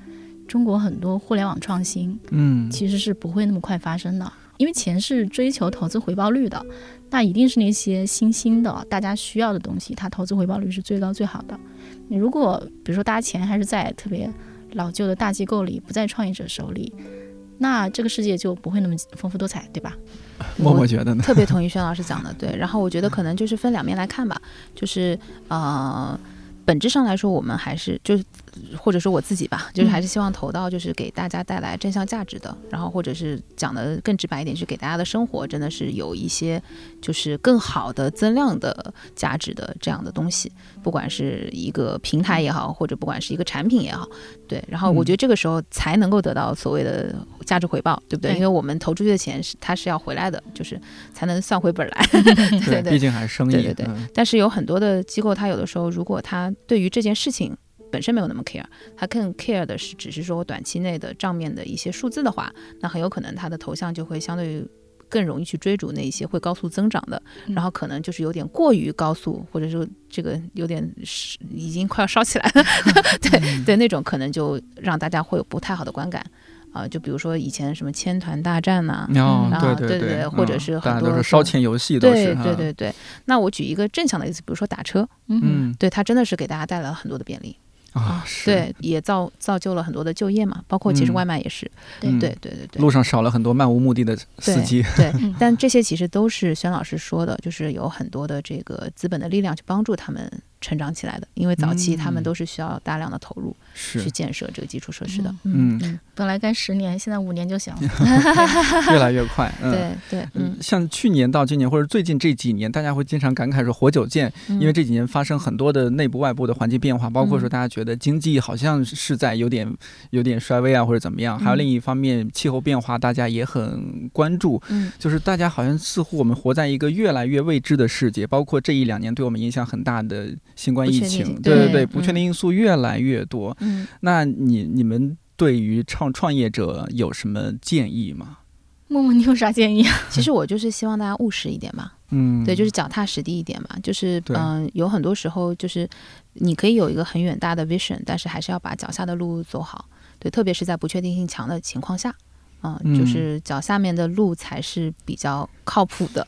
Speaker 2: 中国很多互联网创新
Speaker 1: 嗯，
Speaker 2: 其实是不会那么快发生的，因为钱是追求投资回报率的，那一定是那些新兴的、大家需要的东西，它投资回报率是最高最好的。你如果比如说大家钱还是在特别老旧的大机构里，不在创业者手里，那这个世界就不会那么丰富多彩，对吧？
Speaker 1: 默默觉得 呢？
Speaker 3: 特别同意轩老师讲的，对。然后我觉得可能就是分两面来看吧，就是呃，本质上来说，我们还是就是或者说我自己吧，就是还是希望投到就是给大家带来正向价值的，然后或者是讲的更直白一点，是给大家的生活真的是有一些就是更好的增量的价值的这样的东西，不管是一个平台也好，或者不管是一个产品也好，对。然后我觉得这个时候才能够得到所谓的价值回报，对不对？
Speaker 2: 对
Speaker 3: 因为我们投出去的钱是它是要回来的，就是才能算回本来。 对
Speaker 1: 毕竟还是生意，
Speaker 3: 对对对
Speaker 1: 嗯
Speaker 3: 但是有很多的机构，它有的时候如果它对于这件事情本身没有那么 care，它更 care 的是只是说短期内的账面的一些数字的话，那很有可能它的头像就会相对于更容易去追逐那一些会高速增长的，
Speaker 2: 嗯
Speaker 3: 然后可能就是有点过于高速，或者说这个有点是已经快要烧起来 了，
Speaker 1: 嗯
Speaker 3: 对对，那种可能就让大家会有不太好的观感。啊、就比如说以前什么千团大战呐、
Speaker 1: 哦
Speaker 3: 嗯，
Speaker 1: 对
Speaker 3: 啊对
Speaker 1: 对
Speaker 3: 对
Speaker 1: 嗯
Speaker 3: 或者是很
Speaker 1: 大家都
Speaker 3: 多
Speaker 1: 是
Speaker 3: 的
Speaker 1: 烧钱游戏，都是
Speaker 3: 对对，对对。那我举一个正向的例子，比如说打车，
Speaker 2: 嗯，
Speaker 1: 嗯
Speaker 3: 对它真的是给大家带来了很多的便利，
Speaker 1: 啊，是，
Speaker 3: 对，也造造就了很多的就业嘛，包括其实
Speaker 1: 嗯
Speaker 3: 外卖也是，
Speaker 1: 嗯
Speaker 3: 对，对对对
Speaker 1: 路上少了很多漫无目的的司机，
Speaker 3: 对
Speaker 2: 嗯。
Speaker 3: 但这些其实都是宣老师说的，就是有很多的这个资本的力量去帮助他们成长起来的，因为早期他
Speaker 1: 嗯
Speaker 3: 们都是需要大量的投入去
Speaker 1: 是，
Speaker 3: 建设这个基础设施的，
Speaker 1: 嗯，
Speaker 2: 本来该十年，现在五年就行了。
Speaker 1: 越来越快，嗯。
Speaker 3: 对对，嗯，
Speaker 1: 像去年到今年，或者最近这几年，大家会经常感慨说“活久见”，因为这几年发生很多的内部外部的环境变化，包括说
Speaker 3: 嗯
Speaker 1: 大家觉得经济好像是在有点有点衰微啊，或者怎么样。还有
Speaker 3: 嗯
Speaker 1: 另一方面，气候变化大家也很关注，
Speaker 3: 嗯
Speaker 1: 就是大家好像似乎我们活在一个越来越未知的世界，包括这一两年对我们影响很大的新冠
Speaker 3: 不
Speaker 1: 疫
Speaker 3: 确定
Speaker 1: 情，
Speaker 3: 性
Speaker 1: 对
Speaker 2: 对
Speaker 1: 对，不确
Speaker 3: 嗯
Speaker 1: 定因素越来越多。
Speaker 3: 嗯。
Speaker 1: 那你你们对于创创业者有什么建议吗？
Speaker 2: 默默，你有啥建议啊？
Speaker 3: 其实我就是希望大家务实一点吧，
Speaker 1: 嗯，
Speaker 3: 对，就是脚踏实地一点嘛，就是
Speaker 1: 对
Speaker 3: 嗯、有很多时候就是你可以有一个很远大的 vision，但是还是要把脚下的路走好，对，特别是在不确定性强的情况下。啊、
Speaker 1: 嗯
Speaker 3: 就是脚下面的路才是比较靠谱 的。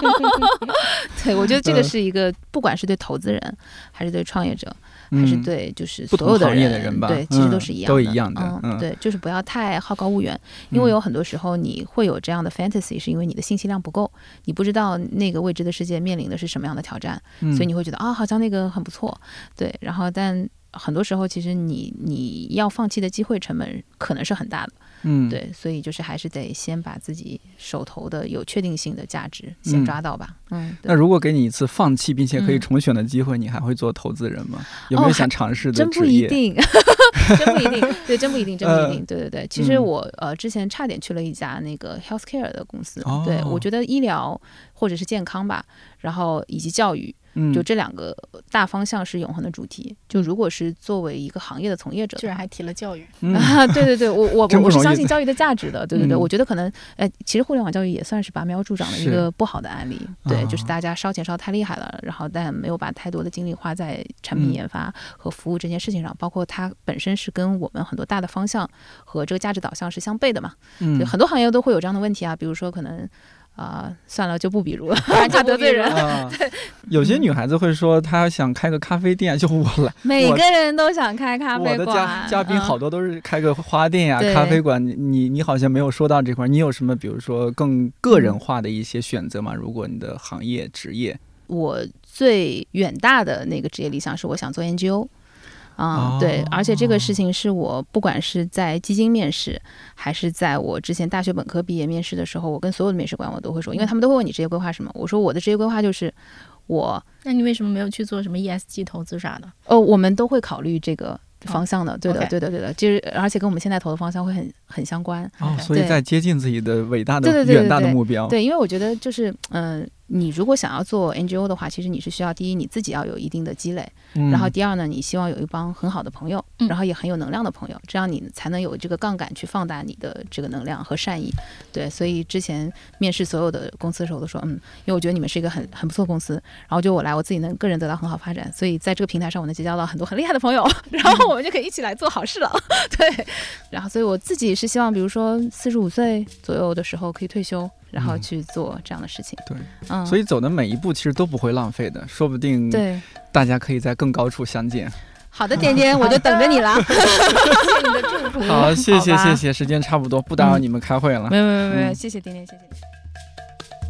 Speaker 3: 对，我觉得这个
Speaker 1: 嗯
Speaker 3: 是一个，不管是对投资人，还是对创业者，还是
Speaker 1: 嗯
Speaker 3: 对就是
Speaker 1: 不
Speaker 3: 所有
Speaker 1: 同行业的
Speaker 3: 人，
Speaker 1: 人吧
Speaker 3: 对，其实都
Speaker 1: 嗯
Speaker 3: 是一样的，
Speaker 1: 都一样的嗯
Speaker 3: 嗯，对，就是不要太好高骛远，因为
Speaker 1: 嗯
Speaker 3: 有很多时候你会有这样的 fantasy，是因为你的信息量不够，你不知道那个未知的世界面临的是什么样的挑战，
Speaker 1: 嗯
Speaker 3: 所以你会觉得啊，好像那个很不错，对，然后但。很多时候，其实你你要放弃的机会成本可能是很大的，
Speaker 1: 嗯
Speaker 3: 对，所以就是还是得先把自己手头的有确定性的价值
Speaker 1: 嗯
Speaker 3: 先抓到吧。嗯，对
Speaker 1: 那如果给你一次放弃并且可以
Speaker 3: 嗯
Speaker 1: 重选的机会，你还会做投资人吗？有
Speaker 3: 哦
Speaker 1: 没有
Speaker 3: 还
Speaker 1: 想尝试的
Speaker 3: 真不
Speaker 1: 职
Speaker 3: 一
Speaker 1: 业？
Speaker 3: 定，真不一定，对，真不一定，真不一定，对对对。其实
Speaker 1: 嗯
Speaker 3: 我呃之前差点去了一家那个 healthcare 的公司，
Speaker 1: 哦
Speaker 3: 对我觉得医疗或者是健康吧，然后以及教育。
Speaker 1: 嗯，
Speaker 3: 就这两个大方向是永恒的主题。就如果是作为一个行业的从业者
Speaker 2: 居，然还提了教育，
Speaker 1: 嗯
Speaker 3: 啊，对对对，我我
Speaker 1: 真不
Speaker 3: 我是
Speaker 1: 容易
Speaker 3: 相信教育的价值的，对对对，
Speaker 1: 嗯
Speaker 3: 我觉得可能，呃，其实互联网教育也算是拔苗助长的一
Speaker 1: 是
Speaker 3: 个不好的案例，对，就是
Speaker 1: 啊
Speaker 3: 大家烧钱烧太厉害了，然后但没有把太多的精力花在产品
Speaker 1: 嗯
Speaker 3: 研发和服务这件事情上，包括它本身是跟我们很多大的方向和这个价值导向是相悖的嘛，
Speaker 1: 嗯
Speaker 3: 就很多行业都会有这样的问题啊，比如说可能。啊、算了，就不比 如了，
Speaker 2: 就
Speaker 3: 怕
Speaker 2: 不
Speaker 3: 得罪
Speaker 2: 比如
Speaker 3: 人。
Speaker 1: 啊，有些女孩子会说，她想开个咖啡店，就我来。
Speaker 3: 每
Speaker 1: 我
Speaker 3: 个人都想开咖
Speaker 1: 我
Speaker 3: 啡
Speaker 1: 的嘉
Speaker 3: 馆，
Speaker 1: 嘉宾
Speaker 3: 嗯
Speaker 1: 好多都是开个花店呀、
Speaker 3: 对
Speaker 1: 咖啡馆。你你你好像没有说到这块儿，你有什么比如说更个人化的一些选择吗？如果你的行业职业
Speaker 3: 我最远大的那个职业理想是我想做 NGO。啊、
Speaker 1: 哦
Speaker 3: 对，而且这个事情是我不管是在基金面试，还是在我之前大学本科毕业面试的时候，我跟所有的面试官我都会说，因为他们都会问你职业规划什么，我说我的职业规划就是我，
Speaker 2: 那你为什么没有去做什么 ESG 投资啥的？
Speaker 3: 哦，我们都会考虑这个方向的，对的
Speaker 2: OK
Speaker 3: 对的，对的，就是而且跟我们现在投的方向会很很相关，
Speaker 1: 哦，
Speaker 2: OK
Speaker 1: 所以
Speaker 3: 嗯对
Speaker 1: 在接近自己的伟大的
Speaker 3: 对对对对
Speaker 1: 远大的
Speaker 3: 对
Speaker 1: 目标。
Speaker 3: 对，因为我觉得就是，嗯、你如果想要做 NGO 的话，其实你是需要第一你自己要有一定的积累，
Speaker 1: 嗯
Speaker 3: 然后第二呢，你希望有一帮很好的朋友，
Speaker 2: 嗯
Speaker 3: 然后也很有能量的朋友，这样你才能有这个杠杆去放大你的这个能量和善意。对，所以之前面试所有的公司的时候，我都说，嗯，因为我觉得你们是一个很很不错的公司，然后就我来，我自己能个人得到很好发展，所以在这个平台上我能结交到很多很厉害的朋友，然后我们就可以一起来做好事了。 对，然后所以我自己是希望，比如说四十五岁左右的时候可以退休，然后
Speaker 1: 嗯
Speaker 3: 去做这样的事情。
Speaker 1: 对，
Speaker 3: 嗯，
Speaker 1: 所
Speaker 3: 以
Speaker 1: 以走的每一步其实都不会浪费的，说不定
Speaker 3: 对。
Speaker 1: 大家可以在更高处相见。
Speaker 3: 好的，点点，我就等着你了。
Speaker 2: 谢谢你的祝福。
Speaker 1: 好，谢谢
Speaker 3: 好吧
Speaker 1: 谢谢，时间差不多，不打扰你们开会了。
Speaker 3: 没有没有没有没有，
Speaker 1: 嗯
Speaker 3: 谢谢点点，谢谢点点。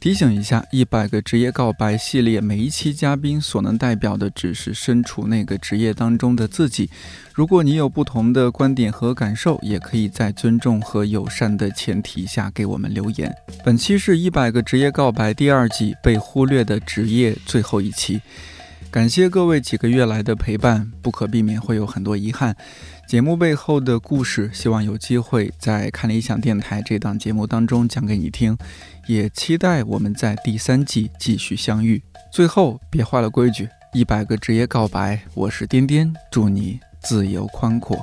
Speaker 1: 提醒一下，《一百个职业告白》系列每一期嘉宾所能代表的只是身处那个职业当中的自己。如果你有不同的观点和感受，也可以在尊重和友善的前提下给我们留言。本期是《一百个职业告白》第二季被忽略的职业最后一期。感谢各位几个月来的陪伴，不可避免会有很多遗憾。节目背后的故事，希望有机会在看理想电台这档节目当中讲给你听。也期待我们在第三季继续相遇。最后，别坏了规矩，一百个职业告白，我是颠颠，祝你自由宽阔。